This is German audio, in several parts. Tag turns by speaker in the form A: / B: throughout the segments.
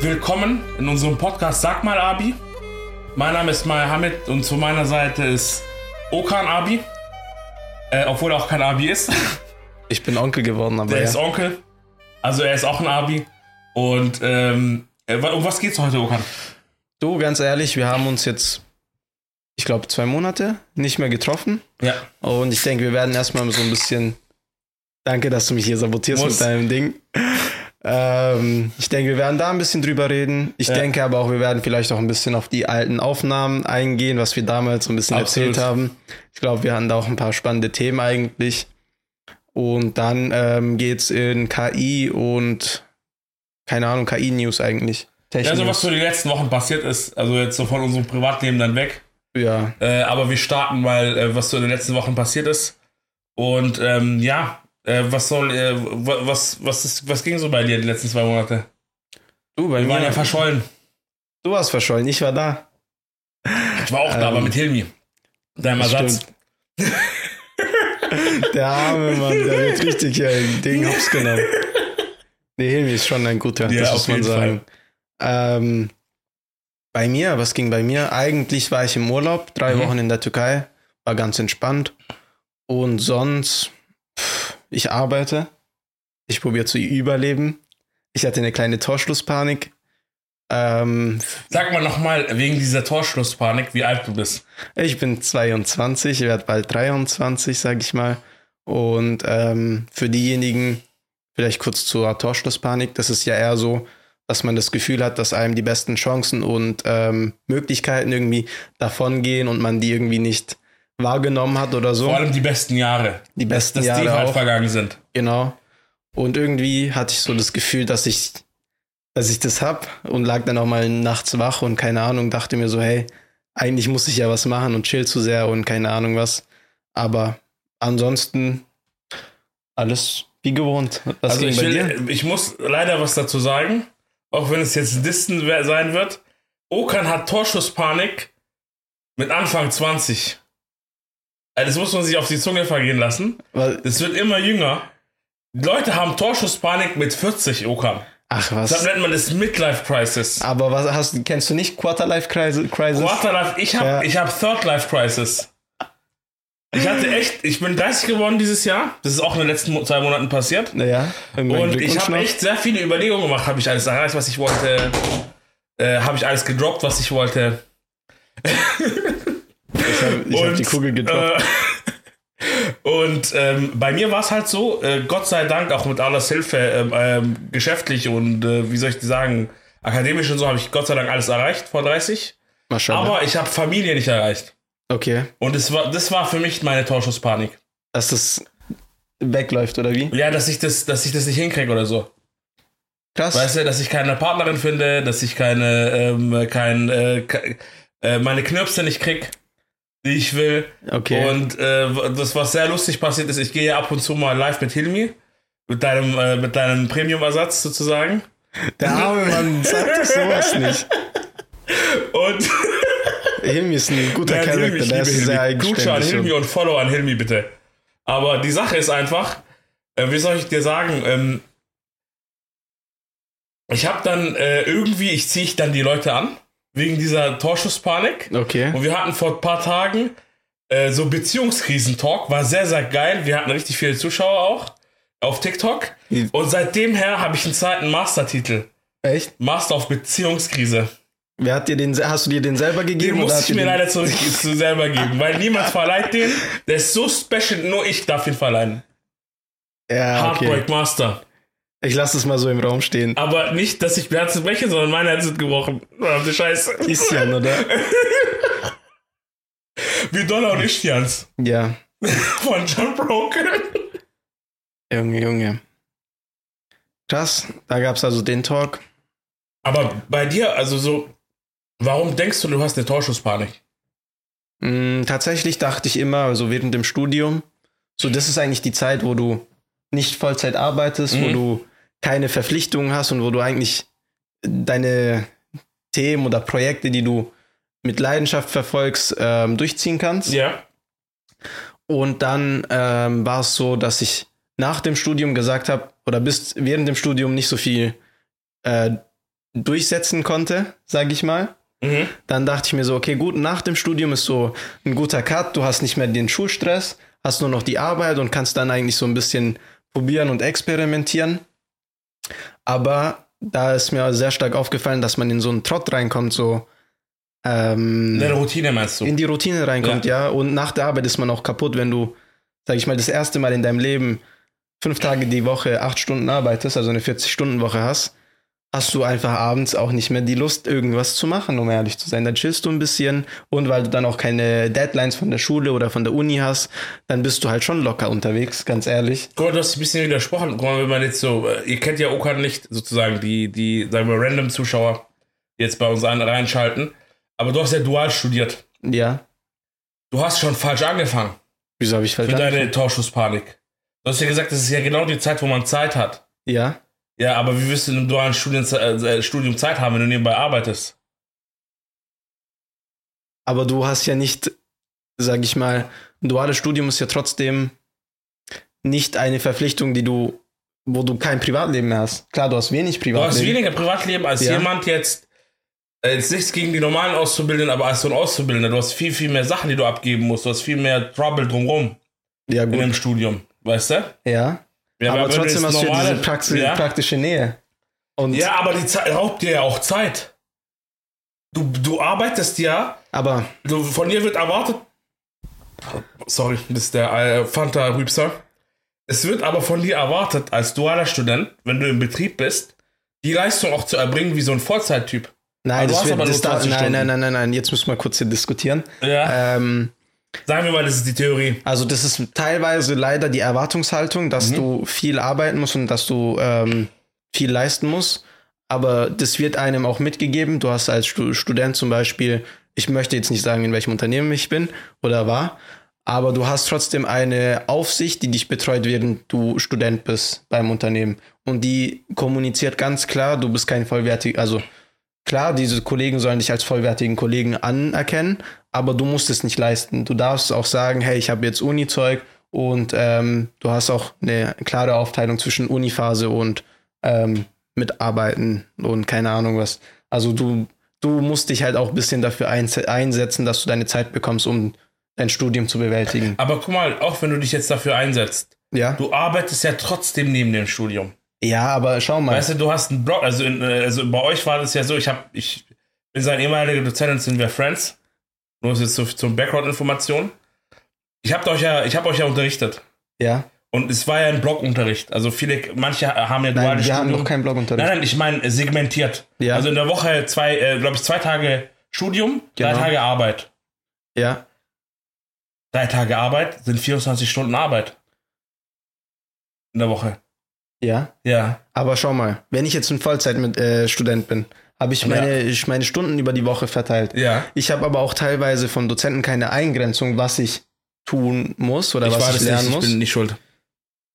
A: Willkommen in unserem Podcast Sag mal Abi. Mein Name ist Maya Hamid und zu meiner Seite ist Okan Abi. Äh, obwohl er auch kein Abi ist.
B: Ich bin Onkel geworden, aber
A: Der ist
B: ja.
A: Onkel. Also er ist auch ein Abi. Und ähm, äh, wa- um was geht's heute, Okan?
B: du, ganz ehrlich, wir haben uns jetzt, ich glaube, zwei Monate nicht mehr getroffen.
A: Ja.
B: Und ich denke, wir werden erstmal so ein bisschen. Danke, dass du mich hier sabotierst
A: Muss.
B: mit deinem Ding. Ähm, ich denke, wir werden da ein bisschen drüber reden. Ich
A: Ja.
B: denke aber auch, wir werden vielleicht auch ein bisschen auf die alten Aufnahmen eingehen, was wir damals so ein bisschen
A: Absolut.
B: erzählt haben. Ich glaube, wir hatten da auch ein paar spannende Themen eigentlich. Und dann ähm, geht's in KI und keine Ahnung, KI-News eigentlich. Technik.
A: Also was so die letzten Wochen passiert ist, also jetzt so von unserem Privatleben dann weg.
B: ja.
A: Äh, aber wir starten mal, äh, was so in den letzten Wochen passiert ist. Und ähm, ja, äh, was soll, äh, wa- was, was, ist, was ging so bei dir die letzten zwei Monate?
B: Du, bei
A: Wir waren
B: mir.
A: ja verschollen.
B: du warst verschollen, ich war da.
A: Ich war auch da, aber mit Hilmi. Deinem
B: Ähm, Das
A: Ersatz.
B: stimmt. der arme Mann, der wird richtig hier ein Ding hops genommen. Nee, Hilmi ist schon ein guter,
A: Ja,
B: das
A: auf
B: muss man
A: jeden
B: sagen. Ähm, bei mir, was ging bei mir? Eigentlich war ich im Urlaub, drei
A: Mhm.
B: Wochen in der Türkei, war ganz entspannt. Und sonst, pff, ich arbeite, ich probiere zu überleben. Ich hatte eine kleine Torschlusspanik. Ähm,
A: Sag mal nochmal, wegen dieser Torschlusspanik, wie alt du bist.
B: Ich bin 22, werde bald 23, sage ich mal. Und ähm, für diejenigen, vielleicht kurz zur Torschlusspanik, das ist ja eher so, dass man das Gefühl hat, dass einem die besten Chancen und ähm, Möglichkeiten irgendwie davongehen und man die irgendwie nicht wahrgenommen hat oder so.
A: Vor allem die besten Jahre.
B: Die besten
A: dass die
B: Jahre
A: halt
B: auch.
A: vergangen sind.
B: Genau. Und irgendwie hatte ich so das Gefühl, dass ich, dass ich das hab und lag dann auch mal nachts wach und keine Ahnung, dachte mir so, hey, eigentlich muss ich ja was machen und chill zu sehr und keine Ahnung was. Aber ansonsten alles wie gewohnt. Was
A: also
B: ging
A: ich,
B: bei dir?
A: will, ich muss leider was dazu sagen, auch wenn es jetzt Disten we- sein wird. Okan hat Torschusspanik mit Anfang 20. Also Das muss man sich auf die Zunge vergehen lassen.
B: Weil-
A: Es wird immer jünger. Die Leute haben Torschusspanik mit 40, Okan.
B: Ach
A: Das
B: was.
A: nennt man das Midlife Crisis.
B: Aber was hast kennst du nicht Quarterlife Crisis? Crisis?
A: Quarterlife, ich
B: Ja.
A: habe ich hab Third Life Crisis. Ich hatte echt, ich bin 30 geworden dieses Jahr. Das ist auch in den letzten Mo- zwei Monaten passiert.
B: Naja,
A: Und ich habe echt sehr viele Überlegungen gemacht. Habe ich alles erreicht, was ich wollte? Äh, habe ich alles gedroppt, was ich wollte?
B: ich hab, ich hab
A: Und,
B: die Kugel gedroppt.
A: Äh, und ähm, bei mir war es halt so, äh, Gott sei Dank, auch mit Allahs Hilfe, ähm, ähm, geschäftlich und äh, wie soll ich sagen, akademisch und so, habe ich Gott sei Dank alles erreicht vor 30.
B: Maschallah.
A: äh, Aber ich habe Familie nicht erreicht.
B: Okay.
A: Und das war, das war für mich meine Torschusspanik.
B: Dass das wegläuft, oder wie?
A: Ja, dass ich das, dass ich das nicht hinkriege oder so.
B: Krass.
A: Weißt du, dass ich keine Partnerin finde, dass ich keine, ähm, kein, äh, ke- äh, meine Knirpse nicht krieg, die ich will.
B: okay.
A: Und äh, w- das, was sehr lustig passiert ist, ich gehe ja ab und zu mal live mit Hilmi, mit deinem, äh, mit deinem Premium-Ersatz sozusagen.
B: Der arme Mann sagt doch sowas nicht.
A: Und
B: Hilmi ist ein guter
A: Nein,
B: Charakter,
A: ich
B: der ist
A: liebe
B: sehr
A: Hilmi. Kutsche an
B: eigenständig.
A: Hilmi
B: und-
A: und Follow an Hilmi, bitte. Aber die Sache ist einfach, äh, wie soll ich dir sagen, ähm, ich habe dann äh, irgendwie, ich ziehe ich dann die Leute an, wegen dieser Torschusspanik.
B: Okay.
A: Und wir hatten vor ein paar Tagen äh, so Beziehungskrisen-Talk, war sehr, sehr geil. Wir hatten richtig viele Zuschauer auch auf TikTok.
B: Wie-
A: Und seitdem her habe ich einen zweiten Mastertitel.
B: Echt?
A: Master auf Beziehungskrise.
B: Wer hat dir den, hast du dir den selber gegeben?
A: Den
B: oder
A: muss
B: hat
A: ich
B: dir
A: mir
B: den-
A: leider zurück zu selber geben, weil niemand verleiht den. Der ist so special, nur ich darf ihn verleihen. Ah,
B: Ja, okay.
A: Heartbreak Master.
B: Ich lasse es mal so im Raum stehen.
A: Aber nicht, dass ich mir Herzen breche, sondern meine Herzen sind gebrochen. Verdammte Scheiße.
B: Isjan, oder?
A: Wie Dollar und Ischtians
B: Ja.
A: von John Broken.
B: Junge, Junge. Krass, da gab es also den Talk.
A: Aber bei dir, also so, warum denkst du, du hast eine Torschusspanik?
B: Mm, tatsächlich dachte ich immer, so während dem Studium, so das ist eigentlich die Zeit, wo du nicht Vollzeit arbeitest, wo
A: Mhm.
B: du keine Verpflichtungen hast und wo du eigentlich deine Themen oder Projekte, die du mit Leidenschaft verfolgst, ähm, durchziehen kannst.
A: Ja.
B: Und dann ähm, war es so, dass ich nach dem Studium gesagt habe, oder bist während dem Studium nicht so viel äh, durchsetzen konnte, sage ich mal.
A: Mhm.
B: Dann dachte ich mir so, okay, gut, nach dem Studium ist so ein guter Cut, du hast nicht mehr den Schulstress, hast nur noch die Arbeit und kannst dann eigentlich so ein bisschen probieren und experimentieren. Aber da ist mir sehr stark aufgefallen, dass man in so einen Trott reinkommt, so ähm,
A: Deine Routine meinst du?
B: in die Routine reinkommt, ja. Und nach der Arbeit ist man auch kaputt, wenn du, sag ich mal, das erste Mal in deinem Leben fünf Tage die Woche acht Stunden arbeitest, also eine 40-Stunden-Woche hast, hast du einfach abends auch nicht mehr die Lust, irgendwas zu machen, um ehrlich zu sein. Dann chillst du ein bisschen und weil du dann auch keine Deadlines von der Schule oder von der Uni hast, dann bist du halt schon locker unterwegs, ganz ehrlich.
A: Guck mal, du hast ein bisschen widersprochen. Guck mal, wenn man jetzt so, äh, ihr kennt ja Okan nicht, sozusagen, die, die, sagen wir, random Zuschauer, die jetzt bei uns an, reinschalten. Aber du hast ja dual studiert.
B: Ja.
A: Du hast schon falsch angefangen
B: Wieso habe ich
A: für
B: verstanden?
A: deine Torschusspanik. Du hast ja gesagt, das ist ja genau die Zeit, wo man Zeit hat.
B: Ja.
A: Ja, aber wie wirst du im dualen Studien, äh, Studium Zeit haben, wenn du nebenbei arbeitest?
B: Aber du hast ja nicht, sag ich mal, ein duales Studium ist ja trotzdem nicht eine Verpflichtung, die du, wo du kein Privatleben mehr hast. Klar, du hast wenig
A: Du
B: Privatleben.
A: hast weniger Privatleben als
B: Ja.
A: jemand jetzt, äh, jetzt nichts gegen die normalen Auszubildenden, aber als so ein Auszubildender. Du hast viel, viel mehr Sachen, die du abgeben musst. Du hast viel mehr Trouble drumrum
B: Ja,
A: in
B: gut.
A: dem Studium. Weißt du?
B: Ja.
A: Ja,
B: aber
A: wenn du
B: trotzdem
A: jetzt
B: hast du ja
A: normale-
B: diese Praxi
A: ja.
B: praktische Nähe. Und,
A: ja, aber die Zeit raubt dir ja auch Zeit. Du, du arbeitest ja,
B: aber
A: du, von dir wird erwartet. Sorry, das ist der äh, Fanta-Rübser. Es wird aber von dir erwartet, als dualer Student, wenn du im Betrieb bist, die Leistung auch zu erbringen wie so ein Vollzeittyp. Aber
B: nein,
A: du
B: das
A: hast
B: wird,
A: aber nur
B: das da,
A: 20
B: nein,
A: Stunden.
B: nein, nein, nein, nein, jetzt müssen wir kurz hier diskutieren.
A: Ja.
B: Ähm,
A: Sagen wir mal, das ist die Theorie.
B: also das ist teilweise leider die Erwartungshaltung, dass du viel arbeiten musst und dass du ähm, viel leisten musst. Aber das wird einem auch mitgegeben. Du hast als Stu Student zum Beispiel, ich möchte jetzt nicht sagen, in welchem Unternehmen ich bin oder war, aber du hast trotzdem eine Aufsicht, die dich betreut, während du Student bist beim Unternehmen. Und die kommuniziert ganz klar, du bist kein vollwertiger, also klar, diese Kollegen sollen dich als vollwertigen Kollegen anerkennen, aber du musst es nicht leisten. Du darfst auch sagen, hey, ich habe jetzt Uni-Zeug und ähm, du hast auch eine klare Aufteilung zwischen Uni-Phase und ähm, Mitarbeiten und keine Ahnung was. Also du, du musst dich halt auch ein bisschen dafür einse- einsetzen, dass du deine Zeit bekommst, um dein Studium zu bewältigen.
A: Aber guck mal, auch wenn du dich jetzt dafür einsetzt,
B: Ja,
A: du arbeitest ja trotzdem neben dem Studium.
B: ja aber schau mal.
A: Weißt du, du hast einen Blog, also, in, äh, also bei euch war das ja so, ich habe, ich bin sein ehemaliger Dozent und sind wir Friends. Nur ist jetzt so, zum Background-Information. Ich habe euch ja, ich habe euch ja unterrichtet.
B: ja,
A: Und es war ja ein Blogunterricht. Also viele, manche haben ja
B: nein,
A: duales
B: wir haben
A: Studium.
B: noch keinen Blogunterricht.
A: Nein, nein, ich meine äh, segmentiert.
B: Ja.
A: Also in der Woche zwei, äh, glaube ich, zwei Tage Studium,
B: Genau.
A: drei Tage Arbeit.
B: Ja,
A: Drei Tage Arbeit sind 24 Stunden Arbeit. In der Woche.
B: ja.
A: Ja.
B: Aber schau mal, wenn ich jetzt ein Vollzeitstudent äh, Student bin, habe ich meine, ich meine Stunden über die Woche verteilt.
A: Ja.
B: Ich habe aber auch teilweise vom Dozenten keine Eingrenzung, was ich tun muss oder was ich lernen muss.
A: nicht schuld.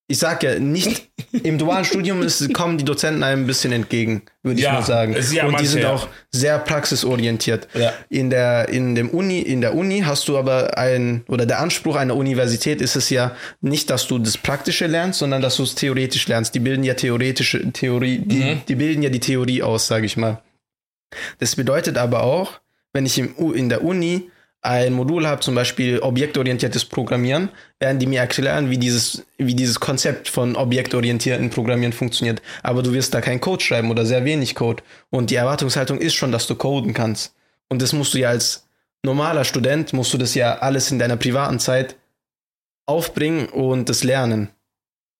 B: ich sag ja, nicht im dualen Studium ist, kommen die Dozenten einem ein bisschen entgegen, würde ich
A: Ja,
B: mal sagen.
A: es- ja,
B: Und die
A: manche,
B: sind
A: ja.
B: auch sehr praxisorientiert.
A: Ja.
B: In der in dem Uni in der Uni hast du aber ein oder der Anspruch einer Universität ist es ja nicht, dass du das Praktische lernst, sondern dass du es theoretisch lernst. Die bilden ja theoretische Theorie, die,
A: Mhm.
B: die bilden ja die Theorie aus, sage ich mal. Das bedeutet aber auch, wenn ich im, U- in der Uni ein Modul habe, zum Beispiel objektorientiertes Programmieren, werden die mir erklären, wie dieses, wie dieses Konzept von objektorientierten Programmieren funktioniert. Aber du wirst da keinen Code schreiben oder sehr wenig Code. Und die Erwartungshaltung ist schon, dass du coden kannst. Und das musst du ja als normaler Student, musst du das ja alles in deiner privaten Zeit aufbringen und das lernen.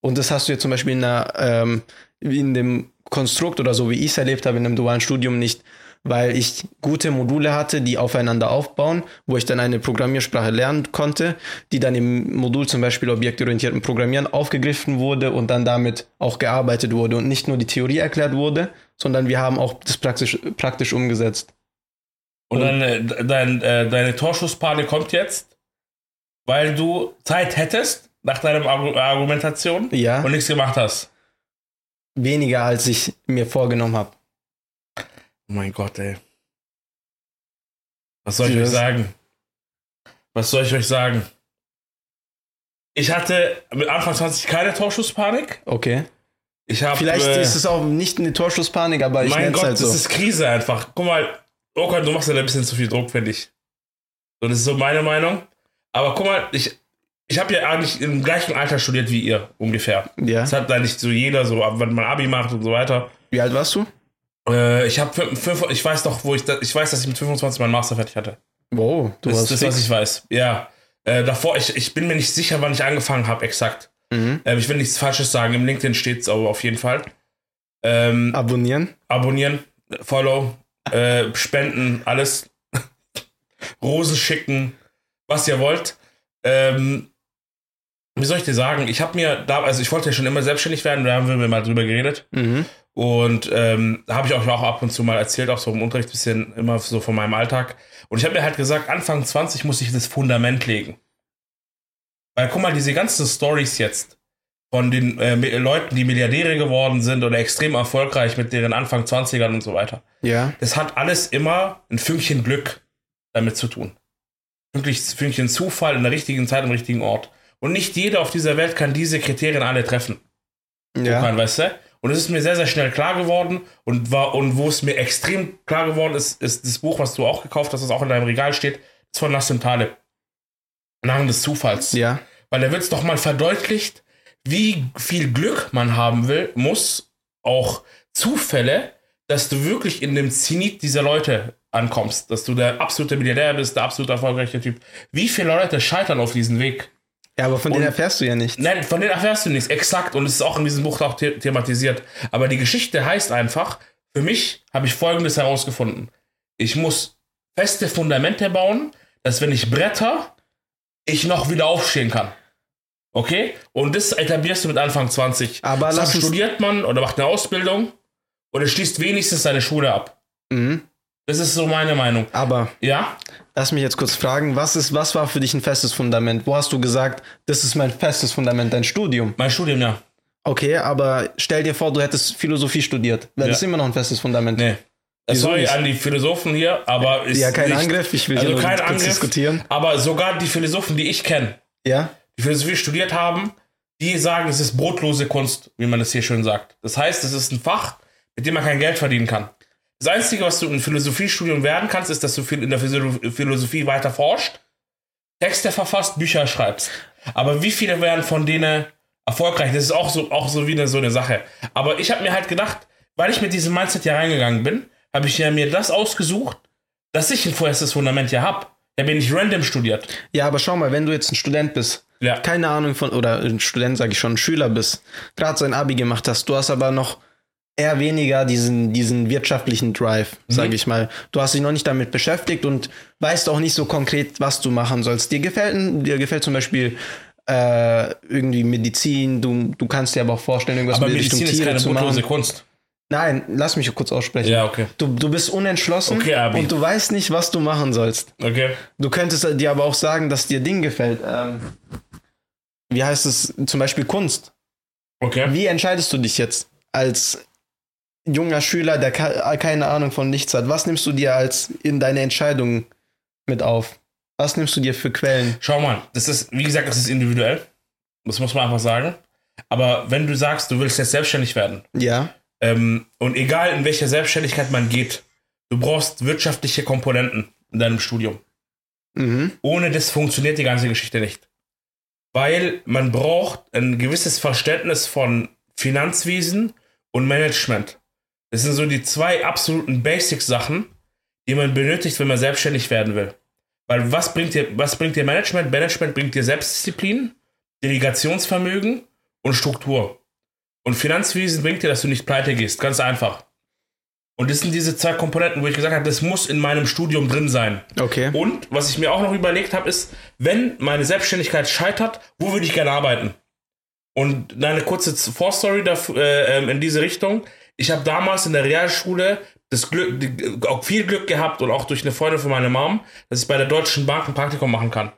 B: Und das hast du ja zum Beispiel in, einer, ähm, in dem Konstrukt oder so, wie ich es erlebt habe, in einem dualen Studium nicht, weil ich gute Module hatte, die aufeinander aufbauen, wo ich dann eine Programmiersprache lernen konnte, die dann im Modul zum Beispiel objektorientierten Programmieren aufgegriffen wurde und dann damit auch gearbeitet wurde und nicht nur die Theorie erklärt wurde, sondern wir haben auch das praktisch, praktisch umgesetzt.
A: Und
B: Oh.
A: dann, äh, dein, äh, deine Torschusspanik kommt jetzt, weil du Zeit hättest, nach deiner Argu Argumentation,
B: Ja,
A: und nichts gemacht hast.
B: weniger als ich mir vorgenommen habe.
A: Oh mein Gott, ey. Was soll ich
B: Serious?
A: euch sagen? Was soll ich euch sagen? Ich hatte mit Anfang 20 keine Torschusspanik.
B: Okay.
A: Ich habe.
B: Vielleicht
A: äh,
B: ist es auch nicht eine Torschusspanik, aber ich
A: mein
B: nenne es
A: Gott,
B: halt so.
A: das ist Krise einfach. Guck mal, Okan, du machst ja ein bisschen zu viel Druck, finde ich. So, das ist so meine Meinung. Aber guck mal, ich, ich habe ja eigentlich im gleichen Alter studiert wie ihr, ungefähr.
B: ja.
A: Das hat da nicht so jeder, so ab wann man Abi macht und so weiter.
B: Wie alt warst du?
A: Äh, ich habe fünf, fünf, ich weiß doch, wo ich, da, ich weiß, dass ich mit 25 meinen Master fertig hatte.
B: Wow, du
A: Das ist
B: warst
A: das,
B: fix.
A: was ich weiß. Ja. Äh, davor, ich, ich bin mir nicht sicher, wann ich angefangen habe, exakt.
B: mhm.
A: Ähm, ich will nichts Falsches sagen. Im LinkedIn steht es aber auf jeden Fall. Ähm,
B: Abonnieren.
A: abonnieren, follow, äh, spenden, alles. Rosen schicken, was ihr wollt. Ähm, wie soll ich dir sagen? Ich habe mir da, also ich wollte ja schon immer selbstständig werden, da haben wir mal drüber geredet.
B: Mhm.
A: Und ähm, da habe ich euch auch ab und zu mal erzählt, auch so im Unterricht bisschen immer so von meinem Alltag. Und ich habe mir halt gesagt, Anfang 20 muss ich das Fundament legen. Weil guck mal, diese ganzen Stories jetzt von den äh, Mi- Leuten, die Milliardäre geworden sind oder extrem erfolgreich mit deren Anfang 20ern und so weiter.
B: Ja.
A: Das hat alles immer ein Fünkchen Glück damit zu tun. Wirklich Fünkchen Zufall in der richtigen Zeit, am richtigen Ort. Und nicht jeder auf dieser Welt kann diese Kriterien alle treffen
B: Ja.
A: kann, weißt du? Und es ist mir sehr, sehr schnell klar geworden und war und wo es mir extrem klar geworden ist, ist das Buch, was du auch gekauft hast, das auch in deinem Regal steht, ist von Nassim Taleb. Narren des Zufalls.
B: Ja.
A: Weil da wird es doch mal verdeutlicht, wie viel Glück man haben will, muss, auch Zufälle, dass du wirklich in dem Zenit dieser Leute ankommst, dass du der absolute Milliardär bist, der absolut erfolgreiche Typ. Wie viele Leute scheitern auf diesem Weg?
B: Ja, aber von denen
A: Und-
B: erfährst du ja nicht.
A: Nein, von denen erfährst du nichts, exakt. Und es ist auch in diesem Buch auch the thematisiert. Aber die Geschichte heißt einfach, für mich habe ich Folgendes herausgefunden. Ich muss feste Fundamente bauen, dass wenn ich bretter, ich noch wieder aufstehen kann. Okay? Und das etablierst du mit Anfang 20.
B: Aber
A: Dann
B: lass uns.
A: studiert man oder macht eine Ausbildung oder schließt wenigstens seine Schule ab.
B: Mhm.
A: Das ist so meine Meinung.
B: Aber
A: Ja?
B: lass mich jetzt kurz fragen, was ist, was war für dich ein festes Fundament? Wo hast du gesagt, das ist mein festes Fundament, dein Studium?
A: Mein Studium, ja.
B: Okay, aber stell dir vor, du hättest Philosophie studiert. Wäre
A: Ja.
B: das immer noch ein festes Fundament?
A: Nee.
B: Wieso
A: Sorry
B: nicht?
A: an die Philosophen hier, aber ist
B: Ja, kein
A: nicht-
B: Angriff, ich will hier
A: also
B: nur
A: kein
B: kurz
A: Angriff.
B: diskutieren.
A: Aber sogar die Philosophen, die ich kenne,
B: Ja?
A: die Philosophie studiert haben, die sagen, es ist brotlose Kunst, wie man das hier schön sagt. Das heißt, es ist ein Fach, mit dem man kein Geld verdienen kann. Das Einzige, was du im Philosophiestudium werden kannst, ist, dass du viel in der Physio- Philosophie weiter forscht, Texte verfasst, Bücher schreibst. Aber wie viele werden von denen erfolgreich? Das ist auch so, auch so wieder so eine Sache. Aber ich habe mir halt gedacht, weil ich mit diesem Mindset hier reingegangen bin, habe ich ja mir das ausgesucht, dass ich ein vorherstes Fundament hier habe. Da bin ich random studiert.
B: Ja, aber schau mal, wenn du jetzt ein Student bist,
A: Ja.
B: keine Ahnung von, oder ein Student, sage ich schon, ein Schüler bist, gerade sein Abi gemacht hast, du hast aber noch eher weniger diesen, diesen wirtschaftlichen Drive,
A: Mhm.
B: sage ich mal. Du hast dich noch nicht damit beschäftigt und weißt auch nicht so konkret, was du machen sollst. Dir gefällt, ein- dir gefällt zum Beispiel äh, irgendwie Medizin, du, du kannst dir aber auch vorstellen, irgendwas
A: Aber
B: mit
A: Medizin
B: Richtung
A: ist
B: Tiere
A: keine
B: zu
A: brotlose
B: machen.
A: Kunst.
B: Nein, lass mich kurz aussprechen.
A: Ja, okay.
B: Du, du bist unentschlossen
A: Okay, Abi.
B: und du weißt nicht, was du machen sollst.
A: Okay.
B: Du könntest dir aber auch sagen, dass dir Ding gefällt. Ähm, wie heißt es zum Beispiel Kunst?
A: Okay.
B: Wie entscheidest du dich jetzt als junger Schüler, der ke- keine Ahnung von nichts hat? Was nimmst du dir als in deine Entscheidungen mit auf? Was nimmst du dir für Quellen?
A: Schau mal, das ist, wie gesagt, das ist individuell. Das muss man einfach sagen. Aber wenn du sagst, du willst jetzt selbstständig werden,
B: Ja,
A: ähm, und egal in welcher Selbstständigkeit man geht, du brauchst wirtschaftliche Komponenten in deinem Studium.
B: mhm.
A: Ohne das funktioniert die ganze Geschichte nicht. Weil man braucht ein gewisses Verständnis von Finanzwesen und Management. Das sind so die zwei absoluten Basic-Sachen, die man benötigt, wenn man selbstständig werden will. Weil was bringt dir, was bringt dir Management? Management bringt dir Selbstdisziplin, Delegationsvermögen und Struktur. Und Finanzwesen bringt dir, dass du nicht pleite gehst. Ganz einfach. Und das sind diese zwei Komponenten, wo ich gesagt habe, das muss in meinem Studium drin sein.
B: okay.
A: Und was ich mir auch noch überlegt habe, ist, wenn meine Selbstständigkeit scheitert, wo würde ich gerne arbeiten? Und eine kurze Z- Vorstory daf- äh, ähm, in diese Richtung. Ich habe damals in der Realschule das Glück, die- auch viel Glück gehabt und auch durch eine Freundin von meiner Mom, dass ich bei der Deutschen Bank ein Praktikum machen kann.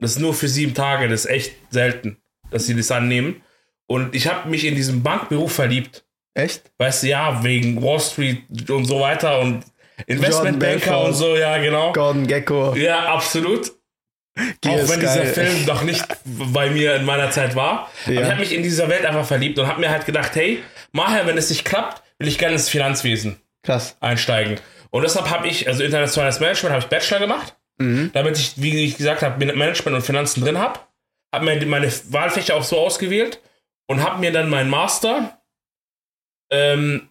A: Das ist nur für sieben Tage, das ist echt selten, dass sie das annehmen. Und ich habe mich in diesen Bankberuf verliebt.
B: Echt?
A: Weißt du, ja, wegen Wall Street und so weiter und Investmentbanker
B: Belfort.
A: und so, ja, genau.
B: Gordon Gecko.
A: Ja, absolut.
B: GSK.
A: Auch wenn dieser Film noch nicht bei mir in meiner Zeit war. Aber
B: Ja.
A: ich habe mich in dieser Welt einfach verliebt und habe mir halt gedacht, hey, Maher, wenn es nicht klappt, will ich gerne ins Finanzwesen
B: Krass.
A: einsteigen. Und deshalb habe ich, also internationales Management, habe ich Bachelor gemacht,
B: Mhm.
A: damit ich, wie ich gesagt habe, Management und Finanzen drin habe. Habe mir die- meine Wahlfächer auch so ausgewählt und habe mir dann meinen Master ähm,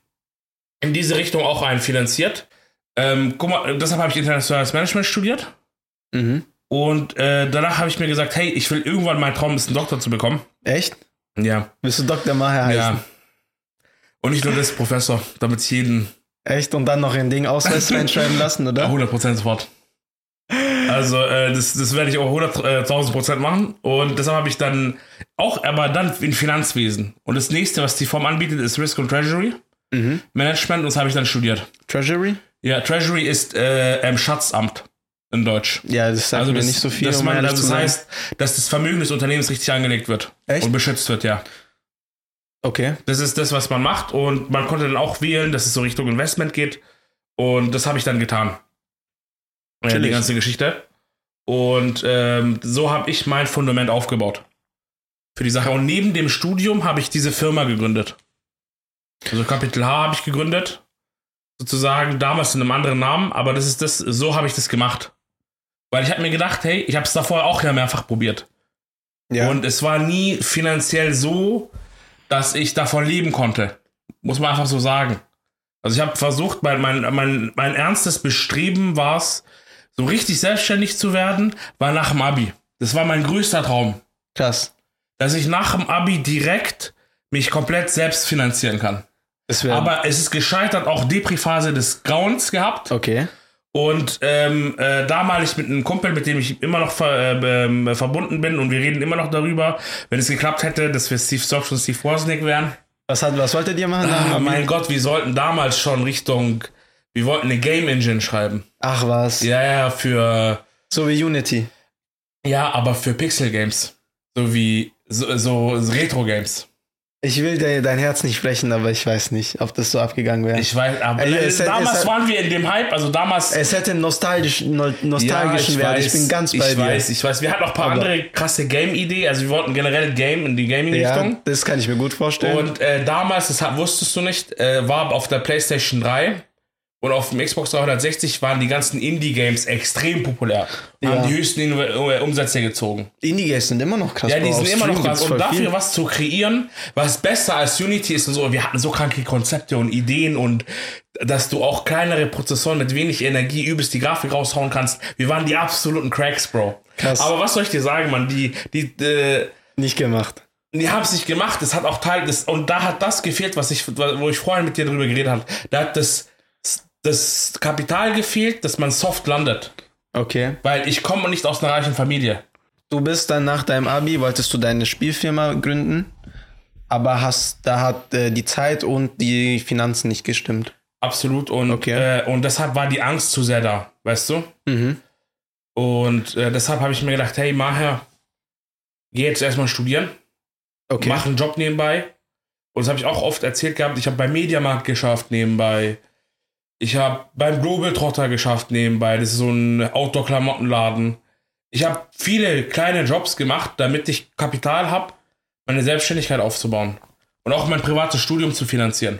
A: in diese Richtung auch einfinanziert. Ähm, guck mal, deshalb habe ich internationales Management studiert.
B: Mhm.
A: Und äh, danach habe ich mir gesagt, hey, ich will irgendwann, mein Traum ist, einen Doktor zu bekommen.
B: Echt?
A: Ja.
B: Willst du Dr. Maher heißen?
A: Ja. Und nicht nur das, Professor, damit es jeden
B: Echt? Und dann noch ein Ding Ausweis reinschreiben lassen, oder?
A: 100% sofort. Also, äh, das, das werde ich auch 100.000% machen. Und deshalb habe ich dann auch, aber dann in Finanzwesen. Und das nächste, was die Form anbietet, ist Risk und Treasury
B: Mhm.
A: Management. Und das habe ich dann studiert.
B: Treasury?
A: Ja, Treasury ist äh, ähm, Schatzamt in Deutsch. Also
B: Ja, das sagt mir
A: das,
B: nicht so viel.
A: Das,
B: um
A: mein,
B: ehrlich
A: das
B: zu sein.
A: heißt, dass das Vermögen des Unternehmens richtig angelegt wird.
B: Echt?
A: Und beschützt wird, ja.
B: Okay.
A: Das ist das, was man macht. Und man konnte dann auch wählen, dass es so Richtung Investment geht. Und das habe ich dann getan. Ja, die
B: Chillig.
A: ganze Geschichte. Und ähm, so habe ich mein Fundament aufgebaut. Für die Sache. Und neben dem Studium habe ich diese Firma gegründet. Also Capital H habe ich gegründet. Sozusagen damals in einem anderen Namen. Aber das ist das, so habe ich das gemacht. Weil ich habe mir gedacht, hey, ich habe es davor auch ja mehrfach probiert.
B: Ja.
A: Und es war nie finanziell so, dass ich davon leben konnte. Muss man einfach so sagen. Also ich habe versucht, mein, mein, mein, mein ernstes Bestreben war es, so richtig selbstständig zu werden, war nach dem Abi. Das war mein größter Traum,
B: Krass.
A: dass ich nach dem Abi direkt mich komplett selbst finanzieren kann.
B: Das wäre.
A: Aber es ist gescheitert, auch Depri-Phase des Grauens gehabt.
B: okay.
A: Und ähm, äh, damalig mit einem Kumpel, mit dem ich immer noch ver, äh, ähm, verbunden bin und wir reden immer noch darüber, wenn es geklappt hätte, dass wir Steve Jobs und Steve Wozniak wären.
B: Was, hat, was wolltet ihr machen?
A: Ah,
B: Dann?
A: mein Gott, wir sollten damals schon Richtung, wir wollten eine Game Engine schreiben.
B: Ach was.
A: Ja, ja, für,
B: So wie Unity.
A: ja, aber für Pixel Games. So wie, so, so Retro Games.
B: Ich will dir dein Herz nicht brechen, aber ich weiß nicht, ob das so abgegangen wäre.
A: Ich weiß, aber
B: Ey, es hat-
A: damals
B: es hat-
A: waren wir in dem Hype, also damals.
B: Es hätte einen nostalgischen, no, nostalgischen
A: Ja,
B: Wert. ich bin ganz bei
A: ich
B: dir.
A: weiß, ich weiß. Wir hatten auch ein paar
B: Aber-
A: andere krasse Game-Ideen. Also wir wollten generell Game in die Gaming-Richtung.
B: ja, das kann ich mir gut vorstellen.
A: Und äh, damals, das hat- wusstest du nicht, äh, war auf der PlayStation 3 und auf dem Xbox 360 waren die ganzen Indie-Games extrem populär. Und
B: Ja.
A: Haben die höchsten In äh, Umsätze gezogen.
B: Indie-Games sind immer noch krass.
A: ja, die
B: Bro.
A: sind
B: Auf
A: immer noch
B: Stream
A: krass.
B: gibt's
A: Und
B: voll
A: dafür
B: viel.
A: was zu kreieren, was besser als Unity ist und so. Wir hatten so kranke Konzepte und Ideen und dass du auch kleinere Prozessoren mit wenig Energie übelst die Grafik raushauen kannst. Wir waren die absoluten Cracks, Bro.
B: Krass.
A: Aber was soll ich dir sagen, Mann? Die, die, äh,
B: nicht gemacht.
A: die haben es nicht gemacht. Es hat auch Teil des und da hat das gefehlt, was ich, wo ich vorhin mit dir drüber geredet habe. Da hat das das Kapital gefehlt, dass man soft landet,
B: Okay.
A: weil ich komme nicht aus einer reichen Familie.
B: Du bist dann nach deinem Abi, wolltest du deine Spielfirma gründen, aber hast, da hat äh, die Zeit und die Finanzen nicht gestimmt.
A: Absolut und
B: Okay.
A: äh, und deshalb war die Angst zu sehr da, weißt du?
B: Mhm.
A: Und äh, deshalb habe ich mir gedacht, hey, Maher, geh jetzt erstmal studieren,
B: Okay.
A: mach einen Job nebenbei. Und das habe ich auch oft erzählt gehabt. Ich habe beim Mediamarkt geschafft nebenbei. Ich habe beim Global Trotter geschafft nebenbei. Das ist so ein Outdoor-Klamottenladen. Ich habe viele kleine Jobs gemacht, damit ich Kapital habe, meine Selbstständigkeit aufzubauen. Und auch mein privates Studium zu finanzieren.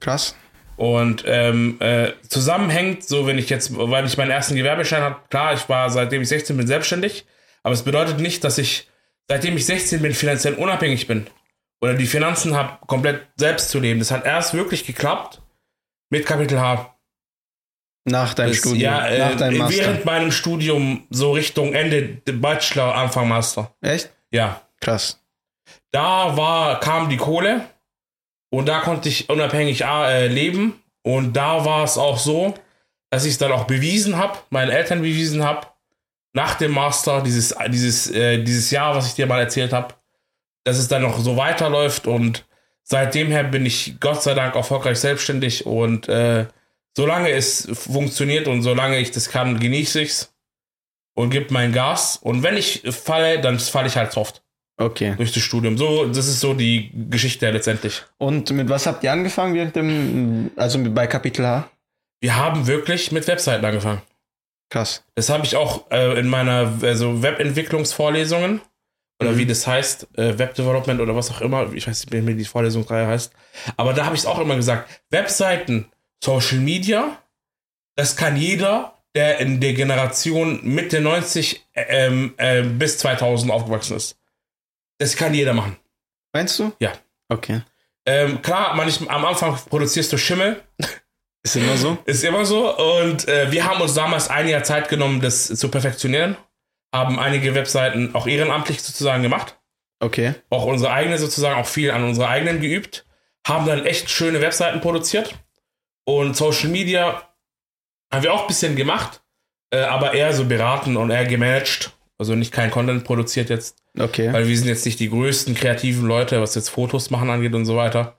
B: Krass.
A: Und ähm, äh, zusammenhängt, so wenn ich jetzt, weil ich meinen ersten Gewerbeschein habe, klar, ich war seitdem ich 16 bin selbstständig, aber es bedeutet nicht, dass ich seitdem ich 16 bin finanziell unabhängig bin oder die Finanzen habe, komplett selbst zu leben. Das hat erst wirklich geklappt mit Kapitel H.
B: Nach deinem
A: Das,
B: Studium.
A: ja, äh,
B: nach deinem Master.
A: während meinem Studium so Richtung Ende Bachelor, Anfang Master.
B: Echt?
A: Ja,
B: Krass.
A: da war, kam die Kohle und da konnte ich unabhängig äh, leben. Und da war es auch so, dass ich es dann auch bewiesen habe, meinen Eltern bewiesen habe, nach dem Master, dieses, dieses, äh, dieses Jahr, was ich dir mal erzählt habe, dass es dann noch so weiterläuft. Und seitdem her bin ich Gott sei Dank erfolgreich selbstständig. Und äh, solange es funktioniert und solange ich das kann, genieße ich es und gebe mein Gas. Und wenn ich falle, dann falle ich halt soft
B: Okay.
A: durch das Studium. So, das ist so die Geschichte letztendlich.
B: Und mit was habt ihr angefangen während dem, also mit- bei Kapitel H?
A: Wir haben wirklich mit Webseiten angefangen.
B: Krass.
A: Das habe ich auch äh, in meiner also Webentwicklungsvorlesungen Oder
B: Mhm.
A: wie das heißt, äh, Web Development oder was auch immer. Ich weiß nicht, wie die Vorlesung 3 heißt. Aber da habe ich es auch immer gesagt. Webseiten, Social Media, das kann jeder, der in der Generation Mitte 90 ähm, ähm, bis 2000 aufgewachsen ist. Das kann jeder machen.
B: Meinst du?
A: Ja.
B: Okay.
A: Ähm, klar, manchmal, am Anfang produzierst du Schimmel,
B: Ist immer so?
A: Ist immer so. Und äh, wir haben uns damals ein Jahr Zeit genommen, das zu perfektionieren. Haben einige Webseiten auch ehrenamtlich sozusagen gemacht.
B: Okay.
A: Auch unsere eigene sozusagen, auch viel an unsere eigenen geübt. Haben dann echt schöne Webseiten produziert. Und Social Media haben wir auch ein bisschen gemacht, äh, aber eher so beraten und eher gemanagt. Also nicht kein Content produziert jetzt,
B: Okay.
A: weil wir sind jetzt nicht die größten kreativen Leute, was jetzt Fotos machen angeht und so weiter.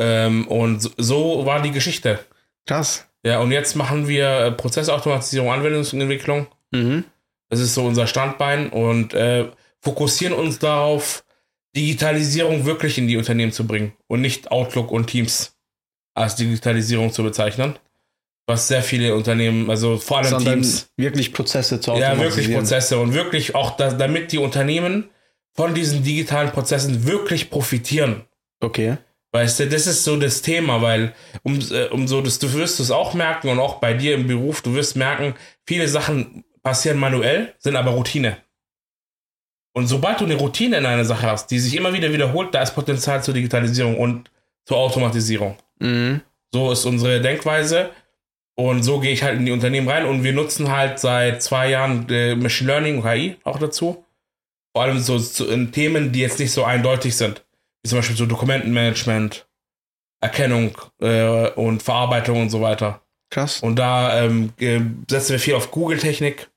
A: Ähm, und so, so war die Geschichte.
B: Krass.
A: Ja, und jetzt machen wir äh, Prozessautomatisierung, Anwendungsentwicklung.
B: Mhm.
A: Das ist so unser Standbein und äh, fokussieren uns darauf, Digitalisierung wirklich in die Unternehmen zu bringen und nicht Outlook und Teams als Digitalisierung zu bezeichnen. Was sehr viele Unternehmen, also vor allem
B: Sondern
A: Teams,
B: wirklich Prozesse zu
A: ja, wirklich
B: automatisieren.
A: Prozesse und wirklich auch, da, damit die Unternehmen von diesen digitalen Prozessen wirklich profitieren.
B: Okay.
A: Weißt du, das ist so das Thema, weil um, äh, um so das, du wirst es auch merken und auch bei dir im Beruf, du wirst merken, viele Sachen passieren manuell, sind aber Routine. Und sobald du eine Routine in einer Sache hast, die sich immer wieder wiederholt, da ist Potenzial zur Digitalisierung und zur Automatisierung.
B: Mhm.
A: So ist unsere Denkweise. Und so gehe ich halt in die Unternehmen rein. Und wir nutzen halt seit zwei Jahren äh, Machine Learning und KI auch dazu. Vor allem so zu, in Themen, die jetzt nicht so eindeutig sind. Wie zum Beispiel so Dokumentenmanagement, Erkennung äh, und Verarbeitung und so weiter.
B: Krass.
A: Und da ähm, ge- setzen wir viel auf Google-Technik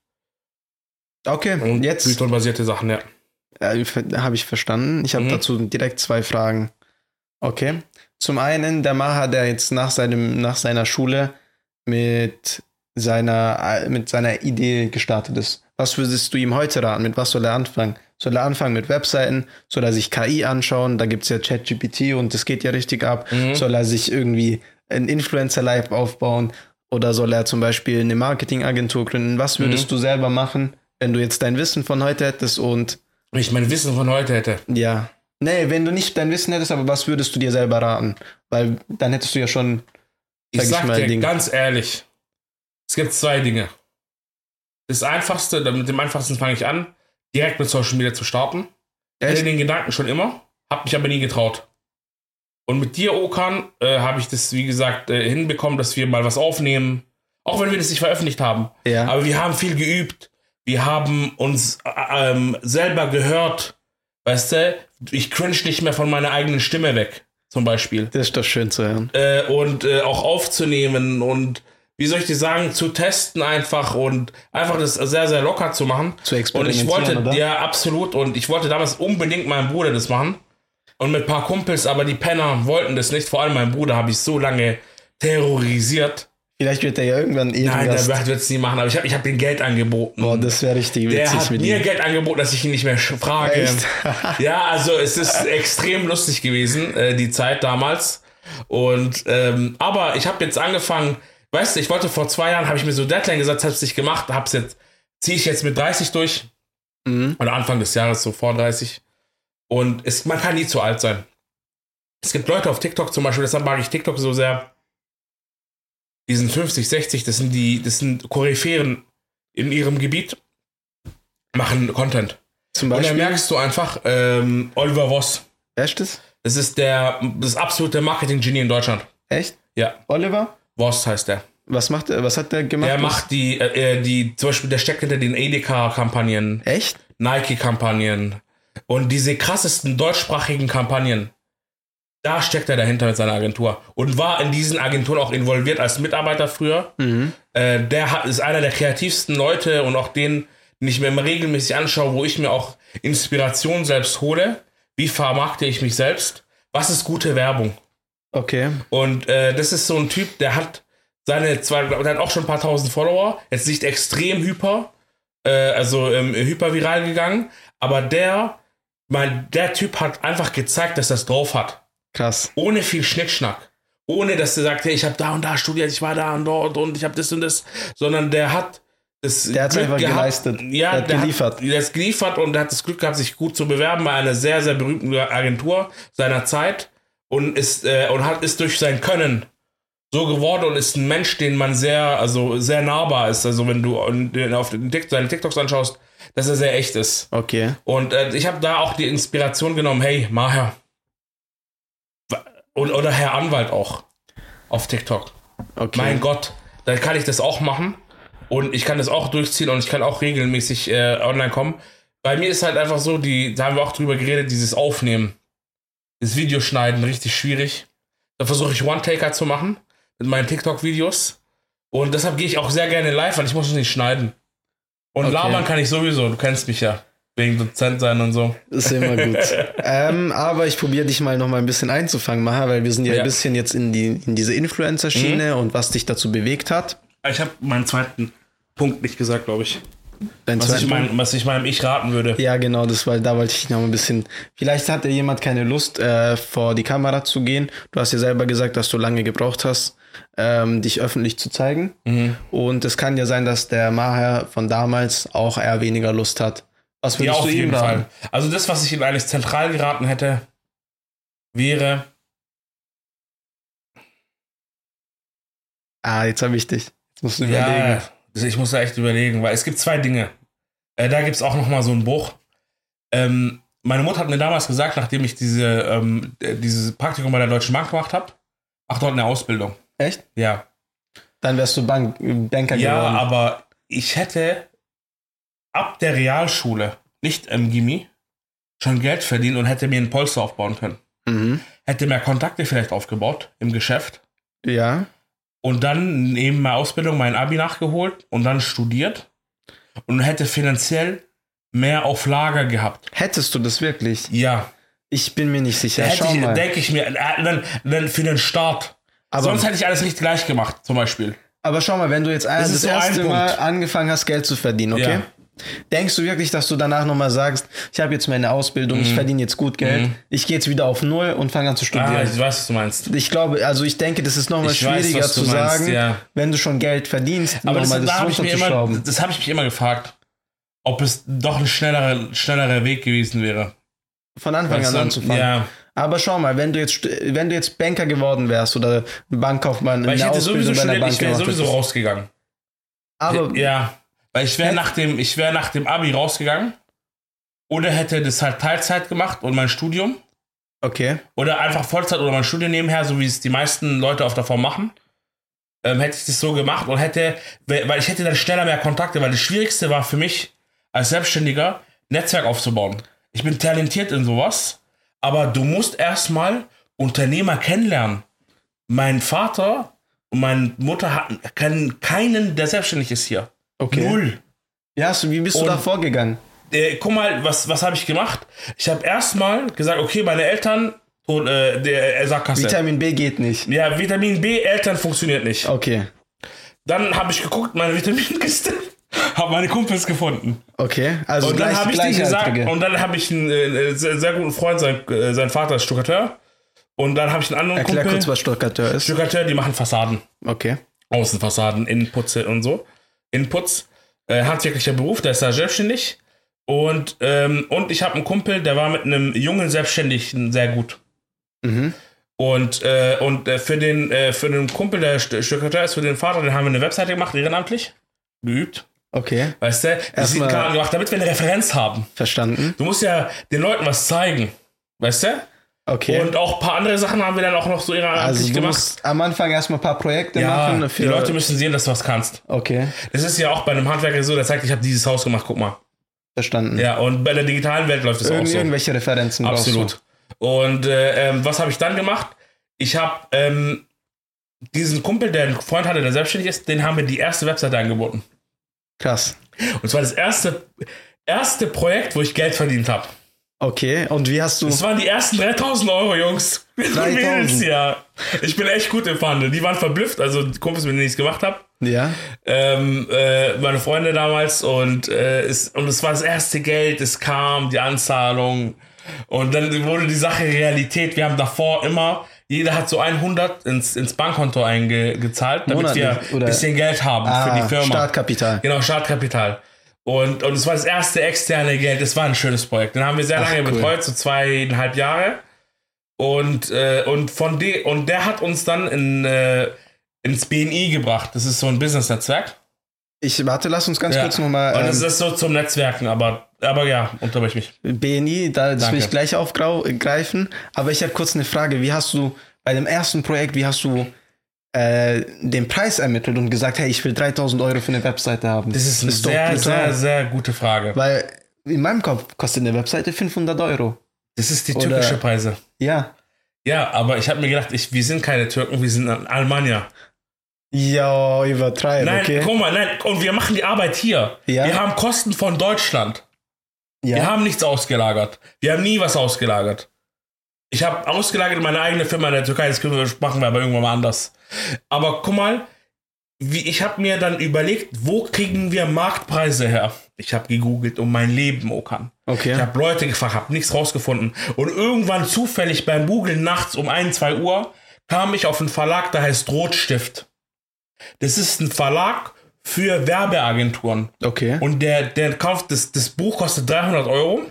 B: Okay,
A: und
B: jetzt
A: Python-basierte Sachen, ja.
B: Äh, ver- Habe ich verstanden. Ich habe
A: Mhm.
B: dazu direkt zwei Fragen. Okay. Zum einen, der Maha, der jetzt nach, seinem, nach seiner Schule mit seiner, äh, mit seiner Idee gestartet ist. Was würdest du ihm heute raten? Mit was soll er anfangen? Soll er anfangen mit Webseiten? Soll er sich KI anschauen? Da gibt es ja ChatGPT und das geht ja richtig ab.
A: Mhm.
B: Soll er sich irgendwie ein Influencer-Live aufbauen? Oder soll er zum Beispiel eine Marketingagentur gründen? Was
A: Mhm.
B: würdest du selber machen, wenn du jetzt dein Wissen von heute hättest und
A: Wenn ich mein Wissen von heute hätte.
B: ja. Nee, wenn du nicht dein Wissen hättest, aber was würdest du dir selber raten? Weil dann hättest du ja schon.
A: Ich
B: Sag ich
A: sag
B: mal,
A: dir
B: Ding.
A: ganz ehrlich, es gibt zwei Dinge. Das einfachste, mit dem einfachsten fange ich an, direkt mit Social Media zu starten. Ich hatte
B: Echt?
A: den Gedanken schon immer, habe mich aber nie getraut. Und mit dir, Okan, äh, habe ich das, wie gesagt, äh, hinbekommen, dass wir mal was aufnehmen. Auch wenn wir das nicht veröffentlicht haben.
B: Ja.
A: Aber wir haben viel geübt. Wir haben uns äh, ähm, selber gehört. Weißt du, ich cringe nicht mehr von meiner eigenen Stimme weg, zum Beispiel
B: Das ist doch schön zu hören.
A: äh, und äh, auch aufzunehmen und wie soll ich dir sagen, zu testen einfach und einfach das sehr, sehr locker zu machen.
B: Zu
A: Und ich
B: experimentieren,
A: wollte,
B: oder?
A: ja, absolut. Und ich wollte damals unbedingt meinem Bruder das machen. Und mit ein paar Kumpels, aber die Penner wollten das nicht. Vor allem mein Bruder habe ich so lange terrorisiert.
B: Vielleicht wird er ja irgendwann eh
A: Nein, der
B: Gast.
A: wird es nie machen. Aber ich habe ich hab ihm Geld angeboten.
B: Boah, das wäre richtig
A: der
B: witzig
A: hat
B: mit
A: mir
B: ihm.
A: Geld angeboten, dass ich ihn nicht mehr sch- frage.
B: Echt?
A: Ja, also es ist extrem lustig gewesen, äh, die Zeit damals. Und ähm, aber ich habe jetzt angefangen, weißt du, ich wollte vor zwei Jahren, habe ich mir so Deadline gesetzt, hab's nicht gemacht, hab's jetzt, ziehe ich jetzt mit 30 durch.
B: Mhm.
A: Oder Anfang des Jahres, so vor 30. Und es, man kann nie zu alt sein. Es gibt Leute auf TikTok zum Beispiel, deshalb mag ich TikTok so sehr. Die sind 50, 60, das sind die, das sind Koryphäen in ihrem Gebiet, machen Content.
B: Zum
A: Und
B: Beispiel.
A: dann merkst du einfach, ähm, Oliver Voss,
B: Echt das?
A: das ist der, das absolute Marketing-Genie in Deutschland.
B: Echt?
A: Ja,
B: Oliver?
A: Voss heißt der.
B: Was macht er? Was hat der gemacht?
A: Der macht die, äh, äh, die, zum Beispiel, der steckt hinter den Edeka-Kampagnen,
B: Echt?
A: Nike-Kampagnen und diese krassesten deutschsprachigen Kampagnen. Da steckt er dahinter mit seiner Agentur und war in diesen Agenturen auch involviert als Mitarbeiter früher.
B: Mhm.
A: Äh, der hat, ist einer der kreativsten Leute und auch den, den ich mir immer regelmäßig anschaue, wo ich mir auch Inspiration selbst hole. Wie vermarkte ich mich selbst? Was ist gute Werbung?
B: Okay.
A: Und äh, das ist so ein Typ, der hat seine zwei, der hat auch schon ein paar tausend Follower, jetzt nicht extrem hyper, äh, also ähm, hyperviral gegangen, aber der, mein, der Typ hat einfach gezeigt, dass das drauf hat
B: Krass.
A: ohne viel Schnickschnack. Ohne dass er sagt, hey, ich habe da und da studiert, ich war da und dort und ich habe das und das, sondern der hat das
B: Der hat's
A: Glück
B: einfach
A: gehabt-
B: geleistet.
A: Ja,
B: Der hat
A: der
B: geliefert.
A: Hat, der hat geliefert und hat das Glück gehabt, sich gut zu bewerben bei einer sehr, sehr berühmten Agentur seiner Zeit und ist, äh, und hat, ist durch sein Können so geworden und ist ein Mensch, den man sehr, also sehr nahbar ist. Also wenn du an- den- auf den Tik- seine TikToks anschaust, dass er sehr echt ist.
B: Okay.
A: Und äh, ich habe da auch die Inspiration genommen, hey, Maher. Und, oder Herr Anwalt auch auf TikTok.
B: Okay.
A: Mein Gott, dann kann ich das auch machen und ich kann das auch durchziehen und ich kann auch regelmäßig äh, online kommen. Bei mir ist halt einfach so, die, da haben wir auch drüber geredet, dieses Aufnehmen, das Videoschneiden, richtig schwierig. Da versuche ich One-Taker zu machen mit meinen TikTok-Videos und deshalb gehe ich auch sehr gerne live an, ich muss es nicht schneiden. Und
B: Okay.
A: labern kann ich sowieso, du kennst mich ja, wegen Dozent sein und so.
B: Ist immer gut. ähm, aber ich probiere dich mal noch mal ein bisschen einzufangen, Maha, weil wir sind ja,
A: Ja. Mhm.
B: ein bisschen jetzt in, die, in diese Influencer-Schiene und was dich dazu bewegt hat.
A: Ich habe meinen zweiten Punkt nicht gesagt, glaube ich.
B: Dein
A: Was
B: zweiter
A: ich,
B: Punkt.
A: meinem, was ich meinem Ich raten würde.
B: Ja, genau, das weil da wollte ich noch ein bisschen. Vielleicht hatte jemand keine Lust, äh, vor die Kamera zu gehen. Du hast ja selber gesagt, dass du lange gebraucht hast, ähm, dich öffentlich zu zeigen.
A: Mhm.
B: Und es kann ja sein, dass der Maher von damals auch eher weniger Lust hat. Was
A: Ja,
B: würdest
A: auf
B: du ihm
A: jeden
B: raten?
A: Fall. Also das, was ich ihm eigentlich zentral geraten hätte, wäre,
B: Ah, jetzt habe ich dich. Jetzt musst du überlegen.
A: ja, also ich muss da echt überlegen, weil es gibt zwei Dinge. Äh, da gibt es auch nochmal so einen Bruch. Ähm, meine Mutter hat mir damals gesagt, nachdem ich diese, ähm, äh, dieses Praktikum bei der Deutschen Bank gemacht habe, ach dort eine Ausbildung.
B: Echt?
A: Ja.
B: Dann wärst du Bank Banker
A: Ja,
B: geworden.
A: aber ich hätte ab der Realschule, nicht im Gimmi, schon Geld verdient und hätte mir einen Polster aufbauen können.
B: Mhm.
A: Hätte mehr Kontakte vielleicht aufgebaut im Geschäft.
B: Ja.
A: und dann neben meiner Ausbildung mein Abi nachgeholt und dann studiert und hätte finanziell mehr auf Lager gehabt.
B: Hättest du das wirklich?
A: Ja,
B: Ich bin mir nicht sicher.
A: hätte
B: Schau
A: ich,
B: mal.
A: denke ich mir, äh, dann, dann für den Start.
B: Aber-
A: Sonst hätte ich alles richtig gleich gemacht, zum Beispiel.
B: Aber schau mal, wenn du jetzt das,
A: ist
B: das
A: so ein
B: erste
A: Punkt.
B: Mal angefangen hast, Geld zu verdienen, okay?
A: Ja.
B: Denkst du wirklich, dass du danach nochmal sagst, ich habe jetzt meine Ausbildung,
A: Mhm.
B: ich verdiene jetzt gut Geld, ich gehe jetzt wieder auf Null und fange an zu
A: Ah,
B: studieren?
A: ich weiß, was du meinst.
B: ich glaube, also ich denke, das ist nochmal
A: Ich weiß,
B: schwieriger
A: was
B: zu
A: du meinst,
B: sagen,
A: ja.
B: wenn du schon Geld verdienst,
A: Aber das,
B: nochmal
A: da
B: das
A: habe ich, mir immer-
B: runterzuschrauben.
A: das hab ich mich immer gefragt, ob es doch ein schnellerer, schnellerer Weg gewesen wäre.
B: Von Anfang an
A: Weißt du,
B: anzufangen.
A: Ja,
B: Aber schau mal, wenn du jetzt st- wenn du jetzt Banker geworden wärst oder Bankkaufmann
A: weil
B: in
A: ich
B: der
A: hätte
B: Ausbildung
A: sowieso
B: bei einer
A: studiert,
B: Bank
A: ich wäre
B: gemacht
A: sowieso
B: hättest.
A: rausgegangen.
B: Aber
A: Ja, weil ich wäre nach dem, ich wäre nach dem Abi rausgegangen oder hätte das halt Teilzeit gemacht und mein Studium
B: okay.
A: oder einfach Vollzeit oder mein Studium nebenher, so wie es die meisten Leute auf der Form machen. Ähm, hätte ich das so gemacht und hätte, weil weil ich hätte dann schneller mehr Kontakte, weil das Schwierigste war für mich als Selbstständiger Netzwerk aufzubauen. Ich bin talentiert in sowas, aber du musst erstmal Unternehmer kennenlernen. Mein Vater und meine Mutter hatten kennen keinen, der selbstständig ist hier.
B: Okay.
A: Null.
B: Ja, hast du- wie bist du
A: Und-
B: da vorgegangen?
A: äh, guck mal, was, was habe ich gemacht? Ich habe erstmal gesagt, okay, meine Eltern, und, äh, der er sagt Kassel.
B: Vitamin Oh. B geht nicht.
A: ja, Vitamin B, Eltern funktioniert nicht.
B: Okay.
A: Dann habe ich geguckt, meine Vitaminkiste, habe meine Kumpels gefunden.
B: Okay, also
A: Und dann
B: gleich,
A: habe ich denen gesagt,
B: gleichaltrige.
A: und dann habe ich einen äh, sehr, sehr guten Freund, sein, äh, sein Vater ist Stuckateur. Und dann habe ich einen anderen
B: Erklär
A: Kumpel.
B: kurz, was Stuttgarter ist.
A: Stuckateur, die machen Fassaden.
B: Okay.
A: Außenfassaden, Innenputze und so. Innenputz. Äh, handwerklicher Beruf, der ist da selbstständig. Und, ähm, und ich habe einen Kumpel, der war mit einem jungen Selbstständigen sehr gut.
B: Mhm.
A: Und, äh, und äh, für, den, äh, für den Kumpel, der St- Stuckateur ist, für den Vater, den haben wir eine Webseite gemacht, ehrenamtlich. Geübt.
B: Okay,
A: Weißt du? Visitenkarten gemacht, damit wir eine Referenz haben.
B: verstanden.
A: Du musst ja den Leuten was zeigen. Weißt du?
B: Okay.
A: Und auch ein paar andere Sachen haben wir dann auch noch so ehrenamtlich
B: also du
A: gemacht.
B: musst am Anfang erstmal ein paar Projekte
A: Ja,
B: machen.
A: die Leute müssen sehen, dass du was kannst.
B: okay,
A: Das ist ja auch bei einem Handwerker so, der sagt, ich habe dieses Haus gemacht, guck mal.
B: verstanden.
A: Ja, und bei der digitalen Welt läuft das
B: Irgend,
A: auch so.
B: Irgendwelche Referenzen brauchst
A: Absolut. Und äh, ähm, was habe ich dann gemacht? Ich habe ähm, diesen Kumpel, der einen Freund hatte, der selbstständig ist, den haben wir die erste Webseite angeboten.
B: du. Krass.
A: Und zwar das erste, erste Projekt, wo ich Geld verdient habe.
B: Okay, und wie hast du...
A: Das waren die ersten 3000 Euro, Jungs. Und
B: 3000.
A: Mädels, ja. Ich bin echt gut im Verhandeln. Die waren verblüfft, also die Kumpels, mit denen ich es gemacht habe.
B: ja,
A: ähm, äh, meine Freunde damals und äh, es, und es war das erste Geld, es kam, die Anzahlung und dann wurde die Sache Realität. Wir haben davor immer Jeder hat so 100 ins, ins Bankkonto eingezahlt, damit wir
B: Monatlich,
A: ein
B: oder? Ah,
A: bisschen Geld haben für die Firma.
B: Startkapital.
A: Genau, Startkapital. Und, und es war das erste externe Geld. Es war ein schönes Projekt. Den haben wir sehr
B: Ach,
A: lange
B: cool.
A: betreut, so zweieinhalb Jahre. Und, äh, und, von de und der hat uns dann in, äh, ins BNI gebracht. Das ist so ein Business-Netzwerk.
B: Ich warte, lass uns ganz
A: Ja.
B: kurz
A: Und
B: nochmal.
A: es
B: Ähm,
A: ist so zum Netzwerken, aber, aber ja, unterbrich mich.
B: BNI, da, das
A: Danke.
B: will ich gleich aufgreifen. Aber ich habe kurz eine Frage. Wie hast du bei dem ersten Projekt, wie hast du äh, den Preis ermittelt und gesagt, hey, ich will 3000 Euro für eine Webseite haben?
A: Das ist eine
B: doch
A: sehr,
B: brutal.
A: sehr, sehr gute Frage.
B: Weil in meinem Kopf kostet eine Webseite 500 Euro.
A: Das ist die
B: Oder-
A: türkische Preise.
B: Ja.
A: Ja, aber ich habe mir gedacht, ich, wir sind keine Türken, wir sind Almanier.
B: Ja, übertreiben,
A: Nein,
B: okay.
A: guck mal, nein, und wir machen die Arbeit hier.
B: Ja.
A: Wir haben Kosten von Deutschland.
B: Ja.
A: Wir haben nichts ausgelagert. Wir haben nie was ausgelagert. Ich habe ausgelagert meine eigene Firma in der Türkei, das können wir, machen wir aber irgendwann mal anders. Aber guck mal, wie, ich habe mir dann überlegt, wo kriegen wir Marktpreise her? Ich habe gegoogelt um mein Leben, Okan.
B: Okay.
A: Ich habe Leute gefragt, habe nichts rausgefunden. Und irgendwann zufällig beim Googlen nachts um 1, 2 Uhr kam ich auf einen Verlag, der heißt Rotstift. Das ist ein Verlag für Werbeagenturen.
B: okay.
A: Und der, der kauft, das, das Buch kostet 300 Euro.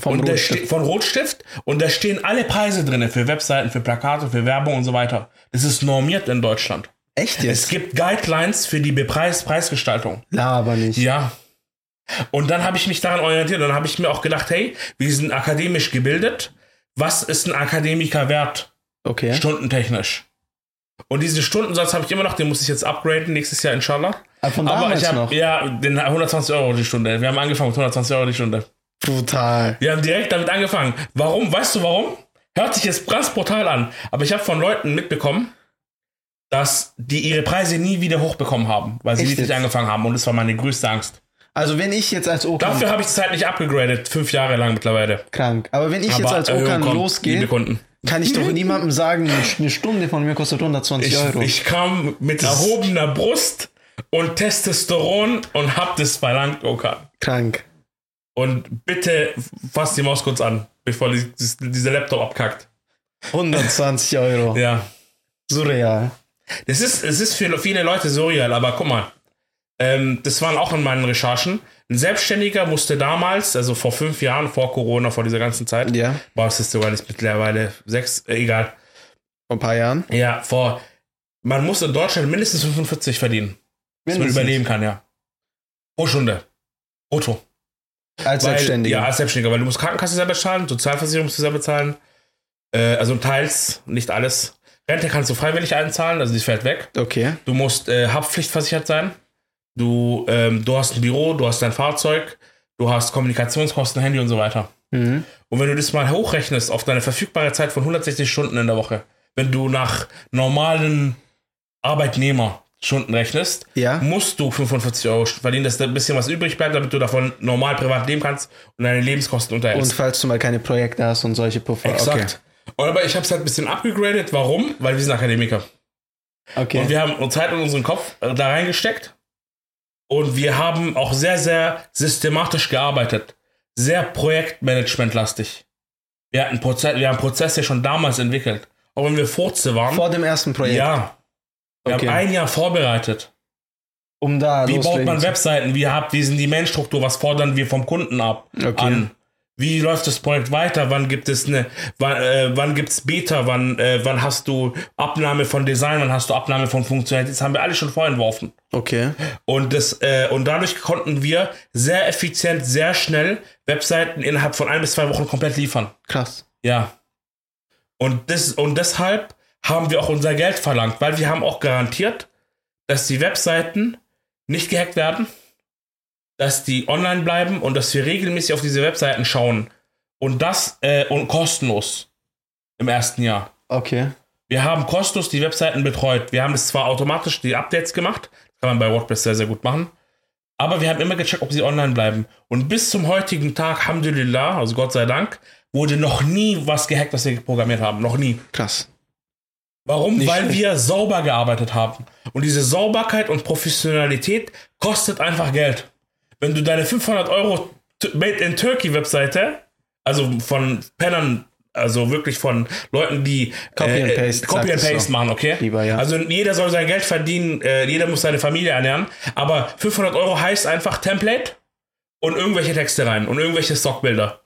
B: Vom
A: und der
B: Rotstift.
A: ste- von Rotstift. Und da stehen alle Preise drin für Webseiten, für Plakate, für Werbung und so weiter. Das ist normiert in Deutschland.
B: Echt
A: Es
B: jetzt?
A: gibt Guidelines für die Bepreis Preisgestaltung.
B: Laber nicht.
A: Ja. Und dann habe ich mich daran orientiert. Dann habe ich mir auch gedacht, hey, wir sind akademisch gebildet. Was ist ein Akademiker wert,
B: Okay.
A: stundentechnisch? Und diesen Stundensatz habe ich immer noch, den muss ich jetzt upgraden, nächstes Jahr, inshallah.
B: Ah, von
A: Aber
B: damals
A: ich
B: noch.
A: habe, ja, den 120 Euro die Stunde. Wir haben angefangen mit 120 Euro die Stunde.
B: Brutal.
A: Wir haben direkt damit angefangen. Warum? Weißt du warum? Hört sich jetzt ganz brutal an. Aber ich habe von Leuten mitbekommen, dass die ihre Preise nie wieder hochbekommen haben, weil sie
B: Echt
A: niedrig
B: jetzt?
A: angefangen haben. Und das war meine größte Angst.
B: Also wenn ich jetzt als Okan
A: Dafür habe ich es halt nicht abgegradet, fünf Jahre lang mittlerweile.
B: krank, aber wenn ich jetzt als
A: Erhöhung
B: Okan
A: kommt,
B: losgehe,
A: äh, Liebe Kunden.
B: kann ich doch niemandem sagen, eine Stunde von mir kostet 120
A: Ich,
B: Euro.
A: ich kam mit erhobener Brust und Testosteron und hab das verlangt, Okan.
B: krank.
A: Und bitte fass die Maus kurz an, bevor die, dies- dieser Laptop abkackt.
B: 120 Euro.
A: Ja.
B: Surreal.
A: Das ist, es ist für viele Leute surreal, aber guck mal. Ähm, das waren auch in meinen Recherchen. Ein Selbstständiger musste damals, also vor fünf Jahren, vor Corona, vor dieser ganzen Zeit,
B: Ja,
A: boah, es ist sogar nicht mittlerweile sechs, äh, egal.
B: vor ein paar Jahren.
A: Ja, vor. Man muss in Deutschland mindestens 45 verdienen, dass man
B: Mindestens.
A: überleben kann, ja. Pro Stunde. Brutto.
B: Als
A: Weil-
B: Selbstständiger.
A: Ja, als Selbstständiger, weil du musst Krankenkasse selber bezahlen, Sozialversicherung musst du selber bezahlen. Äh, also teils, nicht alles. Rente kannst du freiwillig einzahlen, also die fällt weg.
B: Okay.
A: Du musst äh, haftpflichtversichert sein. Du, ähm, du hast ein Büro, du hast dein Fahrzeug, du hast Kommunikationskosten, Handy und so weiter.
B: Mhm.
A: Und wenn du das mal hochrechnest auf deine verfügbare Zeit von 160 Stunden in der Woche, wenn du nach normalen Arbeitnehmerstunden rechnest,
B: Ja.
A: musst du 45 Euro verdienen, dass da ein bisschen was übrig bleibt, damit du davon normal privat leben kannst und deine Lebenskosten
B: Und
A: unterhältst.
B: falls du mal keine Projekte hast und solche Puffer.
A: Und aber ich habe es halt ein bisschen abgegradet. Warum? Weil wir sind Akademiker.
B: Okay.
A: Und
B: okay.
A: wir haben Zeit in unseren Kopf äh, da reingesteckt. Und wir haben auch sehr, sehr systematisch gearbeitet. Sehr projektmanagementlastig. Wir hatten Prozess, wir haben Prozesse schon damals entwickelt. Auch wenn wir Furze waren.
B: Vor dem ersten Projekt.
A: ja. Wir
B: Okay.
A: haben ein Jahr vorbereitet.
B: Um da
A: Wie baut
B: loslegen
A: man
B: zu-
A: Webseiten? Wie, habt, wie sind die Mailstruktur? Was fordern wir vom Kunden ab?
B: Okay.
A: An? Wie läuft das Projekt weiter? Wann gibt es eine, wann, äh, wann gibt's Beta? Wann, äh, wann hast du Abnahme von Design? Wann hast du Abnahme von Funktionalität? Das haben wir alle schon vorentworfen.
B: Okay.
A: Und, das, äh, und dadurch konnten wir sehr effizient, sehr schnell Webseiten innerhalb von ein bis zwei Wochen komplett liefern.
B: Krass.
A: Ja. Und, das, und deshalb haben wir auch unser Geld verlangt, weil wir haben auch garantiert, dass die Webseiten nicht gehackt werden, dass die online bleiben und dass wir regelmäßig auf diese Webseiten schauen. Und das äh, und kostenlos im ersten Jahr.
B: Okay.
A: Wir haben kostenlos die Webseiten betreut. Wir haben es zwar automatisch die Updates gemacht, kann man bei WordPress sehr, sehr gut machen, aber wir haben immer gecheckt, ob sie online bleiben. Und bis zum heutigen Tag, Alhamdulillah, also Gott sei Dank, wurde noch nie was gehackt, was wir programmiert haben. Noch nie.
B: Krass.
A: Warum?
B: Nicht
A: Weil
B: schlecht.
A: wir sauber gearbeitet haben. Und diese Sauberkeit und Professionalität kostet einfach Geld. Wenn du deine 500 Euro T- Made in Turkey Webseite, also von Pennern also wirklich von Leuten, die
B: Copy and
A: äh,
B: Paste,
A: Copy and
B: sagtest du.
A: Paste machen, okay?
B: Lieber, ja.
A: Also jeder soll sein Geld verdienen, äh, jeder muss seine Familie ernähren, aber 500 Euro heißt einfach Template und irgendwelche Texte rein und irgendwelche Stockbilder.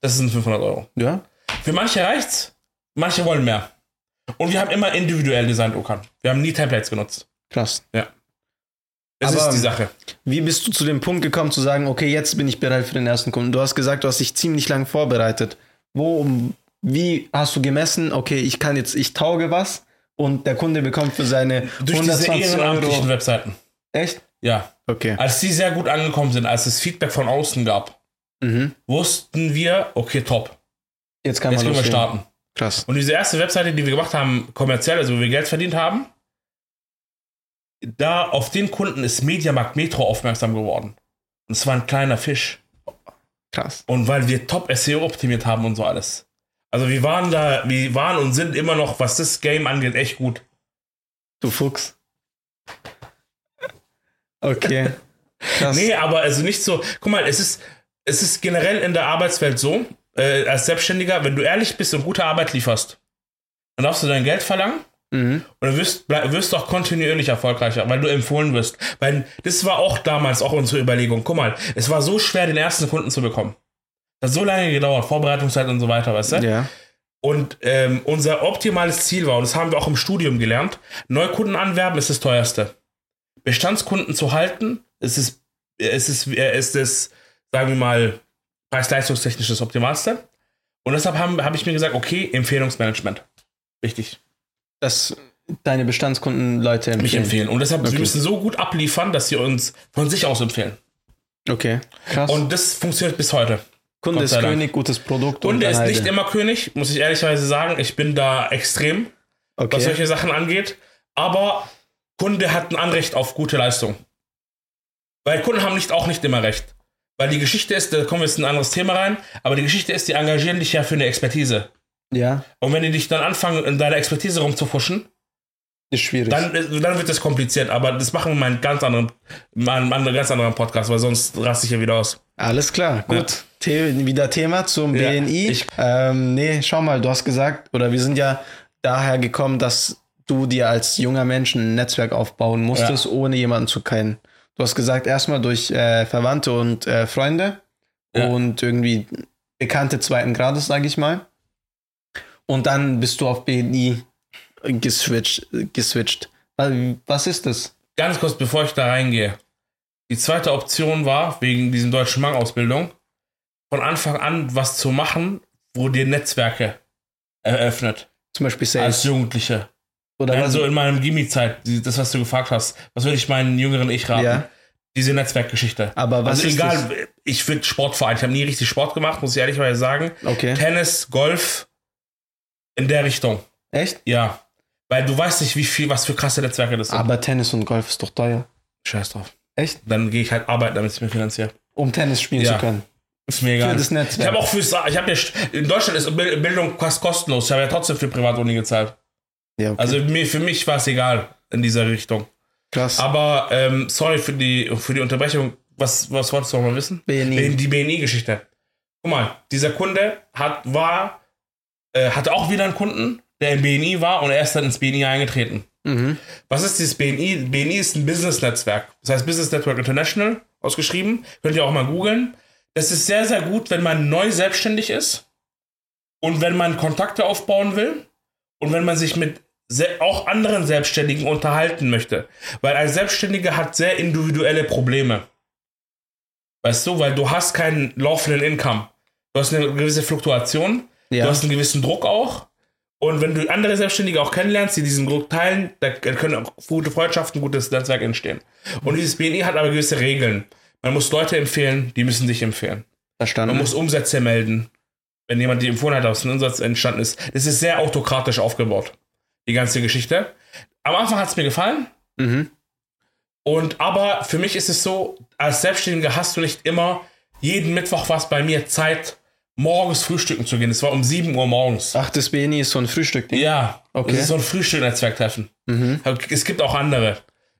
A: Das sind 500 Euro.
B: Ja?
A: Für manche reicht's, manche wollen mehr. Und wir haben immer individuell designt, Okan. Wir haben nie Templates genutzt.
B: Krass.
A: Das
B: Aber-
A: ist die Sache.
B: Wie bist du zu dem Punkt gekommen, zu sagen, okay, jetzt bin ich bereit für den ersten Kunden? Du hast gesagt, du hast dich ziemlich lang vorbereitet. Wo, um, wie hast du gemessen, okay, ich kann jetzt, ich tauge was und der Kunde bekommt für seine
A: Durch diese
B: 120
A: ehrenamtlichen
B: Euro.
A: Webseiten.
B: Echt?
A: Ja.
B: Okay.
A: Als die sehr gut angekommen sind, als es Feedback von außen gab,
B: Mhm.
A: wussten wir, okay, top.
B: Jetzt kann
A: Jetzt
B: man
A: können wir
B: loslegen.
A: starten.
B: Krass.
A: Und diese erste Webseite, die wir gemacht haben, kommerziell, also wo wir Geld verdient haben, da auf den Kunden ist Mediamarkt Metro aufmerksam geworden. Und es war ein kleiner Fisch.
B: Krass.
A: Und weil wir top SEO optimiert haben und so alles. Also wir waren da, wir waren und sind immer noch, was das Game angeht, echt gut.
B: Du Fuchs. Okay. Krass.
A: Nee, aber also nicht so. Guck mal, es ist, es ist generell in der Arbeitswelt so, äh, als Selbstständiger, wenn du ehrlich bist und gute Arbeit lieferst, dann darfst du dein Geld verlangen
B: Mhm.
A: und dann wirst, bleib, wirst du auch kontinuierlich erfolgreicher, weil du empfohlen wirst. Weil das war auch damals auch unsere Überlegung. Guck mal, es war so schwer, den ersten Kunden zu bekommen. Das hat so lange gedauert, Vorbereitungszeit und so weiter, weißt du?
B: Ja.
A: Und ähm, unser optimales Ziel war, und das haben wir auch im Studium gelernt, Neukunden anwerben ist das teuerste. Bestandskunden zu halten, ist es, ist es, äh, ist es, sagen wir mal, preis-leistungstechnisch das Optimalste. Und deshalb habe hab ich mir gesagt, okay, Empfehlungsmanagement. Wichtig.
B: Dass deine Bestandskunden Leute empfehlen.
A: Mich empfehlen. Und deshalb,
B: Okay.
A: wir müssen so gut abliefern, dass sie uns von sich aus empfehlen.
B: Okay. Krass.
A: Und das funktioniert bis heute.
B: Kunde
A: Gott
B: ist
A: sei Dank.
B: König, gutes Produkt.
A: Und er ist
B: dann
A: nicht
B: halt-
A: immer König, muss ich ehrlicherweise sagen. Ich bin da extrem.
B: Okay.
A: was solche Sachen angeht. Aber Kunde hat ein Anrecht auf gute Leistung. Weil Kunden haben nicht auch nicht immer recht. Weil die Geschichte ist, da kommen wir jetzt in ein anderes Thema rein, aber die Geschichte ist, die engagieren dich ja für eine Expertise.
B: Ja,
A: Und wenn die dich dann anfangen, in deiner Expertise rumzufuschen,
B: ist schwierig.
A: dann, dann wird das kompliziert. Aber das machen wir mal in ganz anderen, mal in einem ganz anderen Podcast, weil sonst raste ich ja wieder aus.
B: Alles klar, gut. The wieder Thema zum
A: Ja,
B: BNI.
A: ich-
B: ähm, nee, schau mal, du hast gesagt, oder wir sind ja daher gekommen, dass du dir als junger Mensch ein Netzwerk aufbauen musstest, ohne jemanden zu kennen. Du hast gesagt, erstmal durch äh, Verwandte und äh, Freunde
A: Ja.
B: und irgendwie Bekannte zweiten Grades, sage ich mal. Und dann bist du auf BNI geswitcht. geswitcht. Weil, Was ist das?
A: Ganz kurz, bevor ich da reingehe. Die zweite Option war, wegen diesem deutschen Mangausbildung, von Anfang an was zu machen, wo dir Netzwerke eröffnet.
B: Zum Beispiel Sales.
A: Als Jugendliche.
B: oder was?
A: also in meinem Gimmi-Zeit, die- das, was du gefragt hast, was würde ich meinen jüngeren Ich raten?
B: Ja.
A: Diese Netzwerkgeschichte.
B: Aber was
A: also
B: ist
A: egal, ich würde Sportverein, ich habe nie richtig Sport gemacht, muss ich ehrlicherweise sagen.
B: das? Okay.
A: Tennis, Golf, in der Richtung.
B: Echt?
A: Ja. Weil du weißt nicht, wie viel, was für krasse Netzwerke das sind.
B: Aber Tennis und Golf ist doch teuer.
A: Scheiß drauf.
B: Echt?
A: Dann gehe ich halt arbeiten, damit ich mir finanziere.
B: Um Tennis spielen
A: Ja.
B: zu können.
A: Ist mir egal.
B: Für das Netzwerk.
A: Ich habe auch fürs, ich habe ja, in Deutschland ist Bild- Bildung fast kostenlos. Ich habe ja trotzdem für Privatuni gezahlt.
B: Ja, okay.
A: Also mir, für mich war es egal in dieser Richtung.
B: krass.
A: Aber ähm, sorry für die, für die Unterbrechung. Was, was wolltest du noch mal wissen? Äh,
B: BNI.
A: Die- Die BNI-Geschichte. Guck mal, dieser Kunde hat, war, äh, hatte auch wieder einen Kunden, der im BNI war und er ist dann ins BNI eingetreten.
B: Mhm.
A: Was ist dieses BNI? BNI ist ein Business-Netzwerk. Das heißt Business Network International, ausgeschrieben. Könnt ihr auch mal googeln. Das ist sehr, sehr gut, wenn man neu selbstständig ist und wenn man Kontakte aufbauen will und wenn man sich mit se- auch anderen Selbstständigen unterhalten möchte. Weil ein Selbstständiger hat sehr individuelle Probleme. Weißt du, weil du hast keinen laufenden Income. Du hast eine gewisse Fluktuation,
B: Ja.
A: du hast einen gewissen Druck auch. Und wenn du andere Selbstständige auch kennenlernst, die diesen Druck teilen, da können auch gute Freundschaften, gutes Netzwerk entstehen. Und dieses BNI hat aber gewisse Regeln. Man muss Leute empfehlen, die müssen dich empfehlen.
B: Verstanden.
A: Man muss Umsätze melden, wenn jemand die empfohlen hat, aus einem Umsatz entstanden ist. Das ist sehr autokratisch aufgebaut, die ganze Geschichte. Am Anfang hat es mir gefallen.
B: mhm.
A: Und aber für mich ist es so, als Selbstständiger hast du nicht immer jeden Mittwoch was bei mir Zeit, morgens frühstücken zu gehen. Es war um 7 Uhr morgens.
B: Ach, das BNI ist so ein Frühstück.
A: Ja,
B: Okay.
A: okay. das ist so ein Frühstück-Netzwerktreffen.
B: Mhm.
A: Es gibt auch andere.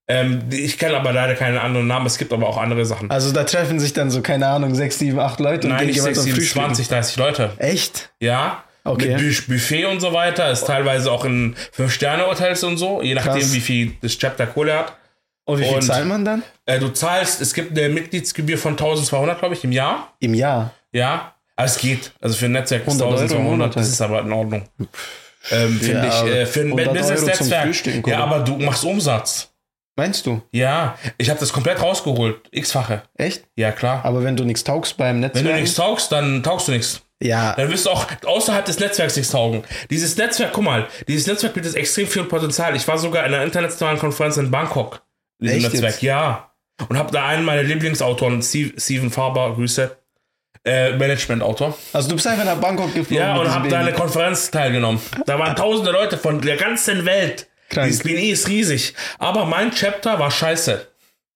A: Ähm, ich kenne aber leider keine anderen Namen, es gibt aber auch andere Sachen.
B: Also da treffen sich dann so, keine Ahnung, 6, 7, 8 Leute
A: Nein, nicht 6,
B: gemeinsam
A: 7,
B: frühstücken.
A: 20, 30 Leute.
B: Echt?
A: Ja. Mit
B: Okay.
A: Bü- Buffet und so weiter. Ist teilweise auch in Fünf-Sterne-Hotels und so, je nachdem,
B: Krass.
A: wie viel das Chapter Kohle hat.
B: Und wie viel
A: Und-
B: zahlt man dann?
A: Äh, du zahlst, es gibt eine Mitgliedsgebühr von 1200, glaube ich, im Jahr.
B: Im Jahr.
A: Ja. Aber es geht. Also für ein Netzwerk ist
B: 100 Euro im
A: 1200,
B: Monat halt.
A: das ist aber in Ordnung. Ähm, Finde
B: Ja,
A: ich, äh, für ein
B: 100 Euro zum Frühstücken,
A: Business-Netzwerk.
B: Kumpel.
A: Ja, aber du machst Umsatz.
B: Meinst du?
A: Ja, ich habe das komplett rausgeholt. X-fache.
B: Echt?
A: Ja, klar.
B: Aber wenn du nichts taugst beim Netzwerk.
A: Wenn du nichts taugst, dann taugst du nichts.
B: Ja,
A: Dann wirst du auch außerhalb des Netzwerks nichts taugen. Dieses Netzwerk, guck mal, dieses Netzwerk bietet extrem viel Potenzial. Ich war sogar in einer internationalen Konferenz in Bangkok. In diesem
B: Echt
A: Netzwerk,
B: jetzt?
A: ja. Und habe da einen meiner Lieblingsautoren, Steve- Steven Faber, Grüße, äh, Managementautor.
B: also du bist einfach nach Bangkok geflogen.
A: Ja,
B: mit
A: und
B: diesem
A: habe
B: Baby.
A: da eine Konferenz teilgenommen. Da waren tausende Leute von der ganzen Welt.
B: Ah. Krank.
A: Dieses BNI ist riesig. Aber mein Chapter war scheiße.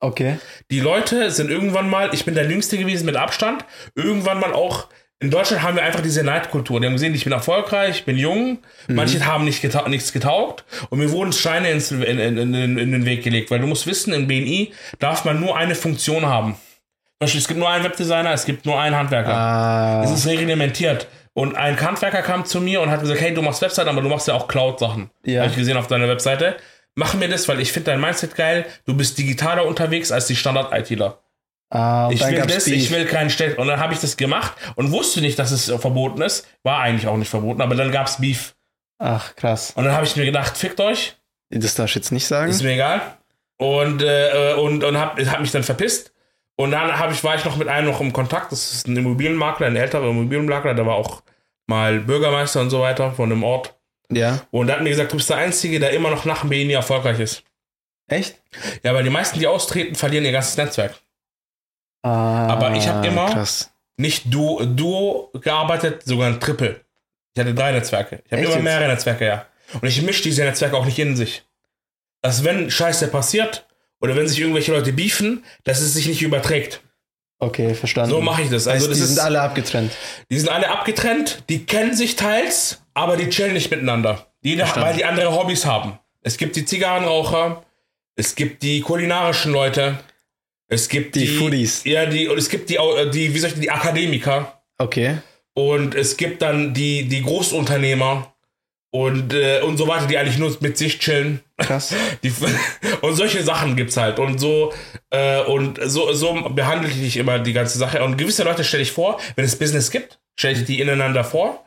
B: Okay.
A: Die Leute sind irgendwann mal, ich bin der Jüngste gewesen mit Abstand, irgendwann mal auch. In Deutschland haben wir einfach diese Neidkultur. Die haben gesehen, ich bin erfolgreich, ich bin jung. Manche haben nicht geta nichts getaugt. Und mir wurden Steine ins, in, in, in, in den Weg gelegt. Weil du musst wissen, in BNI darf man nur eine Funktion haben. Zum Beispiel, es gibt nur einen Webdesigner, es gibt nur einen Handwerker.
B: Ah,
A: Es ist reglementiert. Und ein Handwerker kam zu mir und hat gesagt, hey, du machst Website, aber du machst ja auch Cloud-Sachen.
B: Ja.
A: Habe ich gesehen auf deiner Webseite. Mach mir das, weil ich finde dein Mindset geil. Du bist digitaler unterwegs als die Standard-ITler.
B: ah und
A: Ich
B: dann
A: will
B: gab's
A: das,
B: Beef.
A: ich will keinen Stell. Und dann habe ich das gemacht und wusste nicht, dass es äh, verboten ist. War eigentlich auch nicht verboten, aber dann gab es Beef.
B: Ach, krass.
A: Und dann habe ich mir gedacht, fickt euch,
B: Das darfst du jetzt nicht sagen.
A: ist mir egal. Und, äh, äh, und, und hab, hab mich dann verpisst. Und dann hab ich, war ich noch mit einem noch im Kontakt. Das ist ein Immobilienmakler, ein älterer Immobilienmakler, der war auch mal Bürgermeister und so weiter von dem Ort.
B: Ja.
A: Und der hat mir gesagt, du bist der Einzige, der immer noch nach dem BNI erfolgreich ist.
B: Echt?
A: Ja, weil die meisten, die austreten, verlieren ihr ganzes Netzwerk.
B: Ah,
A: Aber ich hab immer-
B: Krass.
A: Nicht Duo, Duo gearbeitet, sogar ein Triple. Ich hatte drei Netzwerke. Ich habe
B: Echt
A: immer
B: jetzt?
A: mehrere Netzwerke, ja. Und ich mische diese Netzwerke auch nicht in sich. Dass wenn Scheiße passiert oder wenn sich irgendwelche Leute beefen, dass es sich nicht überträgt.
B: Okay, verstanden.
A: So mache ich das. Also
B: Mhm. heißt,
A: das
B: die
A: ist,
B: sind alle abgetrennt.
A: die sind alle abgetrennt, die kennen sich teils, aber die chillen nicht miteinander. Jeder,
B: Verstanden.
A: weil die andere Hobbys haben. Es gibt die Zigarrenraucher, es gibt die kulinarischen Leute, es gibt
B: Die
A: die,
B: Foodies.
A: Ja, die und es gibt die, au- die wie soll ich die Akademiker
B: Okay.
A: und es gibt dann die die Großunternehmer und äh, und so weiter, die eigentlich nur mit sich chillen.
B: Krass.
A: Die, und solche Sachen gibt's halt. Und so, äh, und so, so behandle ich immer die ganze Sache. Und gewisse Leute stelle ich vor, wenn es Business gibt, stelle ich die ineinander vor.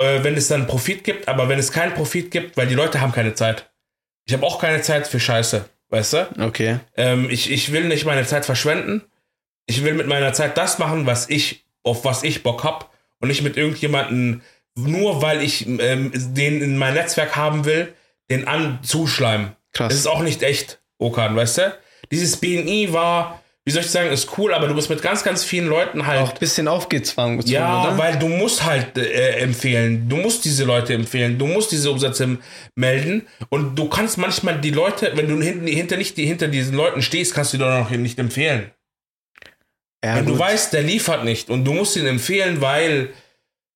A: Äh, wenn es dann Profit gibt, aber wenn es keinen Profit gibt, weil die Leute haben keine Zeit. Ich habe auch keine Zeit für Scheiße, weißt du?
B: Okay.
A: Ähm, ich, ich will nicht meine Zeit verschwenden. Ich will mit meiner Zeit das machen, was ich, auf was ich Bock hab und nicht mit irgendjemanden, nur weil ich ähm, den in mein Netzwerk haben will, den anzuschleimen.
B: Krass.
A: Das ist auch nicht echt, Okan, weißt du? Dieses BNI war, wie soll ich sagen, ist cool, aber du bist mit ganz, ganz vielen Leuten halt.
B: Auch ein bisschen aufgezwungen. gezwungen,
A: Ja,
B: oder?
A: weil du musst halt äh, empfehlen, du musst diese Leute empfehlen, du musst diese Umsätze m- melden und du kannst manchmal die Leute, wenn du hinten, hinter, nicht, hinter diesen Leuten stehst, kannst du die doch noch nicht empfehlen.
B: ja,
A: wenn du
B: gut.
A: weißt, der liefert nicht und du musst ihn empfehlen, weil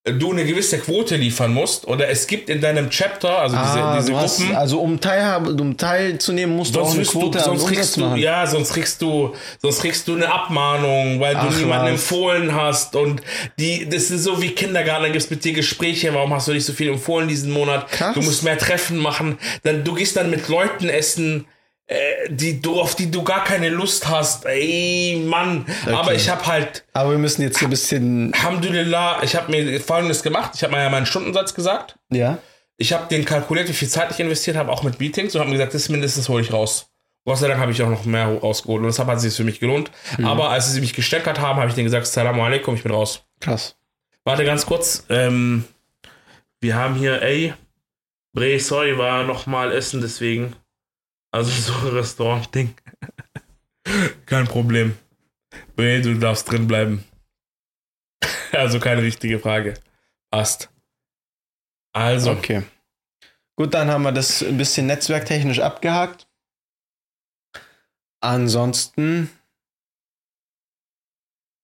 A: äh, du eine gewisse Quote liefern musst oder es gibt in deinem Chapter, also
B: ah,
A: diese,
B: du
A: diese
B: hast,
A: Gruppen,
B: also um teilhabe, um teilzunehmen, musst du auch eine
A: wirst
B: Quote an
A: sonst
B: Umsatz
A: kriegst du,
B: machen.
A: ja, sonst kriegst du, sonst kriegst du eine Abmahnung, weil
B: Ach,
A: du niemanden
B: was.
A: empfohlen hast und die, das ist so wie Kindergarten, dann gibt's mit dir Gespräche, warum hast du nicht so viel empfohlen diesen Monat?
B: Krass.
A: Du musst mehr Treffen machen, dann du gehst dann mit Leuten essen, äh, die du, auf die du gar keine Lust hast. Ey, Mann, aber ich habe halt,
B: Aber wir müssen jetzt hier ein bisschen,
A: Alhamdulillah, ich habe mir Folgendes gemacht, ich habe mal ja meinen Stundensatz gesagt,
B: ja,
A: ich habe den kalkuliert, wie viel Zeit ich investiert habe, auch mit Meetings und habe mir gesagt, das mindestens hole ich raus. Gott sei Dank habe ich auch noch mehr rausgeholt und deshalb hat es sich für mich gelohnt. Aber als sie mich gesteckert haben, habe ich denen gesagt, Salam alaikum, ich bin raus.
B: krass.
A: Warte ganz kurz. Ähm, wir haben hier, ey, Bre, sorry, war nochmal Essen, deswegen. Also so ein Restaurant-Ding. Kein Problem. Bre, du darfst drin bleiben. Also keine richtige Frage. Passt. Also.
B: Okay. Gut, dann haben wir das ein bisschen netzwerktechnisch abgehakt. Ansonsten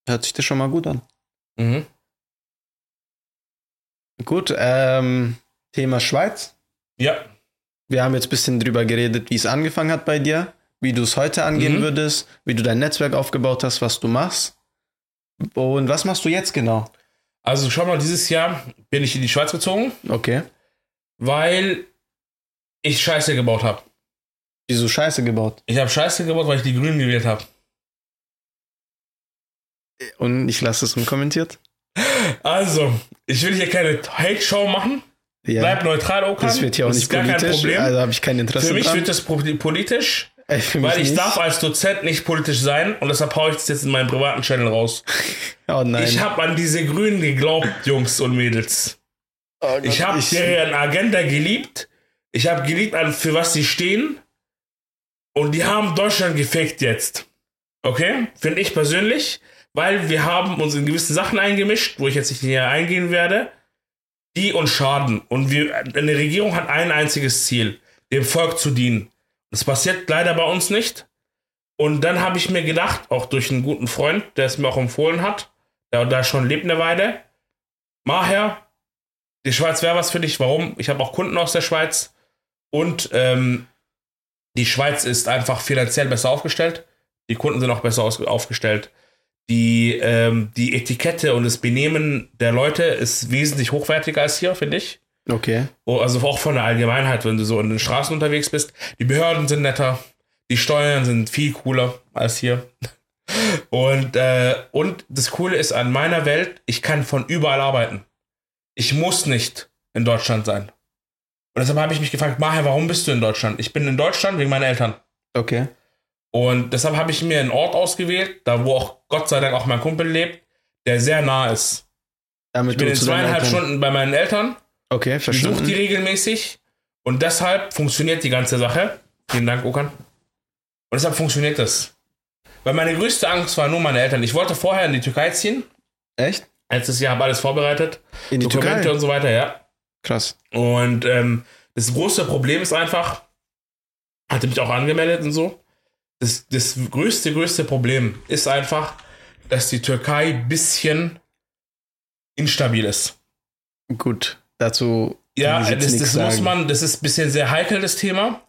B: hört sich das schon mal gut an.
A: Mhm.
B: Gut, ähm, Thema Schweiz.
A: Ja,
B: Wir haben jetzt ein bisschen drüber geredet, wie es angefangen hat bei dir, wie du es heute angehen
A: Mhm.
B: würdest, wie du dein Netzwerk aufgebaut hast, was du machst. Und was machst du jetzt genau?
A: Also schau mal, dieses Jahr bin ich in die Schweiz gezogen,
B: Okay.
A: weil ich Scheiße gebaut habe.
B: Wieso Scheiße gebaut?
A: Ich habe Scheiße gebaut, weil ich die Grünen gewählt habe.
B: Und ich lasse es unkommentiert.
A: Also, ich will hier keine Hate-Show machen.
B: Ja.
A: Bleib neutral, Okan.
B: das wird ja auch nicht
A: ist gar kein
B: politisch.
A: Problem.
B: Also habe ich kein Interesse
A: Für mich
B: dran.
A: wird das pro- politisch,
B: Ey, für mich
A: weil ich
B: nicht.
A: darf als Dozent nicht politisch sein und deshalb haue ich das jetzt in meinem privaten Channel raus.
B: Oh nein.
A: Ich habe an diese Grünen geglaubt, Jungs und Mädels.
B: oh Gott,
A: Ich habe deren Agenda geliebt. Ich habe geliebt, an für was sie stehen. Und die haben Deutschland gefickt jetzt. Okay? Finde ich persönlich. Weil wir haben uns in gewisse Sachen eingemischt, wo ich jetzt nicht näher eingehen werde, die uns schaden. Und wir, eine Regierung hat ein einziges Ziel, dem Volk zu dienen. Das passiert leider bei uns nicht. Und dann habe ich mir gedacht, auch durch einen guten Freund, der es mir auch empfohlen hat, der da schon lebt eine Weile, Maher, die Schweiz wäre was für dich. Warum? Ich habe auch Kunden aus der Schweiz und ähm, die Schweiz ist einfach finanziell besser aufgestellt. Die Kunden sind auch besser aus aufgestellt. Die, ähm, die Etikette und das Benehmen der Leute ist wesentlich hochwertiger als hier, finde ich.
B: Okay.
A: Oh, also auch von der Allgemeinheit, wenn du so in den Straßen unterwegs bist. Die Behörden sind netter, die Steuern sind viel cooler als hier. Und, äh, und das Coole ist an meiner Welt, ich kann von überall arbeiten. Ich muss nicht in Deutschland sein. Und deshalb habe ich mich gefragt, Maher, warum bist du in Deutschland? Ich bin in Deutschland wegen meiner Eltern.
B: Okay.
A: Und deshalb habe ich mir einen Ort ausgewählt, da wo auch Gott sei Dank auch mein Kumpel lebt, der sehr nah ist.
B: Damit
A: Ich bin
B: du
A: in
B: zu deinen
A: zweieinhalb
B: Eltern-
A: Stunden bei meinen Eltern.
B: Okay,
A: Ich besuche
B: verstanden.
A: die regelmäßig und deshalb funktioniert die ganze Sache. Vielen Dank, Okan. Und deshalb funktioniert das. Weil meine größte Angst war nur meine Eltern. Ich wollte vorher in die Türkei ziehen.
B: Echt?
A: Letztes Jahr habe alles vorbereitet.
B: In die
A: Dokumente
B: Türkei?
A: und so weiter, ja.
B: Krass.
A: Und ähm, das große Problem ist einfach, hatte mich auch angemeldet und so. Das, das größte, größte Problem ist einfach, dass die Türkei ein bisschen instabil ist.
B: Gut. Dazu
A: Ja,
B: kann ich jetzt
A: das,
B: nichts
A: das muss
B: sagen.
A: man, das ist ein bisschen sehr heikel, das Thema.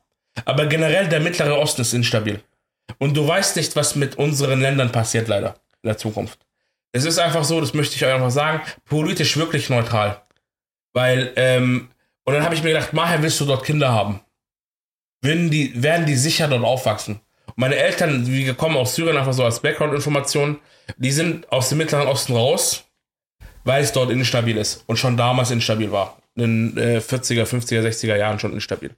A: Aber generell der Mittlere Osten ist instabil. Und du weißt nicht, was mit unseren Ländern passiert, leider, in der Zukunft. Es ist einfach so, das möchte ich euch einfach sagen, politisch wirklich neutral. Weil, ähm, und dann habe ich mir gedacht, Maher, willst du dort Kinder haben? Werden die, werden die sicher dort aufwachsen? Und meine Eltern, wie gekommen aus Syrien, einfach so als Background-Information, die sind aus dem Mittleren Osten raus, weil es dort instabil ist und schon damals instabil war. In den äh, 40er, 50er, 60er Jahren schon instabil.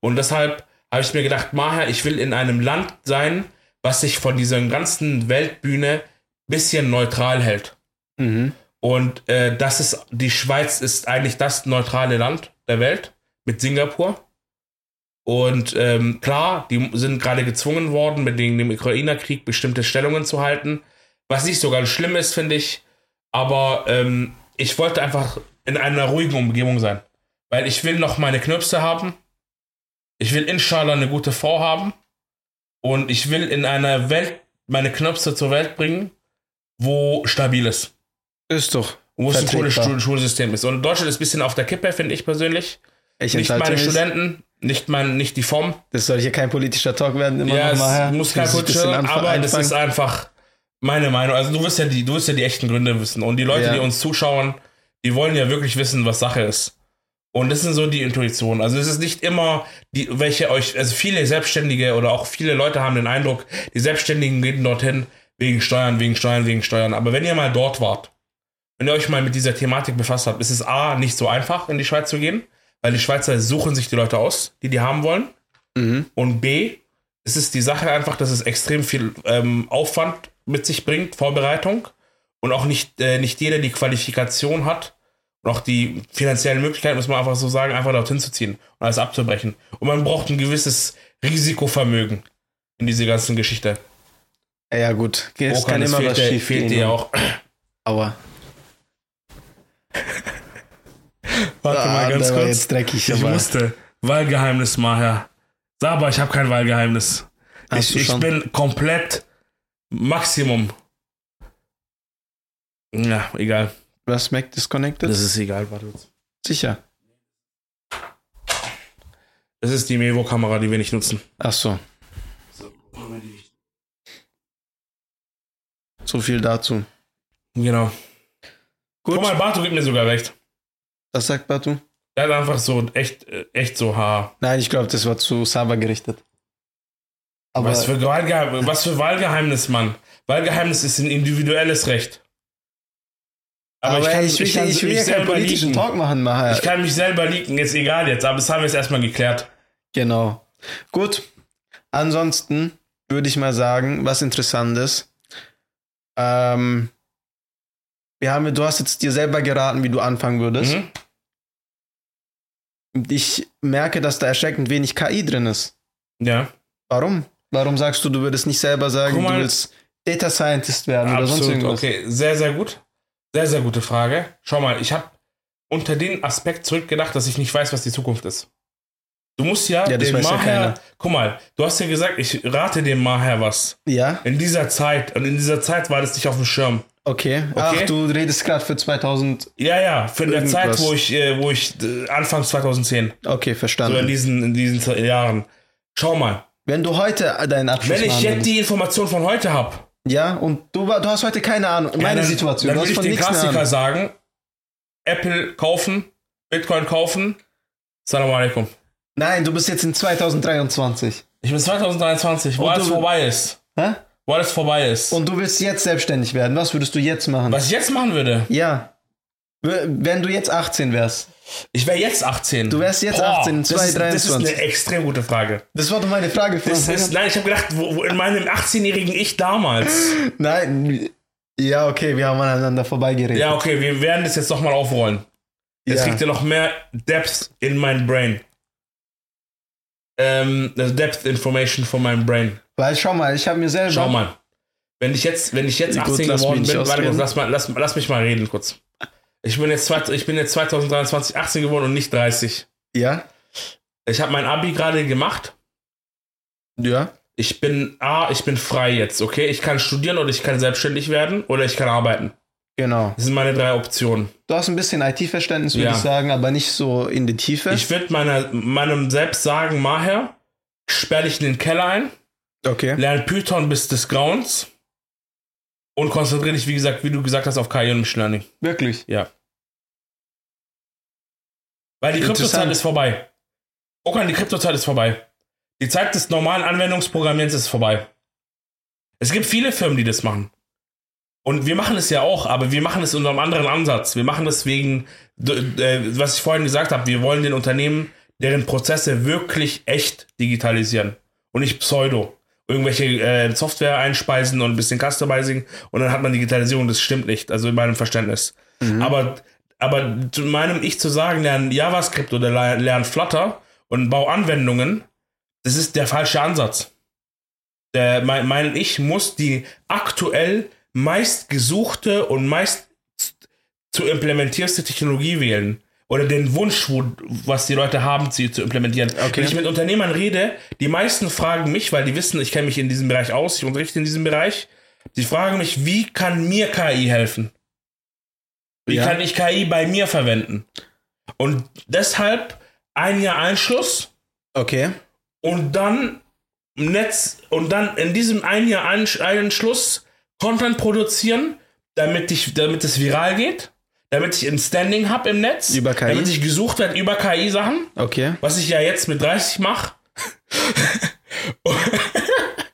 A: Und deshalb habe ich mir gedacht, Maher, ich will in einem Land sein, was sich von dieser ganzen Weltbühne bisschen neutral hält.
B: Mhm.
A: Und äh, das ist, die Schweiz ist eigentlich das neutrale Land der Welt mit Singapur. Und ähm, klar, die sind gerade gezwungen worden, mit wegen dem Ukrainer-Krieg bestimmte Stellungen zu halten. Was nicht so ganz schlimm ist, finde ich. Aber ähm, ich wollte einfach in einer ruhigen Umgebung sein. Weil ich will noch meine Knöpfe haben. Ich will inshallah eine gute Frau haben. Und ich will in einer Welt meine Knöpfe zur Welt bringen, wo stabil ist
B: Ist doch.
A: wo es ein cooles
B: vertretbar.
A: Schul Schulsystem ist. Und Deutschland ist ein bisschen auf der Kippe, finde ich persönlich.
B: Ich
A: Nicht
B: enthalte
A: meine
B: mich.
A: Studenten, nicht, mein, nicht die Form.
B: Das soll hier kein politischer Talk werden. Immer
A: ja,
B: noch mal her.
A: es muss kein
B: Dieses
A: Coach
B: bisschen
A: sein,
B: anfa-
A: aber das
B: einfangen.
A: ist einfach meine Meinung. Also du wirst ja die, du wirst ja die echten Gründe wissen. Und die Leute,
B: Ja.
A: die uns zuschauen, die wollen ja wirklich wissen, was Sache ist. Und das sind so die Intuitionen. Also es ist nicht immer, die, welche euch, also viele Selbstständige oder auch viele Leute haben den Eindruck, die Selbstständigen gehen dorthin wegen Steuern, wegen Steuern, wegen Steuern. Aber wenn ihr mal dort wart, wenn ihr euch mal mit dieser Thematik befasst habt, ist es A, nicht so einfach, in die Schweiz zu gehen, weil die Schweizer suchen sich die Leute aus, die die haben wollen.
B: Mhm.
A: Und B, es ist die Sache einfach, dass es extrem viel ähm, Aufwand mit sich bringt, Vorbereitung. Und auch nicht, äh, nicht jeder die Qualifikation hat und auch die finanziellen Möglichkeiten, muss man einfach so sagen, einfach dorthin zu ziehen und alles abzubrechen. Und man braucht ein gewisses Risikovermögen in diese ganzen Geschichte.
B: Ja, gut. Es
A: Okan,
B: kann
A: es
B: immer
A: fehlt
B: was
A: dir-
B: schief ne?
A: Fehlt dir ja auch.
B: Aua.
A: Warte
B: Ah,
A: mal ganz
B: der war
A: kurz.
B: jetzt dreckig.
A: Ich
B: aber-
A: musste. Wahlgeheimnis, Maher. Saber, ich habe kein Wahlgeheimnis.
B: Hast
A: Ich,
B: du
A: ich
B: schon?
A: bin komplett Maximum. Ja, egal.
B: Was Mac disconnected?
A: ist egal, warte kurz.
B: Sicher.
A: Das ist die Mevo-Kamera, die wir nicht nutzen.
B: Ach so.
A: So.
B: So viel dazu.
A: Genau.
B: Gut,
A: Guck mal, Bartu gibt mir sogar recht.
B: was sagt Batu?
A: Der hat einfach so echt, äh, echt so Haar.
B: Nein, ich glaube, das war zu Saba gerichtet. Aber
A: was, für Wahlgeheim, was für Wahlgeheimnis, Mann. Wahlgeheimnis ist ein individuelles Recht.
B: aber
A: kann-
B: ich, will-
A: kann-
B: ich will ja keinen
A: selber
B: politischen
A: leaken.
B: Talk machen, Maha.
A: Ich kann mich selber leaken, ist egal jetzt, aber das haben wir jetzt erstmal geklärt.
B: Genau. Gut. Ansonsten würde ich mal sagen, was Interessantes. Ähm, wir haben, du hast jetzt dir selber geraten, wie du anfangen würdest.
A: Mhm.
B: Ich merke, dass da erschreckend wenig KI drin ist.
A: Ja.
B: Warum? Warum sagst du, du würdest nicht selber sagen,
A: Guck
B: du
A: mal.
B: willst Data Scientist werden oder sonst
A: Absolut,
B: irgendwas?
A: okay. Sehr, sehr gut. Sehr, sehr gute Frage. Schau mal, ich habe unter den Aspekt zurückgedacht, dass ich nicht weiß, was die Zukunft ist. Du musst ja,
B: Ja, das
A: dem
B: weiß ja
A: Maher,
B: keiner.
A: guck mal, du hast ja gesagt, ich rate dem Maher was.
B: Ja,
A: In dieser Zeit, und in dieser Zeit war das nicht auf dem Schirm.
B: okay. Ach,
A: Okay.
B: du redest gerade für 2000.
A: Ja, ja, für eine
B: Irgendwas.
A: Zeit, wo ich, äh, wo ich äh, Anfang 2010, so
B: Okay,
A: in
B: verstanden.
A: diesen, in diesen Z- Jahren. Schau mal,
B: Wenn du heute deinen Abschluss
A: wenn ich
B: machen
A: jetzt
B: würdest.
A: die Information von heute habe,
B: Ja, und du, war- du hast heute keine Ahnung. Meine
A: dann,
B: Situation.
A: Dann würde
B: du hast
A: ich
B: von
A: den
B: nichts eine
A: Klassiker
B: Ahnung.
A: sagen: Apple kaufen, Bitcoin kaufen. Salam alaikum.
B: Nein, du bist jetzt in 2023.
A: Ich bin 2023, wo
B: Und
A: alles
B: du-
A: vorbei ist.
B: Hä?
A: Wo alles vorbei ist.
B: Und du willst jetzt selbstständig werden. Was würdest du jetzt machen?
A: was ich jetzt machen würde,
B: Ja. W- Wenn du jetzt 18 wärst.
A: ich wäre jetzt 18.
B: Du wärst jetzt 18,
A: das ist, das ist
B: 2023.
A: eine extrem gute Frage.
B: Das war doch meine Frage.
A: Das
B: Frank.
A: ist, nein, ich habe gedacht, wo, wo in meinem 18-jährigen Ich damals.
B: Nein. Ja, okay, wir haben aneinander vorbeigeredet.
A: Ja, okay, wir werden das jetzt nochmal aufrollen. Jetzt
B: Ja.
A: kriegt ihr noch mehr Depth in mein Brain. Ähm, also Depth Information von meinem Brain.
B: Weil schau mal, ich habe mir selber.
A: Schau mal. Wenn ich jetzt, wenn ich jetzt
B: Gut,
A: 18
B: lass
A: geworden
B: mich nicht
A: bin, warte kurz,
B: ausreden.
A: lass, mal, lass, lass mich mal reden kurz. Ich bin, jetzt, zweit- ich bin jetzt 2023 18 geworden und nicht 30.
B: Ja.
A: Ich habe mein Abi gerade gemacht.
B: Ja.
A: Ich bin, ah, ich bin frei jetzt, okay? Ich kann studieren oder ich kann selbstständig werden oder ich kann arbeiten.
B: Genau.
A: Das sind meine drei Optionen.
B: Du hast ein bisschen IT-Verständnis, würde
A: Ja.
B: ich sagen, aber nicht so in die Tiefe.
A: Ich würde meiner, meinem selbst sagen, Maher, sperr dich in den Keller ein,
B: okay.
A: lerne Python bis des Grauens und konzentriere dich, wie gesagt, wie du gesagt hast, auf KI und Machine Learning.
B: Wirklich.
A: Ja. Weil die
B: Interessant.
A: Kryptozeit ist vorbei. Okan, die Kryptozeit ist vorbei. Die Zeit des normalen Anwendungsprogrammierens ist vorbei. Es gibt viele Firmen, die das machen. Und wir machen es ja auch, aber wir machen es unter einem anderen Ansatz. Wir machen es wegen, d- äh, was ich vorhin gesagt habe, wir wollen den Unternehmen, deren Prozesse wirklich echt digitalisieren und nicht pseudo. Irgendwelche äh, Software einspeisen und ein bisschen Customizing und dann hat man Digitalisierung, das stimmt nicht, also in meinem Verständnis. Aber, aber zu meinem Ich zu sagen, lern JavaScript oder le- lern Flutter und bau Anwendungen, das ist der falsche Ansatz. Der, mein, mein Ich muss die aktuell meistgesuchte und meist zu implementierste Technologie wählen. Oder den Wunsch, wo, was die Leute haben, sie zu implementieren.
B: Okay.
A: Wenn ich mit Unternehmern rede, die meisten fragen mich, weil die wissen, ich kenne mich in diesem Bereich aus, ich unterrichte in diesem Bereich. Die fragen mich, wie kann mir KI helfen? Wie
B: Ja.
A: kann ich KI bei mir verwenden? Und deshalb ein Jahr Einschluss
B: Okay.
A: und dann im Netz und dann in diesem ein Jahr Einsch- Einschluss Content produzieren, damit ich, damit es viral geht, damit ich ein Standing habe im Netz,
B: Über KI?
A: damit ich gesucht werde über KI Sachen,
B: Okay.
A: was ich ja jetzt mit 30 mache.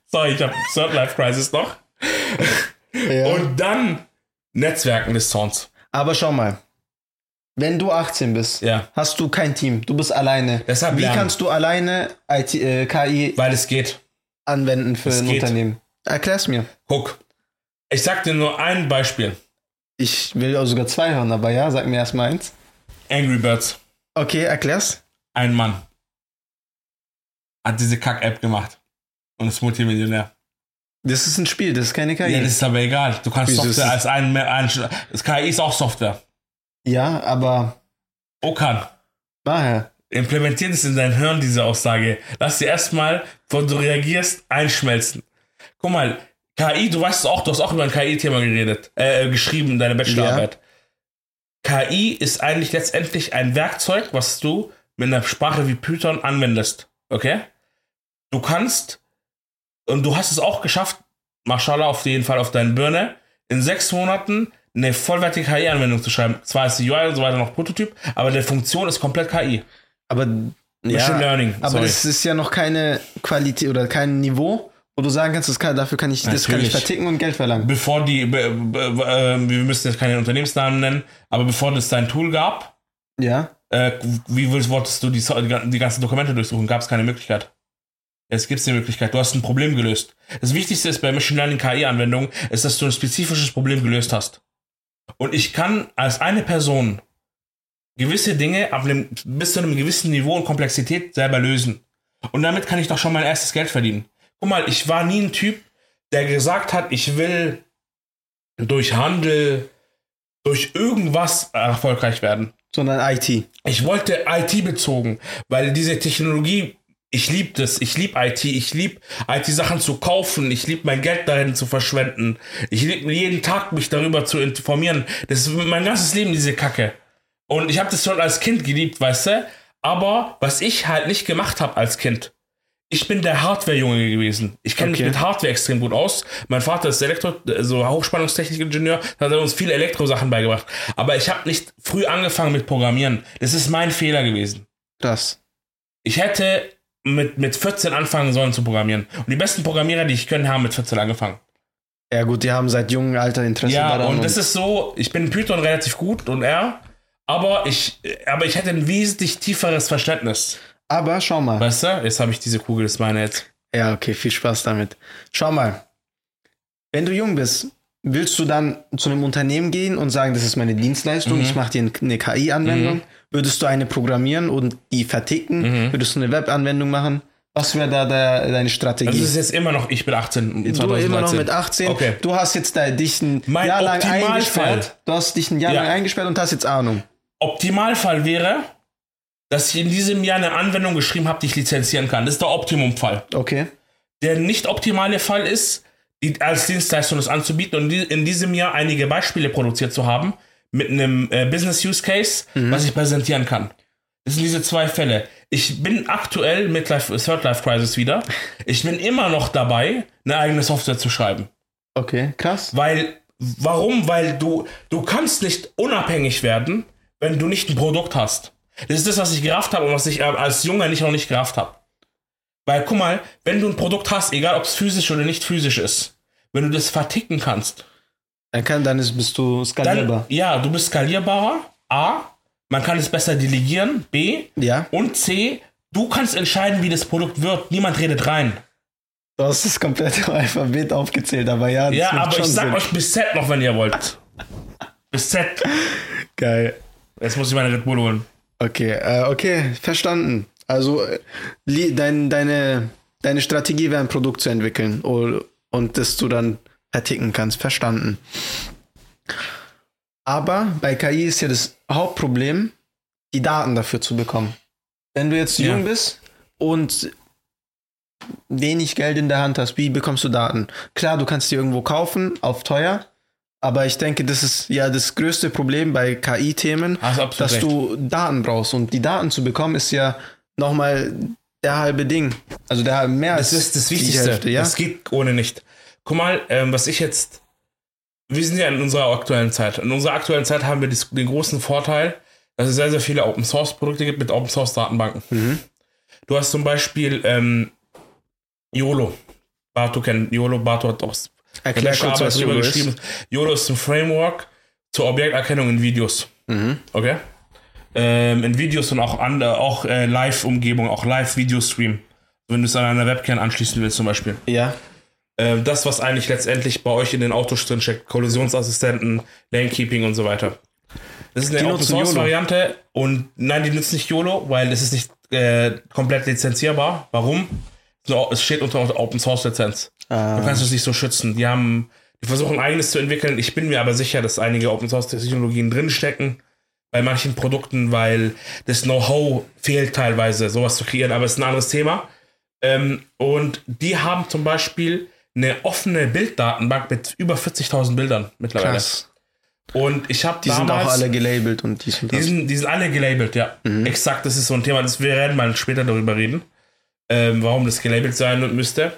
A: Sorry, ich habe Third Life Crisis noch.
B: Ja.
A: Und dann Netzwerken des Sounds.
B: aber schau mal. Wenn du 18 bist,
A: Ja.
B: hast du kein Team. Du bist alleine.
A: Deshalb
B: Wie
A: lernen.
B: kannst du alleine IT, äh, KI
A: Weil es geht.
B: anwenden für
A: Es
B: ein
A: geht.
B: Unternehmen? Erklär's mir.
A: Guck, ich sag dir nur ein Beispiel.
B: Ich will auch sogar zwei hören, aber ja, sag mir erst mal eins.
A: Angry Birds.
B: Okay, erklär's.
A: Ein Mann hat diese Kack-App gemacht und ist Multimillionär.
B: Das ist ein Spiel, das ist keine KI.
A: Ja,
B: Ja,
A: das ist aber egal. Du kannst
B: Wieso ist
A: Software als
B: das-
A: ein, ein, Das KI ist auch Software.
B: aber
A: Okan,
B: daher.
A: implementier das in dein Hirn, diese Aussage. Lass dir erstmal, bevor du reagierst, einschmelzen. Guck mal, KI, du weißt es auch, du hast auch über ein KI-Thema geredet, äh, geschrieben, deine Bachelorarbeit. KI ist eigentlich letztendlich ein Werkzeug, was du mit einer Sprache wie Python anwendest. Okay? Du kannst, und du hast es auch geschafft, Mashallah auf jeden Fall auf deine Birne, in sechs Monaten eine vollwertige KI-Anwendung zu schreiben. Zwar ist die UI und so weiter noch Prototyp, aber der Funktion ist komplett KI.
B: Aber
A: Machine
B: ja,
A: Learning.
B: aber
A: sorry.
B: das ist ja noch keine Qualität oder kein Niveau, wo du sagen kannst, das kann, dafür kann ich das kann ich
A: Natürlich.
B: verticken und Geld verlangen.
A: bevor die, be, be, be, äh, wir müssen jetzt keine Unternehmensnamen nennen, aber bevor es dein Tool gab,
B: Ja.
A: äh, wie willst, wolltest du die, So- die gan- die ganzen Dokumente durchsuchen? Gab es keine Möglichkeit. Jetzt gibt es die Möglichkeit. Du hast ein Problem gelöst. Das Wichtigste ist bei Machine Learning KI-Anwendungen, ist, dass du ein spezifisches Problem gelöst hast. Und ich kann als eine Person gewisse Dinge ab einem, bis zu einem gewissen Niveau und Komplexität selber lösen. Und damit kann ich doch schon mein erstes Geld verdienen. Guck mal, ich war nie ein Typ, der gesagt hat, ich will durch Handel, durch irgendwas erfolgreich werden.
B: Sondern IT.
A: Ich wollte IT bezogen, weil diese Technologie, ich liebe das, ich liebe IT, ich liebe IT-Sachen zu kaufen, ich liebe mein Geld darin zu verschwenden, ich liebe jeden Tag mich darüber zu informieren. Das ist mein ganzes Leben diese Kacke. Und ich habe das schon als Kind geliebt, weißt du? Aber was ich halt nicht gemacht habe als Kind, ich bin der Hardware-Junge gewesen. Ich kenne
B: Okay.
A: mich mit Hardware extrem gut aus. Mein Vater ist Elektro, also Hochspannungstechnikingenieur, da hat er uns viele Elektrosachen beigebracht. Aber ich habe nicht früh angefangen mit Programmieren. Das ist mein Fehler gewesen.
B: Krass.
A: Ich hätte mit, mit 14 anfangen sollen zu programmieren. Und die besten Programmierer, die ich können, haben mit 14 angefangen.
B: Ja gut, die haben seit jungem Alter Interesse
A: Ja,
B: daran.
A: und das ist so, ich bin in Python relativ gut und R, aber ich, aber ich hätte ein wesentlich tieferes Verständnis.
B: aber schau mal.
A: Weißt du? Jetzt habe ich diese Kugel, das ist meine jetzt.
B: Ja, okay, viel Spaß damit. Schau mal, wenn du jung bist, willst du dann zu einem Unternehmen gehen und sagen, das ist meine Dienstleistung,
A: Mhm.
B: ich mache dir ein- eine KI-Anwendung? Würdest du eine programmieren und die verticken?
A: Mhm.
B: Würdest du eine Web-Anwendung machen? Was wäre da der, deine
A: Also
B: Strategie?
A: es ist jetzt immer noch, ich bin 18.
B: du
A: 2013.
B: immer noch mit 18,
A: Okay.
B: du hast jetzt da, dich ein
A: Mein
B: Jahr lang
A: Optimalfall.
B: eingesperrt. Du hast dich ein Jahr
A: Ja.
B: lang eingesperrt und hast jetzt Ahnung.
A: Optimalfall wäre, dass ich in diesem Jahr eine Anwendung geschrieben habe, die ich lizenzieren kann. Das ist der Optimumfall.
B: Okay.
A: Der nicht optimale Fall ist, die als Dienstleistung das anzubieten und die- in diesem Jahr einige Beispiele produziert zu haben mit einem äh, Business Use Case,
B: Mhm.
A: was ich präsentieren kann. Das sind diese zwei Fälle. Ich bin aktuell mit Life, Third Life Crisis wieder. Ich bin immer noch dabei, eine eigene Software zu schreiben.
B: Okay, krass.
A: Weil, warum? Weil du, du kannst nicht unabhängig werden, wenn du nicht ein Produkt hast. Das ist das, was ich gerafft habe und was ich äh, als Junger nicht noch nicht gerafft habe. Weil, guck mal, wenn du ein Produkt hast, egal ob es physisch oder nicht physisch ist, wenn du das verticken kannst,
B: Dann, kann, dann ist, bist du
A: dann,
B: skalierbar.
A: ja, du bist skalierbarer, A, man kann es besser delegieren, B,
B: ja,
A: und C, du kannst entscheiden, wie das Produkt wird. Niemand redet rein.
B: du hast das komplette Alphabet aufgezählt, aber ja, das
A: Ja,
B: macht
A: aber ich
B: schon
A: sag
B: Sinn.
A: euch bis Z noch, wenn ihr wollt. bis Z.
B: Geil.
A: Jetzt muss ich meine Red Bull holen.
B: Okay, äh, okay, verstanden. Also äh, li- dein, deine, deine Strategie wäre ein Produkt zu entwickeln o- und das du dann verticken kannst. Verstanden. Aber bei KI ist ja das Hauptproblem, die Daten dafür zu bekommen. Wenn du jetzt
A: Ja.
B: jung bist und wenig Geld in der Hand hast, wie bekommst du Daten? Klar, du kannst die irgendwo kaufen, auf teuer, aber ich denke, das ist ja das größte Problem bei KI-Themen,
A: Hast absolut
B: dass
A: recht.
B: du Daten brauchst. Und die Daten zu bekommen, ist ja nochmal der halbe Ding. Also der halbe mehr
A: Das
B: als
A: ist das
B: die
A: Wichtigste.
B: Hälfte, ja?
A: Das geht ohne nicht. Guck mal, ähm, was ich jetzt. Wir sind ja in unserer aktuellen Zeit. In unserer aktuellen Zeit haben wir dis- den großen Vorteil, dass es sehr, sehr viele Open Source Produkte gibt mit Open Source Datenbanken.
B: Mhm.
A: Du hast zum Beispiel ähm, YOLO. Bartu kennt YOLO. Bartu hat auch
B: Erklär kurz, was
A: drüber
B: du
A: geschrieben.
B: geschrieben
A: YOLO ist ein Framework zur Objekterkennung in Videos.
B: mhm.
A: Okay. Ähm, in Videos und auch, an, äh, auch äh, Live-Umgebung, auch Live-Video-Stream. Wenn du es an einer Webcam anschließen willst, zum Beispiel.
B: Ja.
A: Ähm, das, was eigentlich letztendlich bei euch in den Autos drinsteckt. Kollisionsassistenten, Lanekeeping und so weiter. Das ist
B: Die
A: eine
B: nutzen
A: Open-Source-Variante und nein, die nutzt nicht YOLO, weil das ist nicht äh, komplett lizenzierbar. Warum? So, es steht unter Open-Source-Lizenz. Du
B: Äh,
A: kannst es nicht so schützen. Die haben, die versuchen eigenes zu entwickeln. Ich bin mir aber sicher, dass einige Open Source Technologien drinstecken bei manchen Produkten, weil das Know-how fehlt teilweise, sowas zu kreieren. Aber es ist ein anderes Thema. Ähm, und die haben zum Beispiel eine offene Bilddatenbank mit über 40.000 Bildern mittlerweile.
B: krass.
A: Und ich habe
B: Die sind
A: damals
B: auch alle gelabelt und dies und
A: die
B: das.
A: sind, die sind alle gelabelt, ja. Exakt, das ist so ein Thema. Das, wir werden mal später darüber reden, ähm, warum das gelabelt sein müsste.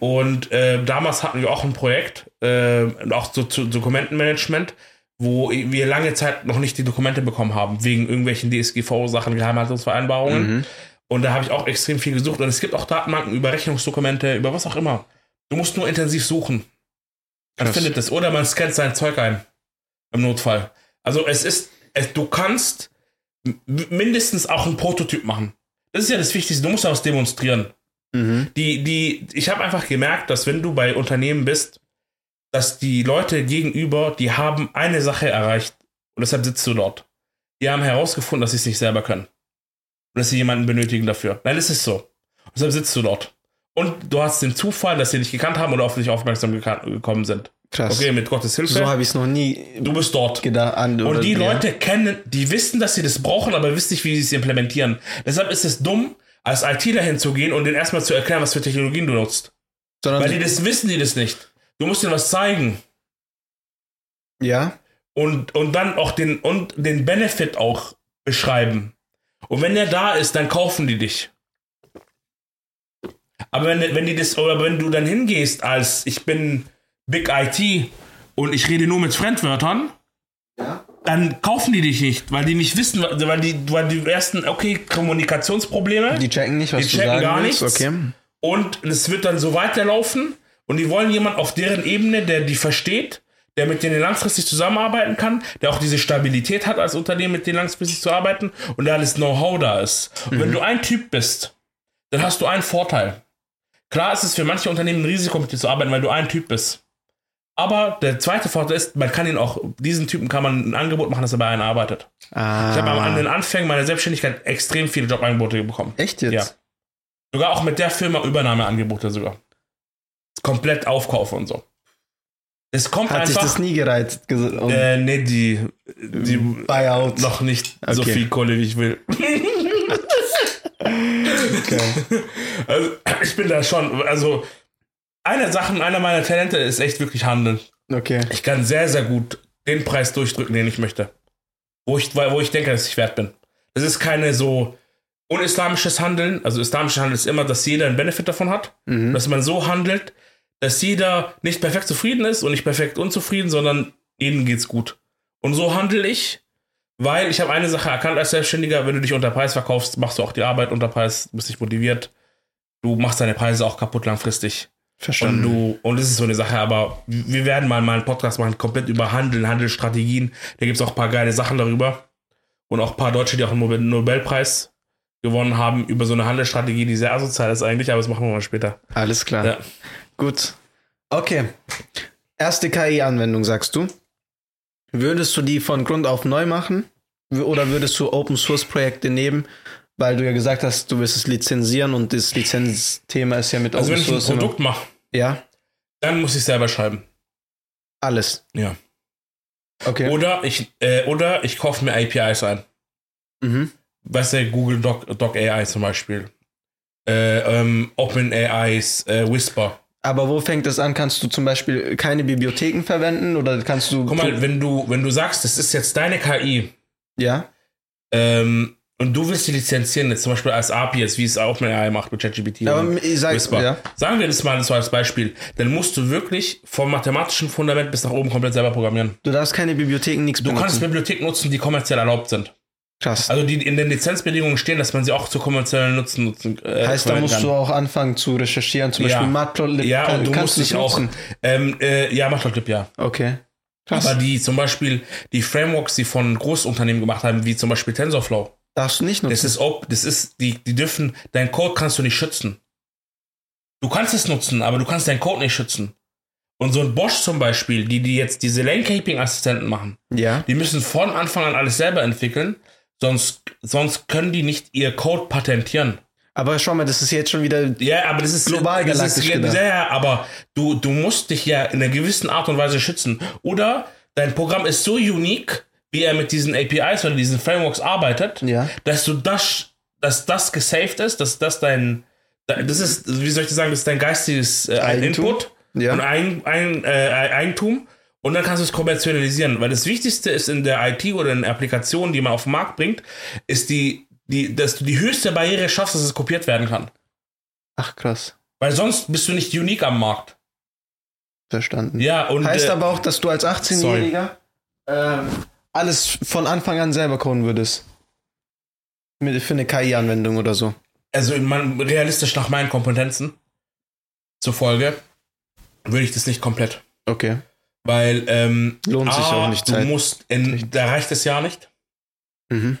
A: Und äh, damals hatten wir auch ein Projekt, äh, auch so zu Dokumentenmanagement, wo wir lange Zeit noch nicht die Dokumente bekommen haben, wegen irgendwelchen DSGVO-Sachen, Geheimhaltungsvereinbarungen.
B: Mhm.
A: Und da habe ich auch extrem viel gesucht. Und es gibt auch Datenbanken über Rechnungsdokumente, über was auch immer. Du musst nur intensiv suchen. Man
B: Krass.
A: findet es. Oder man scannt sein Zeug ein. Im Notfall. Also es ist, es, du kannst m- mindestens auch einen Prototyp machen. Das ist ja das Wichtigste. Du musst ja was demonstrieren.
B: Mhm.
A: Die, die, ich habe einfach gemerkt, dass wenn du bei Unternehmen bist, dass die Leute gegenüber, die haben eine Sache erreicht und deshalb sitzt du dort. Die haben herausgefunden, dass sie es nicht selber können. Und dass sie jemanden benötigen dafür. Nein, es ist so. Und deshalb sitzt du dort. Und du hast den Zufall, dass sie dich gekannt haben oder auf dich aufmerksam geka- gekommen sind.
B: Krass.
A: Okay, mit Gottes Hilfe.
B: So habe ich es noch nie
A: du bist dort.
B: gedacht. An,
A: Und
B: oder-
A: die
B: ja.
A: Leute kennen, die wissen, dass sie das brauchen, aber wissen nicht, wie sie es implementieren. Deshalb ist es dumm, als ITler hinzugehen und denen erstmal zu erklären, was für Technologien du nutzt.
B: Sondern,
A: Weil die das wissen, die das nicht. Du musst ihnen was zeigen.
B: ja,
A: Und, und dann auch den, und den Benefit auch beschreiben. Und wenn der da ist, dann kaufen die dich. Aber wenn, wenn die das, oder wenn du dann hingehst als ich bin Big IT und ich rede nur mit Fremdwörtern, dann kaufen die dich nicht, weil die nicht wissen, weil die, weil die ersten, okay, Kommunikationsprobleme.
B: die checken nicht, was
A: Die
B: du
A: checken
B: sagen
A: gar
B: willst.
A: nichts.
B: Okay.
A: Und es wird dann so weiterlaufen. Und die wollen jemanden auf deren Ebene, der die versteht, der mit denen langfristig zusammenarbeiten kann, der auch diese Stabilität hat als Unternehmen, mit denen langfristig zu arbeiten und da alles Know-how da ist. Und wenn du ein Typ bist, dann hast du einen Vorteil. Klar ist es für manche Unternehmen ein Risiko, mit dir zu arbeiten, weil du ein Typ bist. Aber der zweite Vorteil ist, man kann ihn auch, diesen Typen kann man ein Angebot machen, dass er bei einem arbeitet.
B: Ah,
A: Ich habe am- an den Anfängen meiner Selbstständigkeit extrem viele Jobangebote bekommen.
B: Ah, echt jetzt?
A: Ja. Sogar auch mit der Firma Übernahmeangebote sogar. Komplett Aufkauf und so. Es kommt
B: Hat sich
A: einfach.
B: das nie gereizt? ges- Und
A: äh, nee, die, die
B: Buyout.
A: noch nicht so
B: Ähm, Okay.
A: viel Kohle, wie ich will.
B: Okay.
A: Also, ich bin da schon. Also, eine Sache, einer meiner Talente ist echt wirklich Handeln.
B: okay.
A: Ich kann sehr, sehr gut den Preis durchdrücken, den ich möchte. Wo ich, weil- wo ich denke, dass ich wert bin. Das ist keine so unislamisches Handeln. Also islamisches Handeln ist immer, dass jeder einen Benefit davon hat.
B: Mhm.
A: Dass man so handelt, dass jeder nicht perfekt zufrieden ist und nicht perfekt unzufrieden, sondern ihnen geht's gut. Und so handle ich, weil ich habe eine Sache erkannt als Selbstständiger, wenn du dich unter Preis verkaufst, machst du auch die Arbeit unter Preis, bist nicht motiviert. Du machst deine Preise auch kaputt langfristig. Und
B: Verstanden.
A: du, und das ist so eine Sache, aber wir werden mal, mal einen Podcast machen, komplett über Handeln, Handelsstrategien. Da gibt es auch ein paar geile Sachen darüber. Und auch ein paar Deutsche, die auch einen Nobel- Nobelpreis gewonnen haben, über so eine Handelsstrategie, die sehr asozial ist eigentlich, aber das machen wir mal später.
B: Alles klar.
A: Ja.
B: Gut. Okay. Erste KI-Anwendung, sagst du. Würdest du die von Grund auf neu machen? W- Oder würdest du Open Source Projekte nehmen? Weil du ja gesagt hast, du willst es lizenzieren und das Lizenzthema ist ja mit
A: Also wenn
B: Open
A: ich ein
B: Source. immer-
A: Produkt mache,
B: ja,
A: dann muss ich selber schreiben.
B: alles.
A: Ja.
B: Okay.
A: Oder ich, äh, oder ich kaufe mir APIs ein.
B: mhm.
A: Weißt du, Google Doc, Doc AI zum Beispiel. Äh, ähm, Open AIs, äh, Whisper.
B: Aber wo fängt das an? Kannst du zum Beispiel keine Bibliotheken verwenden oder kannst du.
A: Guck mal, wenn du, wenn du sagst, das ist jetzt deine KI,
B: ja?
A: ähm, und du willst sie lizenzieren, jetzt zum Beispiel als API, jetzt wie es OpenAI macht mit ChatGPT. und-
B: Aber ich sag,
A: Whisper.
B: ja.
A: Sagen wir das mal so als Beispiel, dann musst du wirklich vom mathematischen Fundament bis nach oben komplett selber programmieren.
B: Du darfst keine Bibliotheken, nichts
A: Du kannst
B: benutzen.
A: Bibliotheken nutzen, die kommerziell erlaubt sind.
B: Krass.
A: Also die in den Lizenzbedingungen stehen, dass man sie auch zu kommerziellen Nutzen nutzen äh,
B: heißt, da
A: verwenden
B: musst
A: kann.
B: du auch anfangen zu recherchieren. Zum
A: Ja.
B: Beispiel Matplotlib.
A: Ja,
B: kann-
A: und du
B: kannst
A: musst dich
B: das
A: auch.
B: nutzen?
A: Ähm, äh, ja, Matplotlib, ja.
B: Okay. Krass.
A: Aber die zum Beispiel, die Frameworks, die von Großunternehmen gemacht haben, wie zum Beispiel TensorFlow,
B: Darfst du nicht
A: das
B: nutzen.
A: ist ob, das ist, die, die dürfen, dein Code kannst du nicht schützen. Du kannst es nutzen, aber du kannst deinen Code nicht schützen. Und so ein Bosch zum Beispiel, die, die jetzt diese Lanecaping-Assistenten machen,
B: Ja.
A: die müssen von Anfang an alles selber entwickeln, sonst, sonst können die nicht ihr Code patentieren.
B: Aber schau mal, das ist jetzt schon wieder.
A: Ja, aber das ist
B: Global
A: das
B: galaktisch genau.
A: ist,
B: gedacht.
A: Ja, ja, aber du, du musst dich ja in einer gewissen Art und Weise schützen. Oder dein Programm ist so unique, wie er mit diesen APIs oder diesen Frameworks arbeitet,
B: Ja.
A: dass du das, dass das gesaved ist, dass das dein, das ist, wie soll ich das sagen, das ist dein geistiges äh,
B: Eigentum.
A: Input
B: Ja.
A: und ein, ein, äh, Eigentum. Und dann kannst du es kommerzialisieren, weil das Wichtigste ist in der IT oder in Applikationen, die man auf den Markt bringt, ist die, die, dass du die höchste Barriere schaffst, dass es kopiert werden kann.
B: Ach, krass.
A: Weil sonst bist du nicht unique am Markt.
B: Verstanden.
A: Ja, und.
B: Heißt
A: äh,
B: aber auch, dass du als 18-Jähriger ähm, alles von Anfang an selber coden würdest. Mit, für eine KI-Anwendung oder so.
A: also man, realistisch nach meinen Kompetenzen zufolge würde ich das nicht komplett.
B: Okay.
A: Weil ähm,
B: Lohnt sich
A: A,
B: auch nicht
A: du
B: Zeit.
A: musst, in, da reicht es ja nicht.
B: Mhm.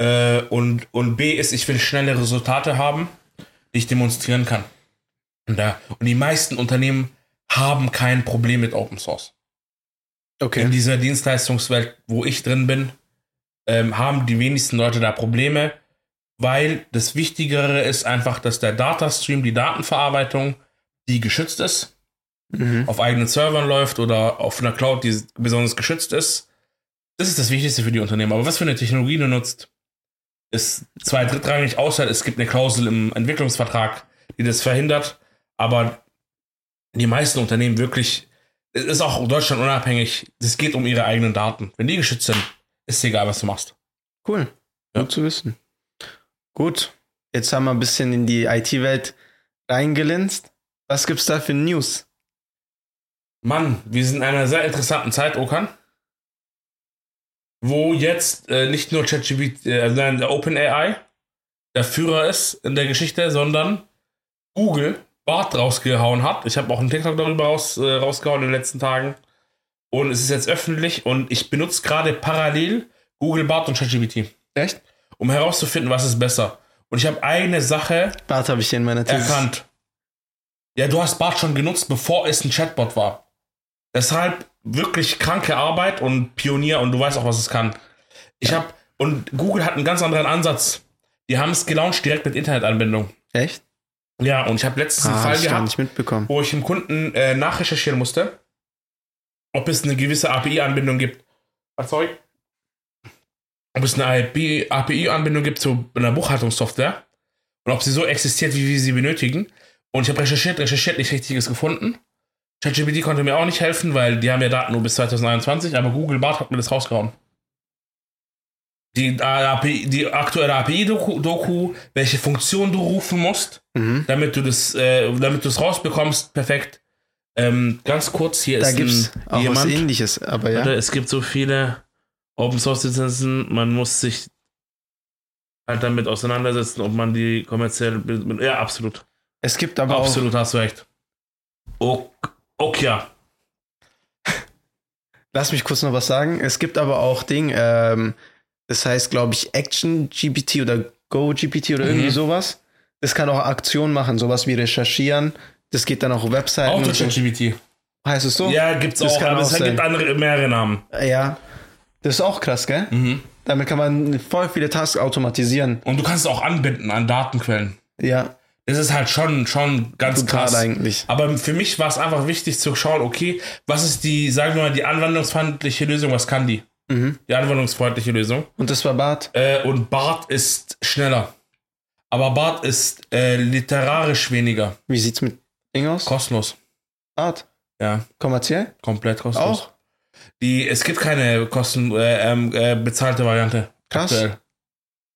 A: Äh, und, und B ist, ich will schnelle Resultate haben, die ich demonstrieren kann. Und, da, und die meisten Unternehmen haben kein Problem mit Open Source. In
B: Okay.
A: dieser Dienstleistungswelt, wo ich drin bin, ähm, haben die wenigsten Leute da Probleme, weil das Wichtigere ist einfach, dass der Datastream, die Datenverarbeitung, die geschützt ist,
B: Mhm.
A: auf eigenen Servern läuft oder auf einer Cloud, die besonders geschützt ist. Das ist das Wichtigste für die Unternehmen. Aber was für eine Technologie du nutzt, ist zwei drittrangig, außer es gibt eine Klausel im Entwicklungsvertrag, die das verhindert. Aber die meisten Unternehmen wirklich, es ist auch Deutschland unabhängig, es geht um ihre eigenen Daten. Wenn die geschützt sind, ist egal, was du machst.
B: Cool.
A: Ja.
B: Gut zu wissen. Gut. Jetzt haben wir ein bisschen in die IT-Welt reingelinst. Was gibt's da für News?
A: Mann, wir sind in einer sehr interessanten Zeit, Okan. Wo jetzt äh, nicht nur ChatGPT, äh, also nein, der OpenAI der Führer ist in der Geschichte, sondern Google Bart rausgehauen hat. Ich habe auch einen TikTok darüber raus, äh, rausgehauen in den letzten Tagen. Und es ist jetzt öffentlich und ich benutze gerade parallel Google Bart und ChatGPT,
B: Echt?
A: um herauszufinden, was ist besser. Und ich habe eine Sache
B: Bart habe ich hier in meiner Thesis.
A: erkannt. Ja, du hast Bart schon genutzt, bevor es ein Chatbot war. Deshalb wirklich kranke Arbeit und Pionier und du weißt auch, was es kann. Ich habe und Google hat einen ganz anderen Ansatz. Die haben es gelauncht direkt mit Internetanbindung.
B: Echt?
A: Ja, und ich habe letztens einen
B: Ah, hab
A: Fall
B: ich gar
A: gehabt,
B: nicht mitbekommen.
A: wo ich dem Kunden äh, nachrecherchieren musste, ob es eine gewisse API-Anbindung gibt. Ah, sorry. Ob es eine API-Anbindung gibt zu einer Buchhaltungssoftware und ob sie so existiert, wie wir sie benötigen. Und ich habe recherchiert, recherchiert, nicht richtiges gefunden. ChatGPT konnte mir auch nicht helfen, weil die haben ja Daten nur bis 2021, aber Google Bart hat mir das rausgehauen. Die, API, die aktuelle API-Doku, Doku, welche Funktion du rufen musst,
B: Mhm.
A: damit du das, äh, damit du es rausbekommst, perfekt. Ähm, ganz kurz, hier
B: Da
A: ist
B: gibt's
A: ein,
B: auch was
A: jemand.
B: ähnliches, aber ja.
A: Warte, Es gibt so viele Open Source Lizenzen, man muss sich halt damit auseinandersetzen, ob man die kommerziell. be- Ja, absolut.
B: Es gibt aber auch
A: absolut hast du recht. Ok, ok ja.
B: Lass mich kurz noch was sagen. Es gibt aber auch Ding, ähm, das heißt, glaube ich, Action GPT oder Go GPT oder
A: Mhm.
B: irgendwie sowas. Das kann auch Aktionen machen, sowas wie recherchieren. Das geht dann auch auf Webseiten.
A: Auch
B: und so.
A: ChatGPT.
B: Heißt es so?
A: Ja, gibt's
B: Oh, Das
A: auch,
B: kann
A: aber
B: auch
A: es
B: sein.
A: gibt andere, mehrere Namen.
B: ja. Das ist auch krass, gell? Damit kann man voll viele Tasks automatisieren.
A: Und du kannst es auch anbinden an Datenquellen.
B: Ja,
A: Es ist halt schon, schon ganz
B: total
A: krass.
B: eigentlich.
A: Aber für mich war es einfach wichtig zu schauen, okay, was ist die, sagen wir mal, die anwendungsfreundliche Lösung, was kann die?
B: Mhm.
A: Die anwendungsfreundliche Lösung.
B: Und das war Bart.
A: Äh, und Bart ist schneller. Aber Bart ist äh, literarisch weniger.
B: Wie sieht's mit Ding aus?
A: Kostenlos.
B: Bart.
A: Ja,
B: Kommerziell?
A: komplett kostenlos.
B: Auch?
A: Die, es gibt keine kosten, äh, ähm, äh, bezahlte Variante.
B: Krass.
A: aktuell.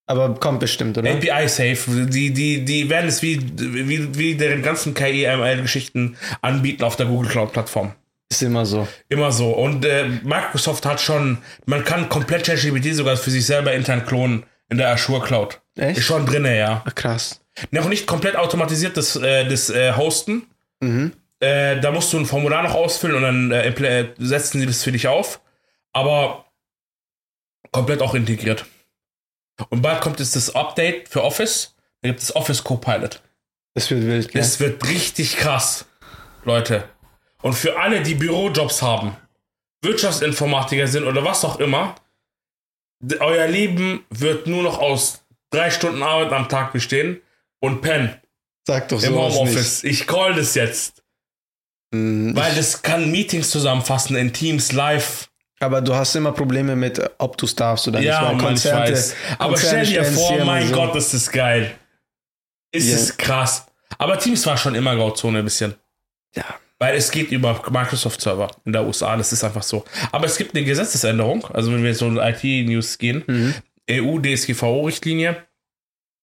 B: Aber kommt bestimmt, oder?
A: API safe. Die, die, die werden es wie, wie, wie deren ganzen E KI-ML-Geschichten anbieten auf der Google Cloud-Plattform.
B: Ist immer so.
A: Immer so. Und äh, Microsoft hat schon, man kann komplett ChatGPT sogar für sich selber intern klonen in der Azure Cloud.
B: Echt?
A: Ist schon drinne, ja.
B: Ach, krass.
A: Noch nicht komplett automatisiert das, äh, das äh, Hosten.
B: Mhm.
A: Äh, da musst du ein Formular noch ausfüllen und dann äh, impl- äh, setzen sie das für dich auf. Aber komplett auch integriert. Und bald kommt jetzt das Update für Office. Da gibt es Office Copilot.
B: Das wird wild, gell?
A: Es wird richtig krass, Leute. Und für alle, die Bürojobs haben, Wirtschaftsinformatiker sind oder was auch immer, d- euer Leben wird nur noch aus drei Stunden Arbeit am Tag bestehen und pennen
B: Sag doch
A: im
B: sowas nicht.
A: Homeoffice. Ich call das jetzt,
B: Mm,
A: weil
B: ich-
A: das kann Meetings zusammenfassen in Teams live.
B: aber du hast immer Probleme mit, äh, ob du es darfst oder nicht.
A: ja,
B: weil
A: Mann,
B: Konzerne-
A: ich weiß. Aber
B: Konzerne
A: stell dir
B: stellen es
A: vor,
B: immer
A: mein
B: so.
A: Gott, ist das geil. Ist
B: Ja.
A: es krass. Aber Teams war schon immer Grauzone ein bisschen.
B: Ja.
A: Weil es geht über Microsoft-Server in der USA, das ist einfach so. Aber es gibt eine Gesetzesänderung, also wenn wir jetzt so in IT-News gehen, E
B: Mhm.
A: EU-DSGVO-Richtlinie,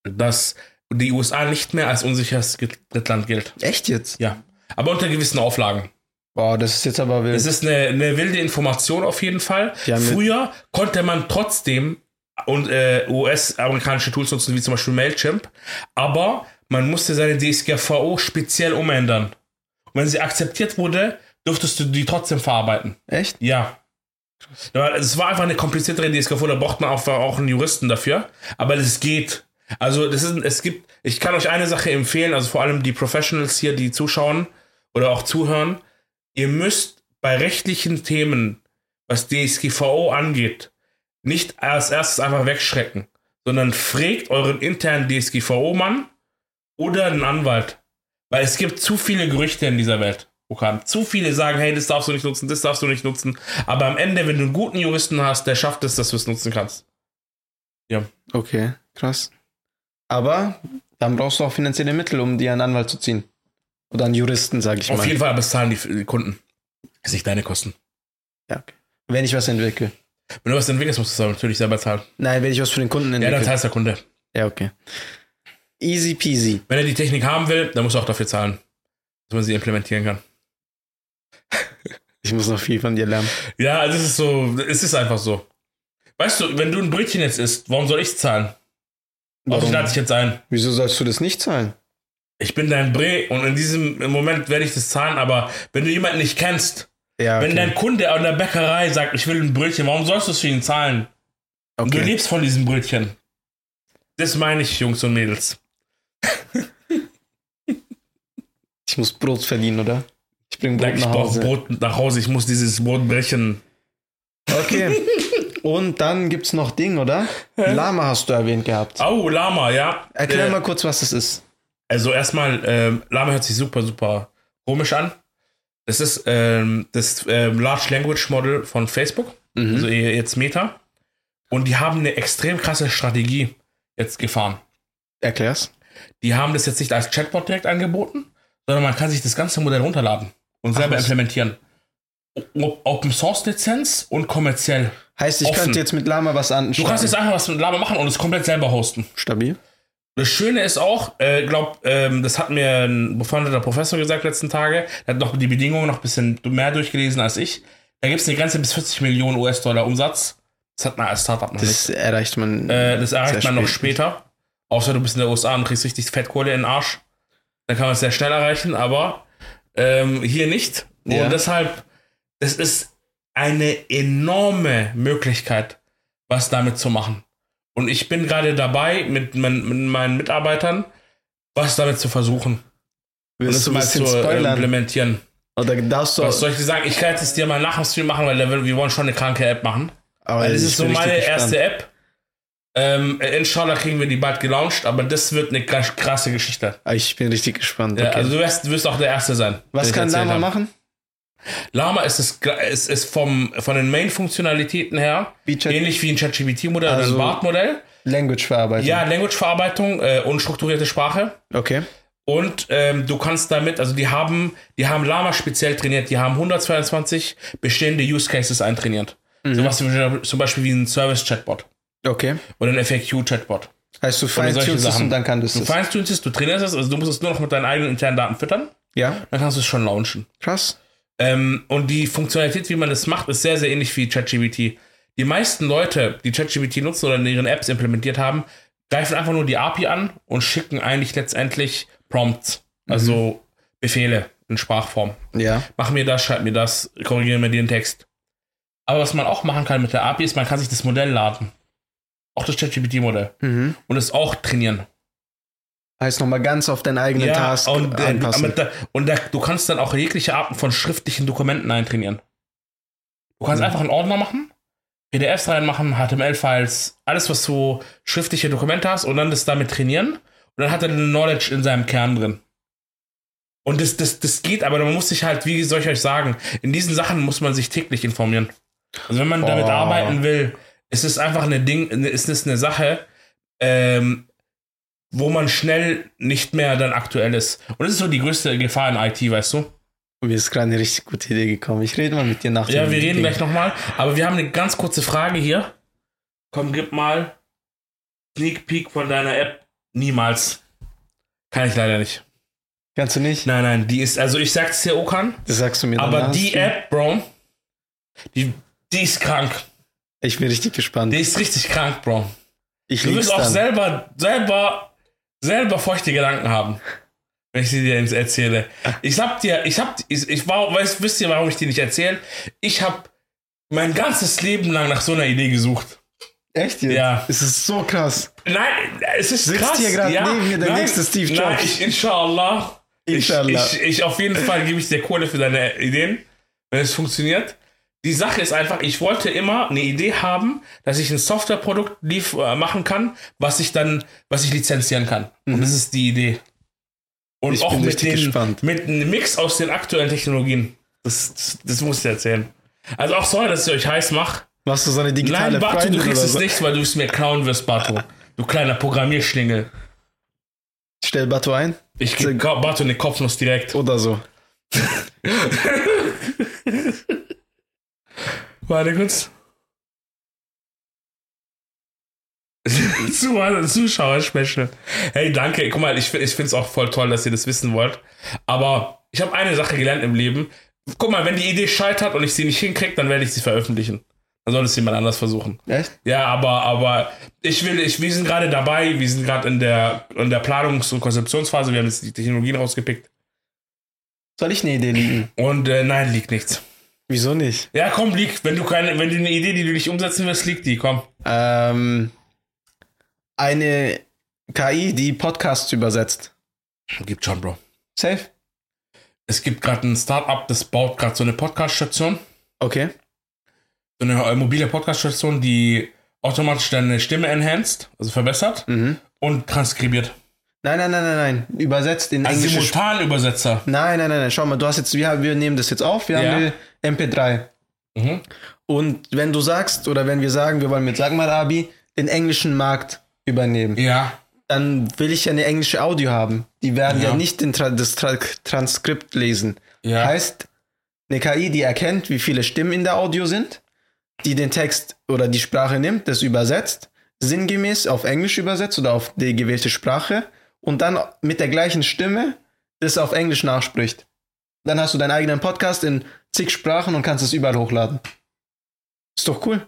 A: dass die USA nicht mehr als unsicheres Drittland gilt.
B: Echt jetzt?
A: Ja. Aber unter gewissen Auflagen.
B: Boah, das ist jetzt aber wild.
A: Es ist eine, eine wilde Information auf jeden Fall.
B: Die haben mit-
A: Früher konnte man trotzdem und äh, US-amerikanische Tools nutzen, wie zum Beispiel Mailchimp, aber man musste seine DSGVO speziell umändern. Und wenn sie akzeptiert wurde, durftest du die trotzdem verarbeiten.
B: Echt?
A: Ja. Ja, Es war einfach eine kompliziertere DSGVO, da braucht man auch, auch einen Juristen dafür. Aber es geht. Also das ist, es gibt, ich kann euch eine Sache empfehlen, also vor allem die Professionals hier, die zuschauen oder auch zuhören, ihr müsst bei rechtlichen Themen, was DSGVO angeht, nicht als erstes einfach wegschrecken, sondern fragt euren internen DSGVO-Mann oder einen Anwalt. Weil es gibt zu viele Gerüchte in dieser Welt. Okan. Zu viele sagen, hey, das darfst du nicht nutzen, das darfst du nicht nutzen. Aber am Ende, wenn du einen guten Juristen hast, der schafft es, dass du es nutzen kannst.
B: Okay, krass. Aber dann brauchst du auch finanzielle Mittel, um dir einen Anwalt zu ziehen. Oder einen Juristen, sag ich
A: Auf
B: mal.
A: jeden Fall, aber es zahlen die die Kunden. Das ist nicht deine Kosten.
B: Wenn ich was entwickle.
A: Wenn du was entwickelst, musst du es natürlich selber zahlen.
B: Nein, wenn ich was für den Kunden
A: Ja, dann
B: entwickle.
A: zahlt der Kunde.
B: ja okay. Easy peasy.
A: Wenn er die Technik haben will, dann muss er auch dafür zahlen, dass man sie implementieren kann.
B: Ich muss noch viel von dir lernen.
A: Ja, also es ist so, es ist einfach so. Weißt du, wenn du ein Brötchen jetzt isst, warum soll ich es zahlen? Warum?
B: Warum?
A: lade ich jetzt ein.
B: Wieso sollst du das nicht zahlen?
A: Ich bin dein Bre und in diesem Moment werde ich das zahlen, aber wenn du jemanden nicht kennst,
B: Ja,
A: Wenn dein Kunde an der Bäckerei sagt, ich will ein Brötchen, warum sollst du es für ihn zahlen? Und Du
B: okay.
A: lebst von diesem Brötchen. Das meine ich, Jungs und Mädels.
B: Ich muss Brot verdienen, oder? Ich bring Brot
A: Ich
B: nach
A: brauche
B: Hause.
A: Brot nach Hause, ich muss dieses Brot brechen.
B: Okay. Und dann gibt's noch Ding, oder? Lama hast du erwähnt gehabt.
A: Au, Lama, ja.
B: Erklär
A: Ah, Äh,
B: mal kurz, was das ist.
A: Also erstmal, ähm, Lama hört sich super, super komisch an. Das ist ähm, das ähm, Large Language Model von Facebook,
B: Mhm.
A: also eh- jetzt Meta. Und die haben eine extrem krasse Strategie jetzt gefahren.
B: Erklär's.
A: die haben das jetzt nicht als Chatbot direkt angeboten, sondern man kann sich das ganze Modell runterladen und selber
B: was.
A: implementieren. O- Open Source Lizenz und kommerziell.
B: Heißt, ich
A: Offen.
B: könnte jetzt mit Lama was an.
A: Du kannst jetzt einfach was mit Lama machen und es komplett selber hosten.
B: stabil.
A: Das Schöne ist auch, äh, glaub, ähm, das hat mir ein befreundeter Professor gesagt letzten Tage, der hat noch die Bedingungen noch ein bisschen mehr durchgelesen als ich. Da gibt es eine Grenze bis 40 Millionen US-Dollar Umsatz. Das hat man als Startup noch nicht.
B: Das erreicht man.
A: Äh, das erreicht
B: sehr
A: man noch
B: spät.
A: später. Außer du bist in der USA und kriegst richtig Fettkohle in den Arsch. Dann kann man es sehr schnell erreichen, aber ähm, hier nicht.
B: Ja.
A: Und deshalb, es ist eine enorme Möglichkeit, was damit zu machen. Und ich bin gerade dabei, mit, mein, mit meinen Mitarbeitern was damit zu versuchen. Und
B: Willst
A: es
B: du ein
A: mal
B: bisschen
A: zu äh,
B: spoilern?
A: implementieren.
B: Oder darfst du.
A: Was soll ich dir sagen? Ich kann jetzt es dir mal nach dem Stream machen, weil da will- wir wollen schon eine kranke App machen.
B: aber
A: Weil das Also
B: ich
A: ist so
B: bin richtig
A: meine
B: gespannt.
A: erste App. Ähm, inshallah kriegen wir die bald gelauncht, aber das wird eine gra- krasse Geschichte.
B: Ah, Ich bin richtig gespannt.
A: Ja,
B: okay.
A: Also du wirst, wirst auch der Erste sein.
B: was
A: der
B: kann
A: ich erzählt
B: Lama
A: habe.
B: machen?
A: Lama ist, es, gra- ist, ist vom, von den Main-Funktionalitäten her
B: Wie Chat-
A: ähnlich wie ein ChatGPT-Modell
B: Also-
A: oder ein BART-Modell.
B: Language verarbeiten.
A: Ja, Language-Verarbeitung, äh, unstrukturierte Sprache.
B: Okay.
A: Und ähm, du kannst damit, also die haben, die haben Lama speziell trainiert, die haben 122 bestehende Use Cases eintrainiert.
B: Mhm.
A: Sowas wie, zum Beispiel wie ein Service-Chatbot
B: Okay.
A: oder ein FAQ-Chatbot.
B: Heißt du
A: solche
B: feintunst es
A: Sachen.
B: und dann kann das.
A: Du feinst du es, du trainierst es, also du musst es nur noch mit deinen eigenen internen Daten füttern,
B: Ja,
A: dann kannst du es schon launchen.
B: krass.
A: Ähm, und die Funktionalität, wie man das macht, ist sehr, sehr ähnlich wie ChatGPT. Die meisten Leute, die ChatGPT nutzen oder in ihren Apps implementiert haben, greifen einfach nur die API an und schicken eigentlich letztendlich Prompts, also Befehle in Sprachform.
B: Ja.
A: Mach mir das, schreib mir das, korrigiere mir den Text. Aber was man auch machen kann mit der API ist, man kann sich das Modell laden. Auch das ChatGPT-Modell.
B: Mhm.
A: Und es auch trainieren.
B: Heißt nochmal ganz auf deinen eigenen Task
A: und, äh,
B: anpassen.
A: mit der- und da, du kannst dann auch jegliche Arten von schriftlichen Dokumenten eintrainieren. Du kannst
B: Mhm.
A: einfach einen Ordner machen, PDFs reinmachen, HTML-Files, alles, was du schriftliche Dokumente hast und dann das damit trainieren. Und dann hat er eine Knowledge in seinem Kern drin. Und das, das, das geht, aber man muss sich halt, wie soll ich euch sagen, in diesen Sachen muss man sich täglich informieren. Also wenn man damit
B: Boah.
A: arbeiten will, ist es einfach eine Ding, ist es eine Sache, ähm, wo man schnell nicht mehr dann aktuell ist. Und das ist so die größte Gefahr in IT, weißt du?
B: Mir ist gerade eine richtig gute Idee gekommen. Ich rede mal mit dir nach dem
A: Ja, wir reden
B: Ding.
A: gleich nochmal. Aber wir haben eine ganz kurze Frage hier. Komm, gib mal Sneak Peek von deiner App. Niemals. Kann ich leider nicht.
B: Kannst du nicht?
A: Nein, nein, die ist, also ich sag's dir, Okan,
B: Das sagst du mir
A: aber
B: danach.
A: die App, Bro, die, die ist krank.
B: Ich bin richtig gespannt.
A: Die ist richtig krank, Bro.
B: Ich
A: Du
B: lieb's
A: wirst auch
B: dann.
A: selber, selber, selber feuchte Gedanken haben, wenn ich sie dir jetzt erzähle. Ich hab dir, ich hab, ich, ich war, weißt, wisst ihr, warum ich die nicht erzähle? Ich hab mein ganzes Leben lang nach so einer Idee gesucht.
B: Echt jetzt?
A: Ja.
B: Es ist so krass.
A: Nein, es ist
B: Sitzt
A: krass.
B: hier gerade
A: ja,
B: neben mir der
A: nein,
B: nächste Steve Jobs.
A: Nein, ich, inshallah.
B: Inshallah.
A: Ich, ich, ich auf jeden Fall gebe ich dir Kohle für deine Ideen, wenn es funktioniert. Die Sache ist einfach, ich wollte immer eine Idee haben, dass ich ein Softwareprodukt lief, äh, machen kann, was ich dann, was ich lizenzieren kann. Und das ist die Idee. Und
B: Mhm. Ich
A: auch
B: bin
A: mit,
B: richtig
A: den,
B: gespannt.
A: mit einem Mix aus den aktuellen Technologien. Das, das, das muss ich dir erzählen. Also auch sorry, dass ich euch heiß mache.
B: Machst du so eine digitale
A: Nein, Bartu,
B: Freundin
A: du kriegst
B: oder
A: es
B: so?
A: nicht, weil du es mir klauen wirst, Bartu. Du kleiner Programmierschlingel.
B: Stell Batu ein
A: Ich gebe Bartu eine Kopfnuss direkt.
B: oder so.
A: Warte kurz. Zu- Zuschauer-Special. Hey, danke. Guck mal, ich, fi- ich finde es auch voll toll, dass ihr das wissen wollt. Aber ich habe eine Sache gelernt im Leben. Guck mal, wenn die Idee scheitert und ich sie nicht hinkriege, dann werde ich sie veröffentlichen. Dann soll es jemand anders versuchen.
B: Echt?
A: Ja, aber, aber ich will, ich, wir sind gerade dabei, wir sind gerade in der, in der Planungs- und Konzeptionsphase, wir haben jetzt die Technologien rausgepickt.
B: Soll ich eine Idee liegen?
A: Und äh, nein, liegt nichts.
B: Wieso nicht?
A: Ja, komm, liegt. Wenn du keine, wenn du eine Idee, die du nicht umsetzen wirst, liegt die, komm.
B: Ähm, eine KI, die Podcasts übersetzt.
A: Gibt schon, Bro.
B: Safe?
A: Es gibt gerade ein Startup, das baut gerade so eine Podcast-Station,
B: Okay.
A: so eine äh, mobile Podcast-Station, die automatisch deine Stimme enhanced, also verbessert
B: Mhm.
A: und transkribiert.
B: Nein, nein, nein, nein, nein. Übersetzt in
A: Ein
B: englische Sprache.
A: Simultanübersetzer.
B: Nein, nein, nein, nein. Schau mal, du hast jetzt, wir, wir nehmen das jetzt auf, wir
A: Ja.
B: haben eine MP3.
A: Mhm.
B: Und wenn du sagst, oder wenn wir sagen, wir wollen mit Sag mal Abi den englischen Markt übernehmen,
A: Ja.
B: dann will ich ja eine englische Audio haben. Die werden ja,
A: Ja.
B: nicht den Tra das Tra Transkript lesen.
A: Ja.
B: Heißt, eine KI, die erkennt, wie viele Stimmen in der Audio sind, die den Text oder die Sprache nimmt, das übersetzt, sinngemäß auf Englisch übersetzt oder auf die gewählte Sprache und dann mit der gleichen Stimme das auf Englisch nachspricht. Dann hast du deinen eigenen Podcast in zig Sprachen und kannst es überall hochladen. Ist doch cool.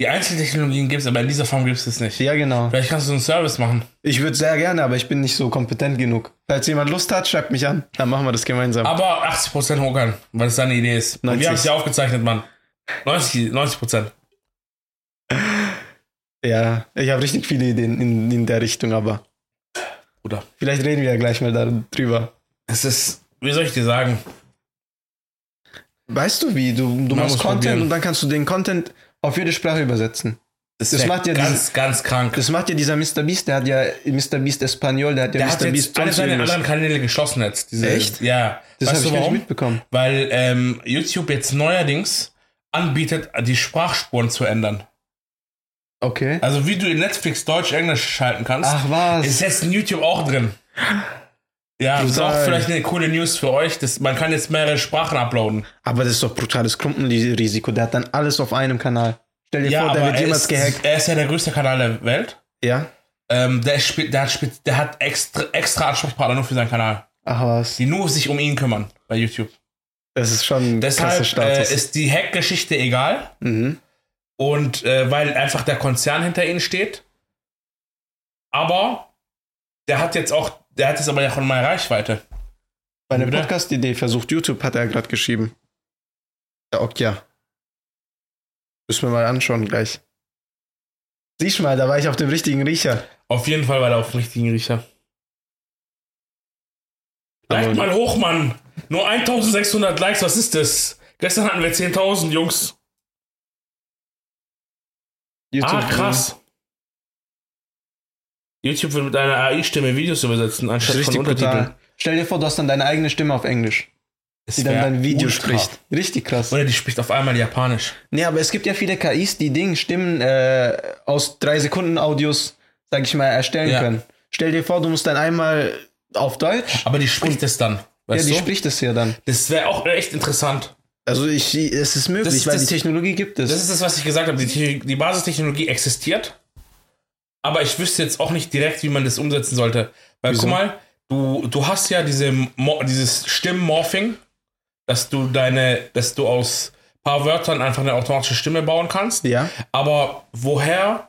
A: Die Einzeltechnologien gibt es, aber in dieser Form gibt es es nicht.
B: Ja, genau.
A: Vielleicht kannst du einen Service machen.
B: Ich würde sehr gerne, aber ich bin nicht so kompetent genug. Falls jemand Lust hat, schreibt mich an. Dann machen wir das gemeinsam.
A: Aber 80% hochkant, weil es deine Idee ist. Und
B: 90.
A: wir haben es ja aufgezeichnet, Mann. 90, 90%.
B: ja, ich habe richtig viele Ideen in, in der Richtung, aber
A: Bruder.
B: vielleicht reden wir ja gleich mal darüber.
A: Es ist, wie soll ich dir sagen?
B: Weißt du wie? Du, du machst
A: muss
B: Content
A: probieren.
B: und dann kannst du den Content auf jede Sprache übersetzen.
A: Das,
B: Das
A: ist
B: macht ja
A: ganz, ganz krank.
B: Das macht ja dieser Mr. Beast, der hat ja Mr. Beast Espanol, der hat ja
A: der hat
B: Mr.
A: jetzt
B: Beast
A: alle seine
B: irgendwas.
A: anderen Kanäle geschlossen jetzt. Diese,
B: Echt?
A: Ja.
B: Das habe
A: weißt du
B: ich gar nicht
A: warum?
B: mitbekommen.
A: Weil ähm, YouTube jetzt neuerdings anbietet, die Sprachspuren zu ändern.
B: Okay.
A: Also wie du in Netflix Deutsch-Englisch schalten kannst,
B: Ach was.
A: ist jetzt in YouTube auch drin. Ja, das ist auch
B: Brutal.
A: vielleicht eine coole News für euch. Das, man kann jetzt mehrere Sprachen uploaden.
B: aber das ist doch brutales Klumpenrisiko. Der hat dann alles auf einem Kanal. Stell dir vor, der wird
A: er
B: jemals
A: ist,
B: gehackt.
A: Er ist ja der größte Kanal der Welt.
B: Ja?
A: Ähm, der, spielt, der hat, spielt, der hat extra, extra Ansprechpartner nur für seinen Kanal,
B: Ach was.
A: die nur sich um ihn kümmern bei YouTube.
B: Das ist schon ein krasser
A: Deshalb
B: Status.
A: äh, ist die Hack-Geschichte egal
B: mhm.
A: und äh, weil einfach der Konzern hinter ihnen steht. Aber der hat jetzt auch, der hat jetzt aber ja schon mal Reichweite.
B: Bei einer
A: Oder?
B: Podcast-Idee versucht YouTube, hat er gerade geschrieben. Der Okja. Müssen wir mal anschauen gleich. Siehst mal, da war ich auf dem richtigen Riecher.
A: Auf jeden Fall war er auf dem richtigen Riecher.
B: Aber-
A: Leicht mal hoch, Mann. Nur 1600 Likes, was ist das? Gestern hatten wir 10.000, Jungs.
B: YouTube
A: ah, krass. YouTube will mit einer AI-Stimme Videos übersetzen,
B: Das
A: anstatt
B: ist
A: von
B: richtig
A: Untertiteln.
B: brutal. Stell dir vor, du hast dann deine eigene Stimme auf Englisch,
A: Es
B: die dann
A: wär
B: dein Video
A: ultra.
B: spricht. Richtig krass.
A: Oder die spricht auf einmal Japanisch.
B: Nee, aber es gibt ja viele KIs, die Ding Stimmen äh, aus 3 Sekunden Audios, sag ich mal, erstellen
A: Ja.
B: können. Stell dir vor, du musst dann einmal auf Deutsch.
A: Aber die spricht es dann.
B: Ja,
A: Weißt
B: die
A: du?
B: spricht es ja dann.
A: Das wäre auch echt interessant.
B: Also ich, es ist möglich,
A: Das-
B: weil
A: das-
B: die Technologie gibt es.
A: Das ist das, was ich gesagt habe. Die, Technik- die Basistechnologie existiert. aber ich wüsste jetzt auch nicht direkt, wie man das umsetzen sollte. Weil
B: Wieso?
A: guck mal, du, du hast ja diese, Mo- dieses Stimmmorphing, dass du deine, dass du aus paar Wörtern einfach eine automatische Stimme bauen kannst.
B: Ja.
A: Aber woher?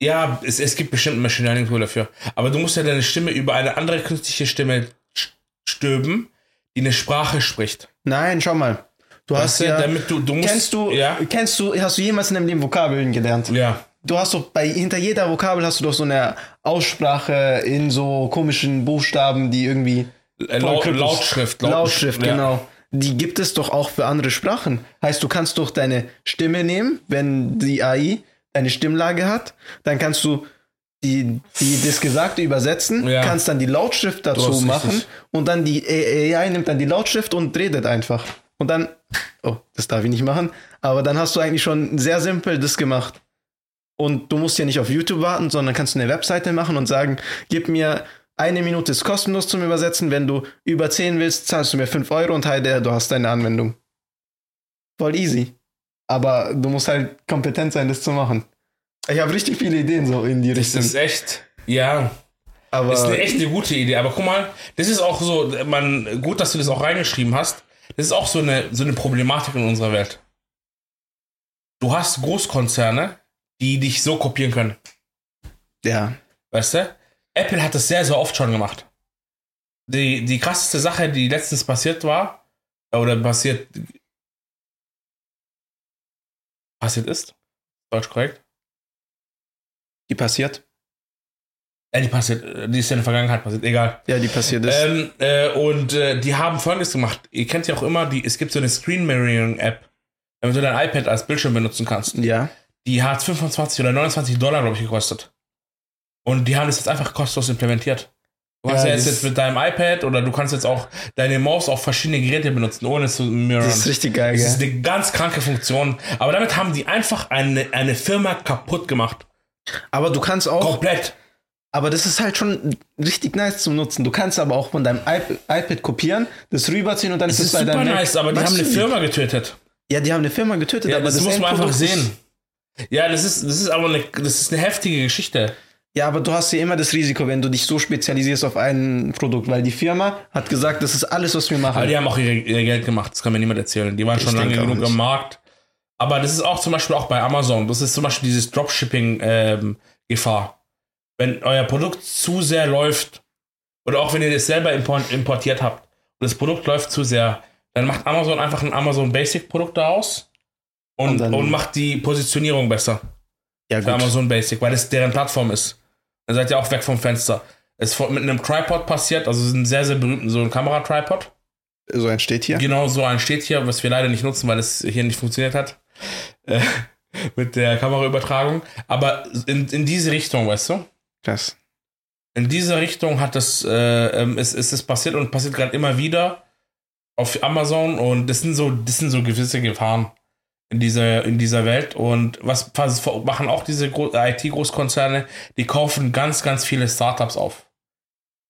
A: Ja, es, es gibt bestimmt ein Machine Learning Tool dafür. Aber du musst ja deine Stimme über eine andere künstliche Stimme sch- stülpen, die eine Sprache spricht.
B: Nein, schau mal. Du hast
A: Weißt
B: ja.
A: damit du, du musst,
B: kennst du,
A: Ja.
B: kennst du, hast du jemals in deinem Leben Vokabeln gelernt?
A: Ja.
B: Du hast doch bei hinter jeder Vokabel hast du doch so eine Aussprache in so komischen Buchstaben, die irgendwie
A: Äh, Lau
B: Kryptos-
A: Lautschrift. Laut-
B: Lautschrift,
A: ja.
B: genau. Die gibt es doch auch für andere Sprachen. Heißt, du kannst doch deine Stimme nehmen, wenn die AI eine Stimmlage hat, dann kannst du die, die das Gesagte übersetzen,
A: Ja.
B: kannst dann die Lautschrift
A: hast
B: dazu
A: richtig.
B: machen und dann die AI nimmt dann die Lautschrift und redet einfach. Und dann, oh, das darf ich nicht machen, aber dann hast du eigentlich schon sehr simpel das gemacht. Und du musst ja nicht auf YouTube warten, sondern kannst eine Webseite machen und sagen, gib mir eine Minute ist kostenlos zum Übersetzen. Wenn du über 10 willst, zahlst du mir 5 Euro und heide, du hast deine Anwendung. Voll easy. Aber du musst halt kompetent sein, das zu machen. Ich habe richtig viele Ideen so in die
A: Das
B: Richtung.
A: ist echt. Ja,
B: aber
A: ist eine, echt eine gute Idee. Aber guck mal, das ist auch so, man, gut, dass du das auch reingeschrieben hast. Das ist auch so eine, so eine Problematik in unserer Welt. Du hast Großkonzerne, die dich so kopieren können.
B: ja,
A: Weißt du? Apple hat das sehr, sehr oft schon gemacht. Die, die krasseste Sache, die letztens passiert war, äh, oder passiert. passiert ist? Deutsch korrekt?
B: die passiert.
A: Äh, die passiert, äh, die ist ja in der Vergangenheit passiert, egal.
B: Ja, die passiert ist.
A: Ähm, äh, und äh, die haben folgendes gemacht. Ihr kennt ja auch immer, die, es gibt so eine Screen Mirroring App, damit du dein iPad als Bildschirm benutzen kannst.
B: ja.
A: Die hat 25 oder 29 Dollar, glaube ich, gekostet. Und die haben das jetzt einfach kostenlos implementiert. Du kannst
B: Ja,
A: ja, jetzt,
B: das-
A: jetzt mit deinem iPad oder du kannst jetzt auch deine Maus auf verschiedene Geräte benutzen, ohne es zu mirrorn.
B: Das ist richtig geil,
A: Das ist
B: gell?
A: eine ganz kranke Funktion. Aber damit haben die einfach eine, eine Firma kaputt gemacht.
B: Aber du kannst auch.
A: Komplett.
B: Aber das ist halt schon richtig nice zum Nutzen. Du kannst aber auch von deinem iP iPad kopieren, das rüberziehen und dann
A: Das ist super
B: deinem Mac.
A: nice, aber die
B: Was
A: haben eine
B: für-
A: Firma getötet.
B: Ja, die haben eine Firma getötet,
A: Ja,
B: aber
A: das,
B: das
A: muss man einfach
B: Endprodukt ist-
A: sehen. Ja, das ist, das ist aber eine, das ist eine heftige Geschichte.
B: Ja, aber du hast ja immer das Risiko, wenn du dich so spezialisierst auf ein Produkt, weil die Firma hat gesagt, das ist alles, was wir
A: Aber
B: machen.
A: die haben auch ihr, ihr Geld gemacht, das kann mir niemand erzählen. Die waren schon lange
B: denke auch
A: genug
B: nicht.
A: am Markt. Aber das ist auch zum Beispiel auch bei Amazon. Das ist zum Beispiel dieses Dropshipping-Gefahr. wenn euer Produkt zu sehr läuft, oder auch wenn ihr das selber impor- importiert habt und das Produkt läuft zu sehr, dann macht Amazon einfach ein Amazon Basic Produkt daraus und,
B: Und
A: und,
B: dann-
A: macht die Positionierung besser
B: Ja,
A: für Amazon Basic, weil das deren Plattform ist. Dann seid ihr auch weg vom Fenster. Es ist vor- mit einem Tripod passiert, also es ist ein sehr, sehr berühmten, so ein Kameratripod.
B: So entsteht hier.
A: Genau so ein steht hier, was wir leider nicht nutzen, weil es hier nicht funktioniert hat. Äh, mit der Kameraübertragung. Aber in, in diese Richtung, weißt du?
B: Krass.
A: In diese Richtung hat das, äh, ähm, ist, ist es passiert und passiert gerade immer wieder auf Amazon und das sind so, das sind so gewisse Gefahren in dieser, in dieser Welt. Und was, was machen auch diese Gro- IT-Großkonzerne? Die kaufen ganz, ganz viele Startups auf.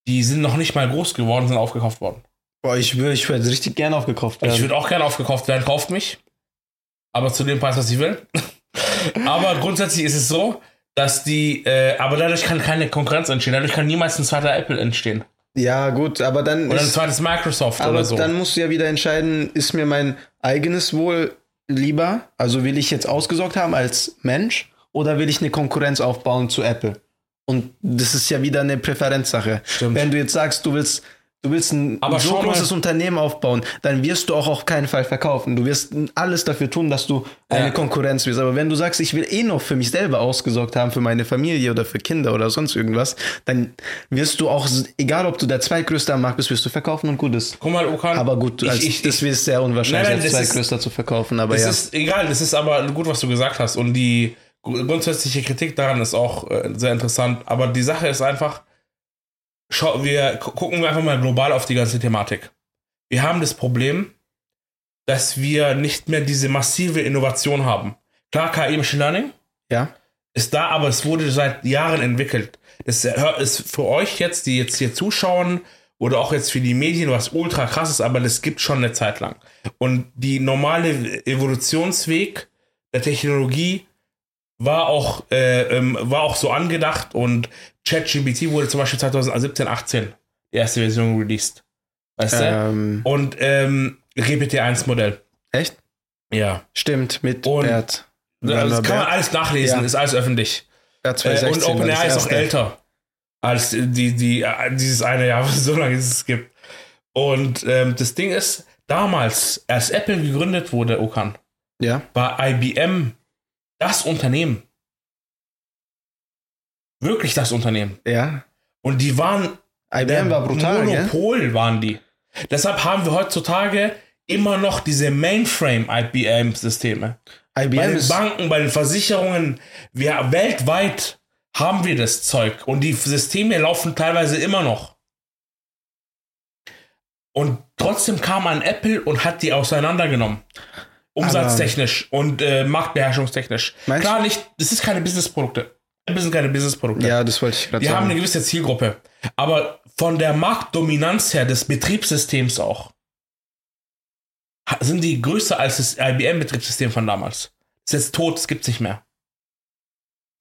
A: Die sind noch nicht mal groß geworden, sind aufgekauft worden.
B: Boah, ich würde ich würd richtig gerne aufgekauft
A: Ich
B: werden.
A: würde auch gerne aufgekauft werden, kauft mich. Aber zu dem Preis, was ich will. aber grundsätzlich ist es so, dass die, äh, aber dadurch kann keine Konkurrenz entstehen. Dadurch kann niemals ein zweiter Apple entstehen.
B: ja, gut, aber dann,
A: Oder ein
B: ist,
A: zweites Microsoft
B: aber
A: oder so.
B: dann musst du ja wieder entscheiden, ist mir mein eigenes Wohl lieber? Also will ich jetzt ausgesorgt haben als Mensch oder will ich eine Konkurrenz aufbauen zu Apple? Und das ist ja wieder eine Präferenzsache.
A: Stimmt.
B: Wenn du jetzt sagst, du willst, du willst ein
A: Aber
B: so
A: schau mal-
B: großes Unternehmen aufbauen, dann wirst du auch auf keinen Fall verkaufen. Du wirst alles dafür tun, dass du eine
A: Ja.
B: Konkurrenz wirst. Aber wenn du sagst, ich will eh noch für mich selber ausgesorgt haben, für meine Familie oder für Kinder oder sonst irgendwas, dann wirst du auch, egal ob du der Zweitgrößte am Markt bist, wirst du verkaufen und gut ist.
A: Guck mal, Okan.
B: Aber gut,
A: ich,
B: als,
A: ich,
B: das wäre sehr unwahrscheinlich,
A: Nein, nein,
B: als
A: das ist-
B: Zweitgrößter zu verkaufen. Aber
A: das
B: ja,
A: ist egal. Das ist aber gut, was du gesagt hast. Und die gru- grundsätzliche Kritik daran ist auch äh, sehr interessant. Aber die Sache ist einfach, schau, wir gu- gucken wir einfach mal global auf die ganze Thematik. Wir haben das Problem, dass wir nicht mehr diese massive Innovation haben. Klar, KI Machine Learning
B: ja,
A: ist da, aber es wurde seit Jahren entwickelt. Das äh, hör- ist für euch jetzt, die jetzt hier zuschauen oder auch jetzt für die Medien was ultra krass ist, aber das gibt schon eine Zeit lang. Und die normale Evolutionsweg der Technologie war auch, äh, ähm, war auch so angedacht und ChatGPT wurde zum Beispiel 2017, 18 die erste Version released. Weißt du?
B: Ähm,
A: Und ähm, GPT-1-Modell.
B: echt?
A: Ja.
B: Stimmt, mit
A: Und-
B: Bert.
A: Also, das kann man
B: Bert,
A: alles nachlesen,
B: Ja.
A: ist alles öffentlich.
B: Bert
A: Äh,
B: 2016
A: und
B: war das
A: OpenAI ist auch
B: erste.
A: älter als die, die, äh, dieses eine Jahr, so lange es es gibt. Und ähm, das Ding ist, damals, als Apple gegründet wurde, Okan,
B: Ja,
A: war IBM das Unternehmen. Wirklich das Unternehmen.
B: ja.
A: Und die waren
B: IBM war brutal, gell?
A: Monopol waren die. Deshalb haben wir heutzutage immer noch diese Mainframe-IBM-Systeme. Bei
B: IBM
A: den
B: ist,
A: Banken, bei den Versicherungen, wir, weltweit haben wir das Zeug. Und die Systeme laufen teilweise immer noch. Und trotzdem kam ein Apple und hat die auseinandergenommen. Umsatztechnisch und äh, marktbeherrschungstechnisch.
B: Meinst
A: Klar nicht, das ist keine Businessprodukte. Das sind keine Businessprodukte.
B: ja, das wollte ich gerade
A: Die haben
B: sagen.
A: eine gewisse Zielgruppe. Aber von der Marktdominanz her des Betriebssystems auch ha- sind die größer als das IBM-Betriebssystem von damals. Ist jetzt tot, es gibt's nicht mehr.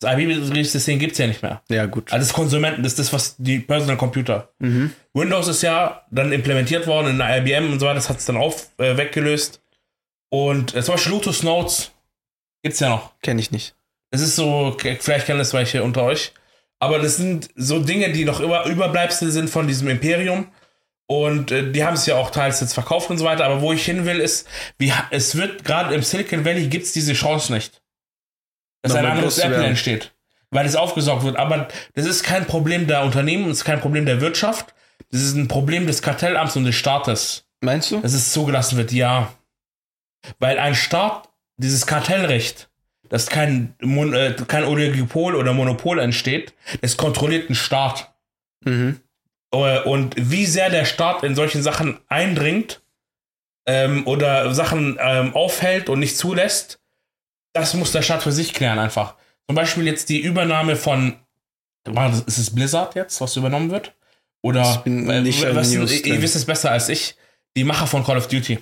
A: Das IBM-Betriebssystem gibt's ja nicht mehr.
B: ja, gut.
A: Also das Konsumenten, das ist das, was die Personal Computer.
B: mhm.
A: Windows ist ja dann implementiert worden in der IBM und so weiter, das hat es dann auf, äh, weggelöst. Und äh, zum Beispiel Lotus Notes gibt's ja noch.
B: Kenne ich nicht.
A: Es ist so, k- vielleicht kennen das welche unter euch. Aber das sind so Dinge, die noch über, Überbleibsel sind von diesem Imperium. Und äh, die haben es ja auch teils jetzt verkauft und so weiter. Aber wo ich hin will, ist, wie, ha- es wird gerade im Silicon Valley gibt es diese Chance nicht. Dass ein
B: Nochmal
A: anderes
B: groß zu
A: Apple
B: werden.
A: entsteht. Weil es aufgesaugt wird. Aber das ist kein Problem der Unternehmen, das ist kein Problem der Wirtschaft. Das ist ein Problem des Kartellamts und des Staates
B: Meinst du?
A: dass es zugelassen wird, ja. Weil ein Staat, dieses Kartellrecht, dass kein, Mon äh, kein Oligopol oder Monopol entsteht, es kontrolliert einen Staat.
B: Mhm.
A: Äh, Und wie sehr der Staat in solchen Sachen eindringt ähm, oder Sachen ähm, aufhält und nicht zulässt, das muss der Staat für sich klären einfach. Zum Beispiel jetzt die Übernahme von, war das- ist es Blizzard jetzt, was übernommen wird? Oder
B: Ich bin nicht
A: äh,
B: in
A: was,
B: News
A: ihr, ihr
B: drin.
A: wisst es besser als ich, die Macher von Call of Duty.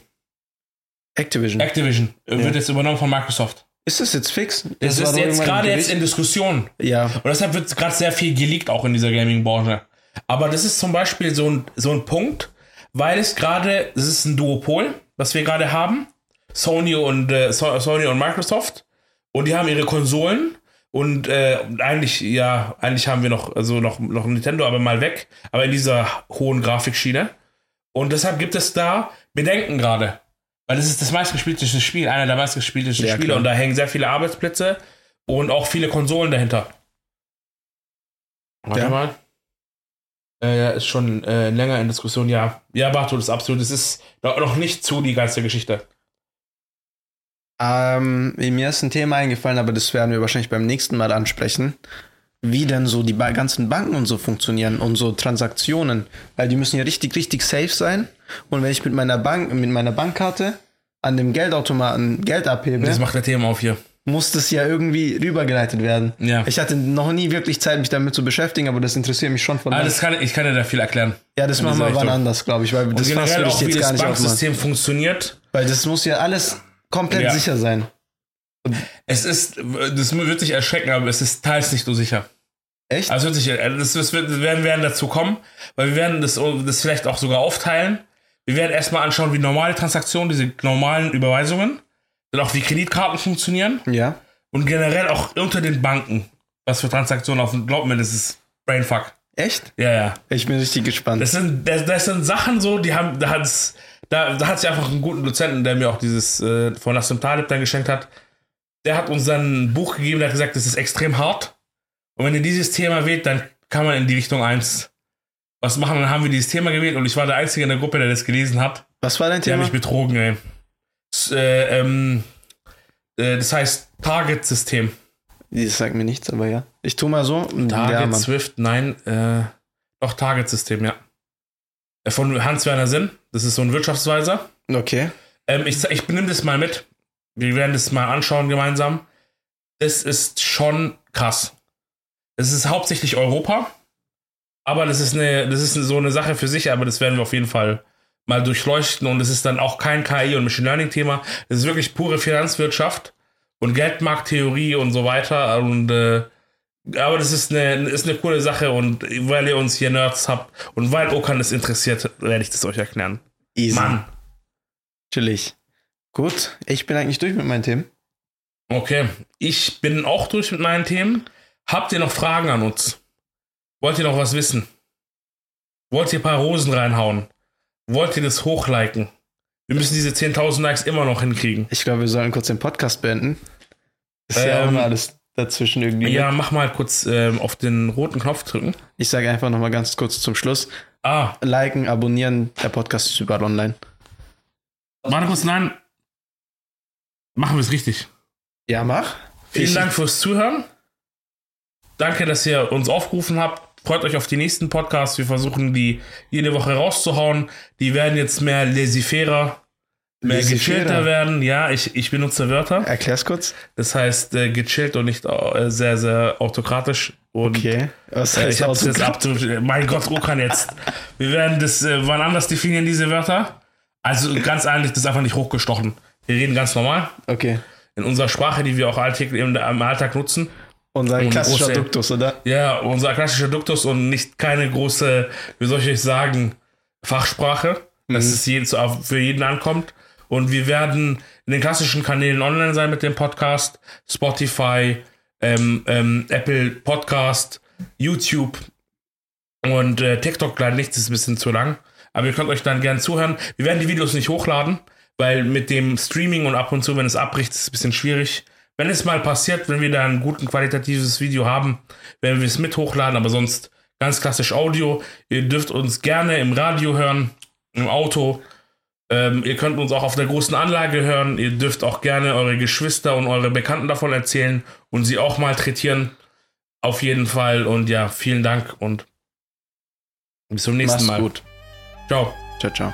B: Activision.
A: Activision äh,
B: Hm. Ja.
A: wird jetzt übernommen von Microsoft.
B: ist das jetzt fix?
A: Das, ist
B: war
A: jetzt
B: doch irgendwann
A: gerade
B: im
A: jetzt in
B: Gericht.
A: Diskussion.
B: Ja,
A: Und deshalb wird gerade sehr viel geleakt, auch in dieser Gaming-Branche. Aber das ist zum Beispiel so ein, so ein Punkt, weil es gerade, es ist ein Duopol, was wir gerade haben. Sony und, äh, so Sony und Microsoft. Und die haben ihre Konsolen. Und äh, eigentlich, ja, eigentlich haben wir noch, also noch, noch Nintendo, aber mal weg. Aber in dieser hohen Grafikschiene. Und deshalb gibt es da Bedenken gerade. Weil das ist das meistgespielteste Spiel, einer der meistgespieltesten
B: Ja,
A: Spiele.
B: klar.
A: Und da hängen sehr viele Arbeitsplätze und auch viele Konsolen dahinter. Warte
B: Ja.
A: mal. Äh, ja, ist schon äh, länger in Diskussion, ja. Ja, Bartu, das ist absolut, es ist noch noch nicht zu, die ganze Geschichte.
B: ähm, mir ist ein Thema eingefallen, aber das werden wir wahrscheinlich beim nächsten Mal ansprechen. Wie denn so die ba ganzen Banken und so funktionieren und so Transaktionen. Weil die müssen ja richtig, richtig safe sein. Und wenn ich mit meiner Bank, mit meiner Bankkarte an dem Geldautomaten Geld abhebe,
A: Das macht der Thema auf hier.
B: muss das ja irgendwie rübergeleitet werden.
A: Ja.
B: Ich hatte noch nie wirklich Zeit, mich damit zu beschäftigen, aber das interessiert mich schon von
A: Ah, das kann, ich kann dir da viel erklären.
B: Ja, das machen wir
A: dieser
B: wann
A: Richtung.
B: anders, glaube ich, weil
A: Und
B: das fasst
A: generell
B: würde ich
A: auch, wie
B: jetzt gar
A: das
B: nicht aufmachen.
A: Banksystem funktioniert.
B: Weil das muss ja alles komplett
A: Ja.
B: sicher sein.
A: Es ist, das wird dich erschrecken, aber es ist teils nicht so sicher.
B: Echt?
A: Also es wird sich, also das, das wird, wir werden, werden dazu kommen, weil wir werden das, das vielleicht auch sogar aufteilen. Wir werden erstmal anschauen, wie normale Transaktionen, diese normalen Überweisungen, dann auch wie Kreditkarten funktionieren
B: ja.
A: und generell auch unter den Banken, was für Transaktionen laufen. Glaub mir, das ist Brainfuck.
B: Echt?
A: Ja, ja.
B: Ich bin richtig gespannt.
A: Das sind, das, das sind Sachen so, die haben, da hat's, da, da hat sich einfach einen guten Dozenten, der mir auch dieses äh, von Nassim Taleb dann geschenkt hat. Der hat uns dann ein Buch gegeben, der hat gesagt, das ist extrem hart. Und wenn ihr dieses Thema wählt, dann kann man in die Richtung 1 was machen. Dann haben wir dieses Thema gewählt und ich war der Einzige in der Gruppe, der das gelesen hat.
B: Was war dein
A: Die haben mich
B: Thema?
A: betrogen, ey. S- Äh, ähm, äh, das heißt Target-System.
B: Das sagt mir nichts, aber ja. Ich tu mal so.
A: Target,
B: ja, Mann.
A: Swift, nein, äh, doch Target-System, ja. Äh, Von Hans-Werner Sinn, das ist so ein Wirtschaftsweiser.
B: Okay.
A: Ähm, ich ich nehme das mal mit. Wir werden das mal anschauen gemeinsam. Das ist schon krass. Es ist hauptsächlich Europa, aber das ist, eine, das ist so eine Sache für sich, aber das werden wir auf jeden Fall mal durchleuchten und es ist dann auch kein KI und Machine Learning Thema. Es ist wirklich pure Finanzwirtschaft und Geldmarkttheorie und so weiter. Und äh, aber das ist eine, ist eine coole Sache und weil ihr uns hier Nerds habt und weil Okan es interessiert, werde ich das euch erklären.
B: Easy.
A: Mann.
B: Natürlich. Gut, ich bin eigentlich durch mit meinen Themen.
A: Okay, ich bin auch durch mit meinen Themen. Habt ihr noch Fragen an uns? Wollt ihr noch was wissen? Wollt ihr ein paar Rosen reinhauen? Wollt ihr das hochliken? Wir müssen diese 10.000 Likes immer noch hinkriegen.
B: Ich glaube, wir sollen kurz den Podcast beenden. Ist ja auch
A: Ähm,
B: immer alles dazwischen irgendwie. ne?
A: Ja, mach mal kurz ähm, auf den roten Knopf drücken.
B: Ich sage einfach nochmal ganz kurz zum Schluss.
A: Ah,
B: Liken, abonnieren, der Podcast ist überall online.
A: warte kurz, nein. Machen wir es richtig.
B: Ja, mach.
A: Vielen
B: ich,
A: Dank fürs Zuhören. Danke, dass ihr uns aufgerufen habt. Freut euch auf die nächsten Podcasts. Wir versuchen, die jede Woche rauszuhauen. Die werden jetzt mehr laissez-fairer, mehr
B: Laissez-fairer.
A: gechillter werden. Ja, ich, ich benutze Wörter.
B: Erklär's kurz.
A: Das heißt, äh, gechillt und nicht äh, sehr, sehr autokratisch. Und
B: Okay. also Was
A: äh, ich
B: heißt
A: hab's jetzt
B: Autokrat-
A: ab. Mein Gott, Okan jetzt. Wir werden das äh, wann anders definieren, diese Wörter. Also ganz ehrlich, das ist einfach nicht hochgestochen. Wir reden ganz normal
B: Okay.
A: in unserer Sprache, die wir auch alltäglich im, im Alltag nutzen.
B: Unser klassischer
A: große-
B: Duktus, oder?
A: Ja, unser klassischer Duktus und nicht keine große, wie soll ich euch sagen, Fachsprache, dass es jeden, für jeden ankommt. Und wir werden in den klassischen Kanälen online sein mit dem Podcast, Spotify, ähm, ähm, Apple Podcast, YouTube und äh, TikTok leider nicht, das ist ein bisschen zu lang. Aber ihr könnt euch dann gern zuhören. Wir werden die Videos nicht hochladen, weil mit dem Streaming und ab und zu, wenn es abbricht, ist es ein bisschen schwierig. Wenn es mal passiert, wenn wir da ein guten qualitatives Video haben, werden wir es mit hochladen, aber sonst ganz klassisch Audio. Ihr dürft uns gerne im Radio hören, im Auto. Ähm, ihr könnt uns auch auf der großen Anlage hören. Ihr dürft auch gerne eure Geschwister und eure Bekannten davon erzählen und sie auch mal trätieren. Auf jeden Fall. Und ja, vielen Dank und bis zum nächsten
B: Mach's
A: Mal.
B: gut.
A: Ciao.
B: Ciao, ciao.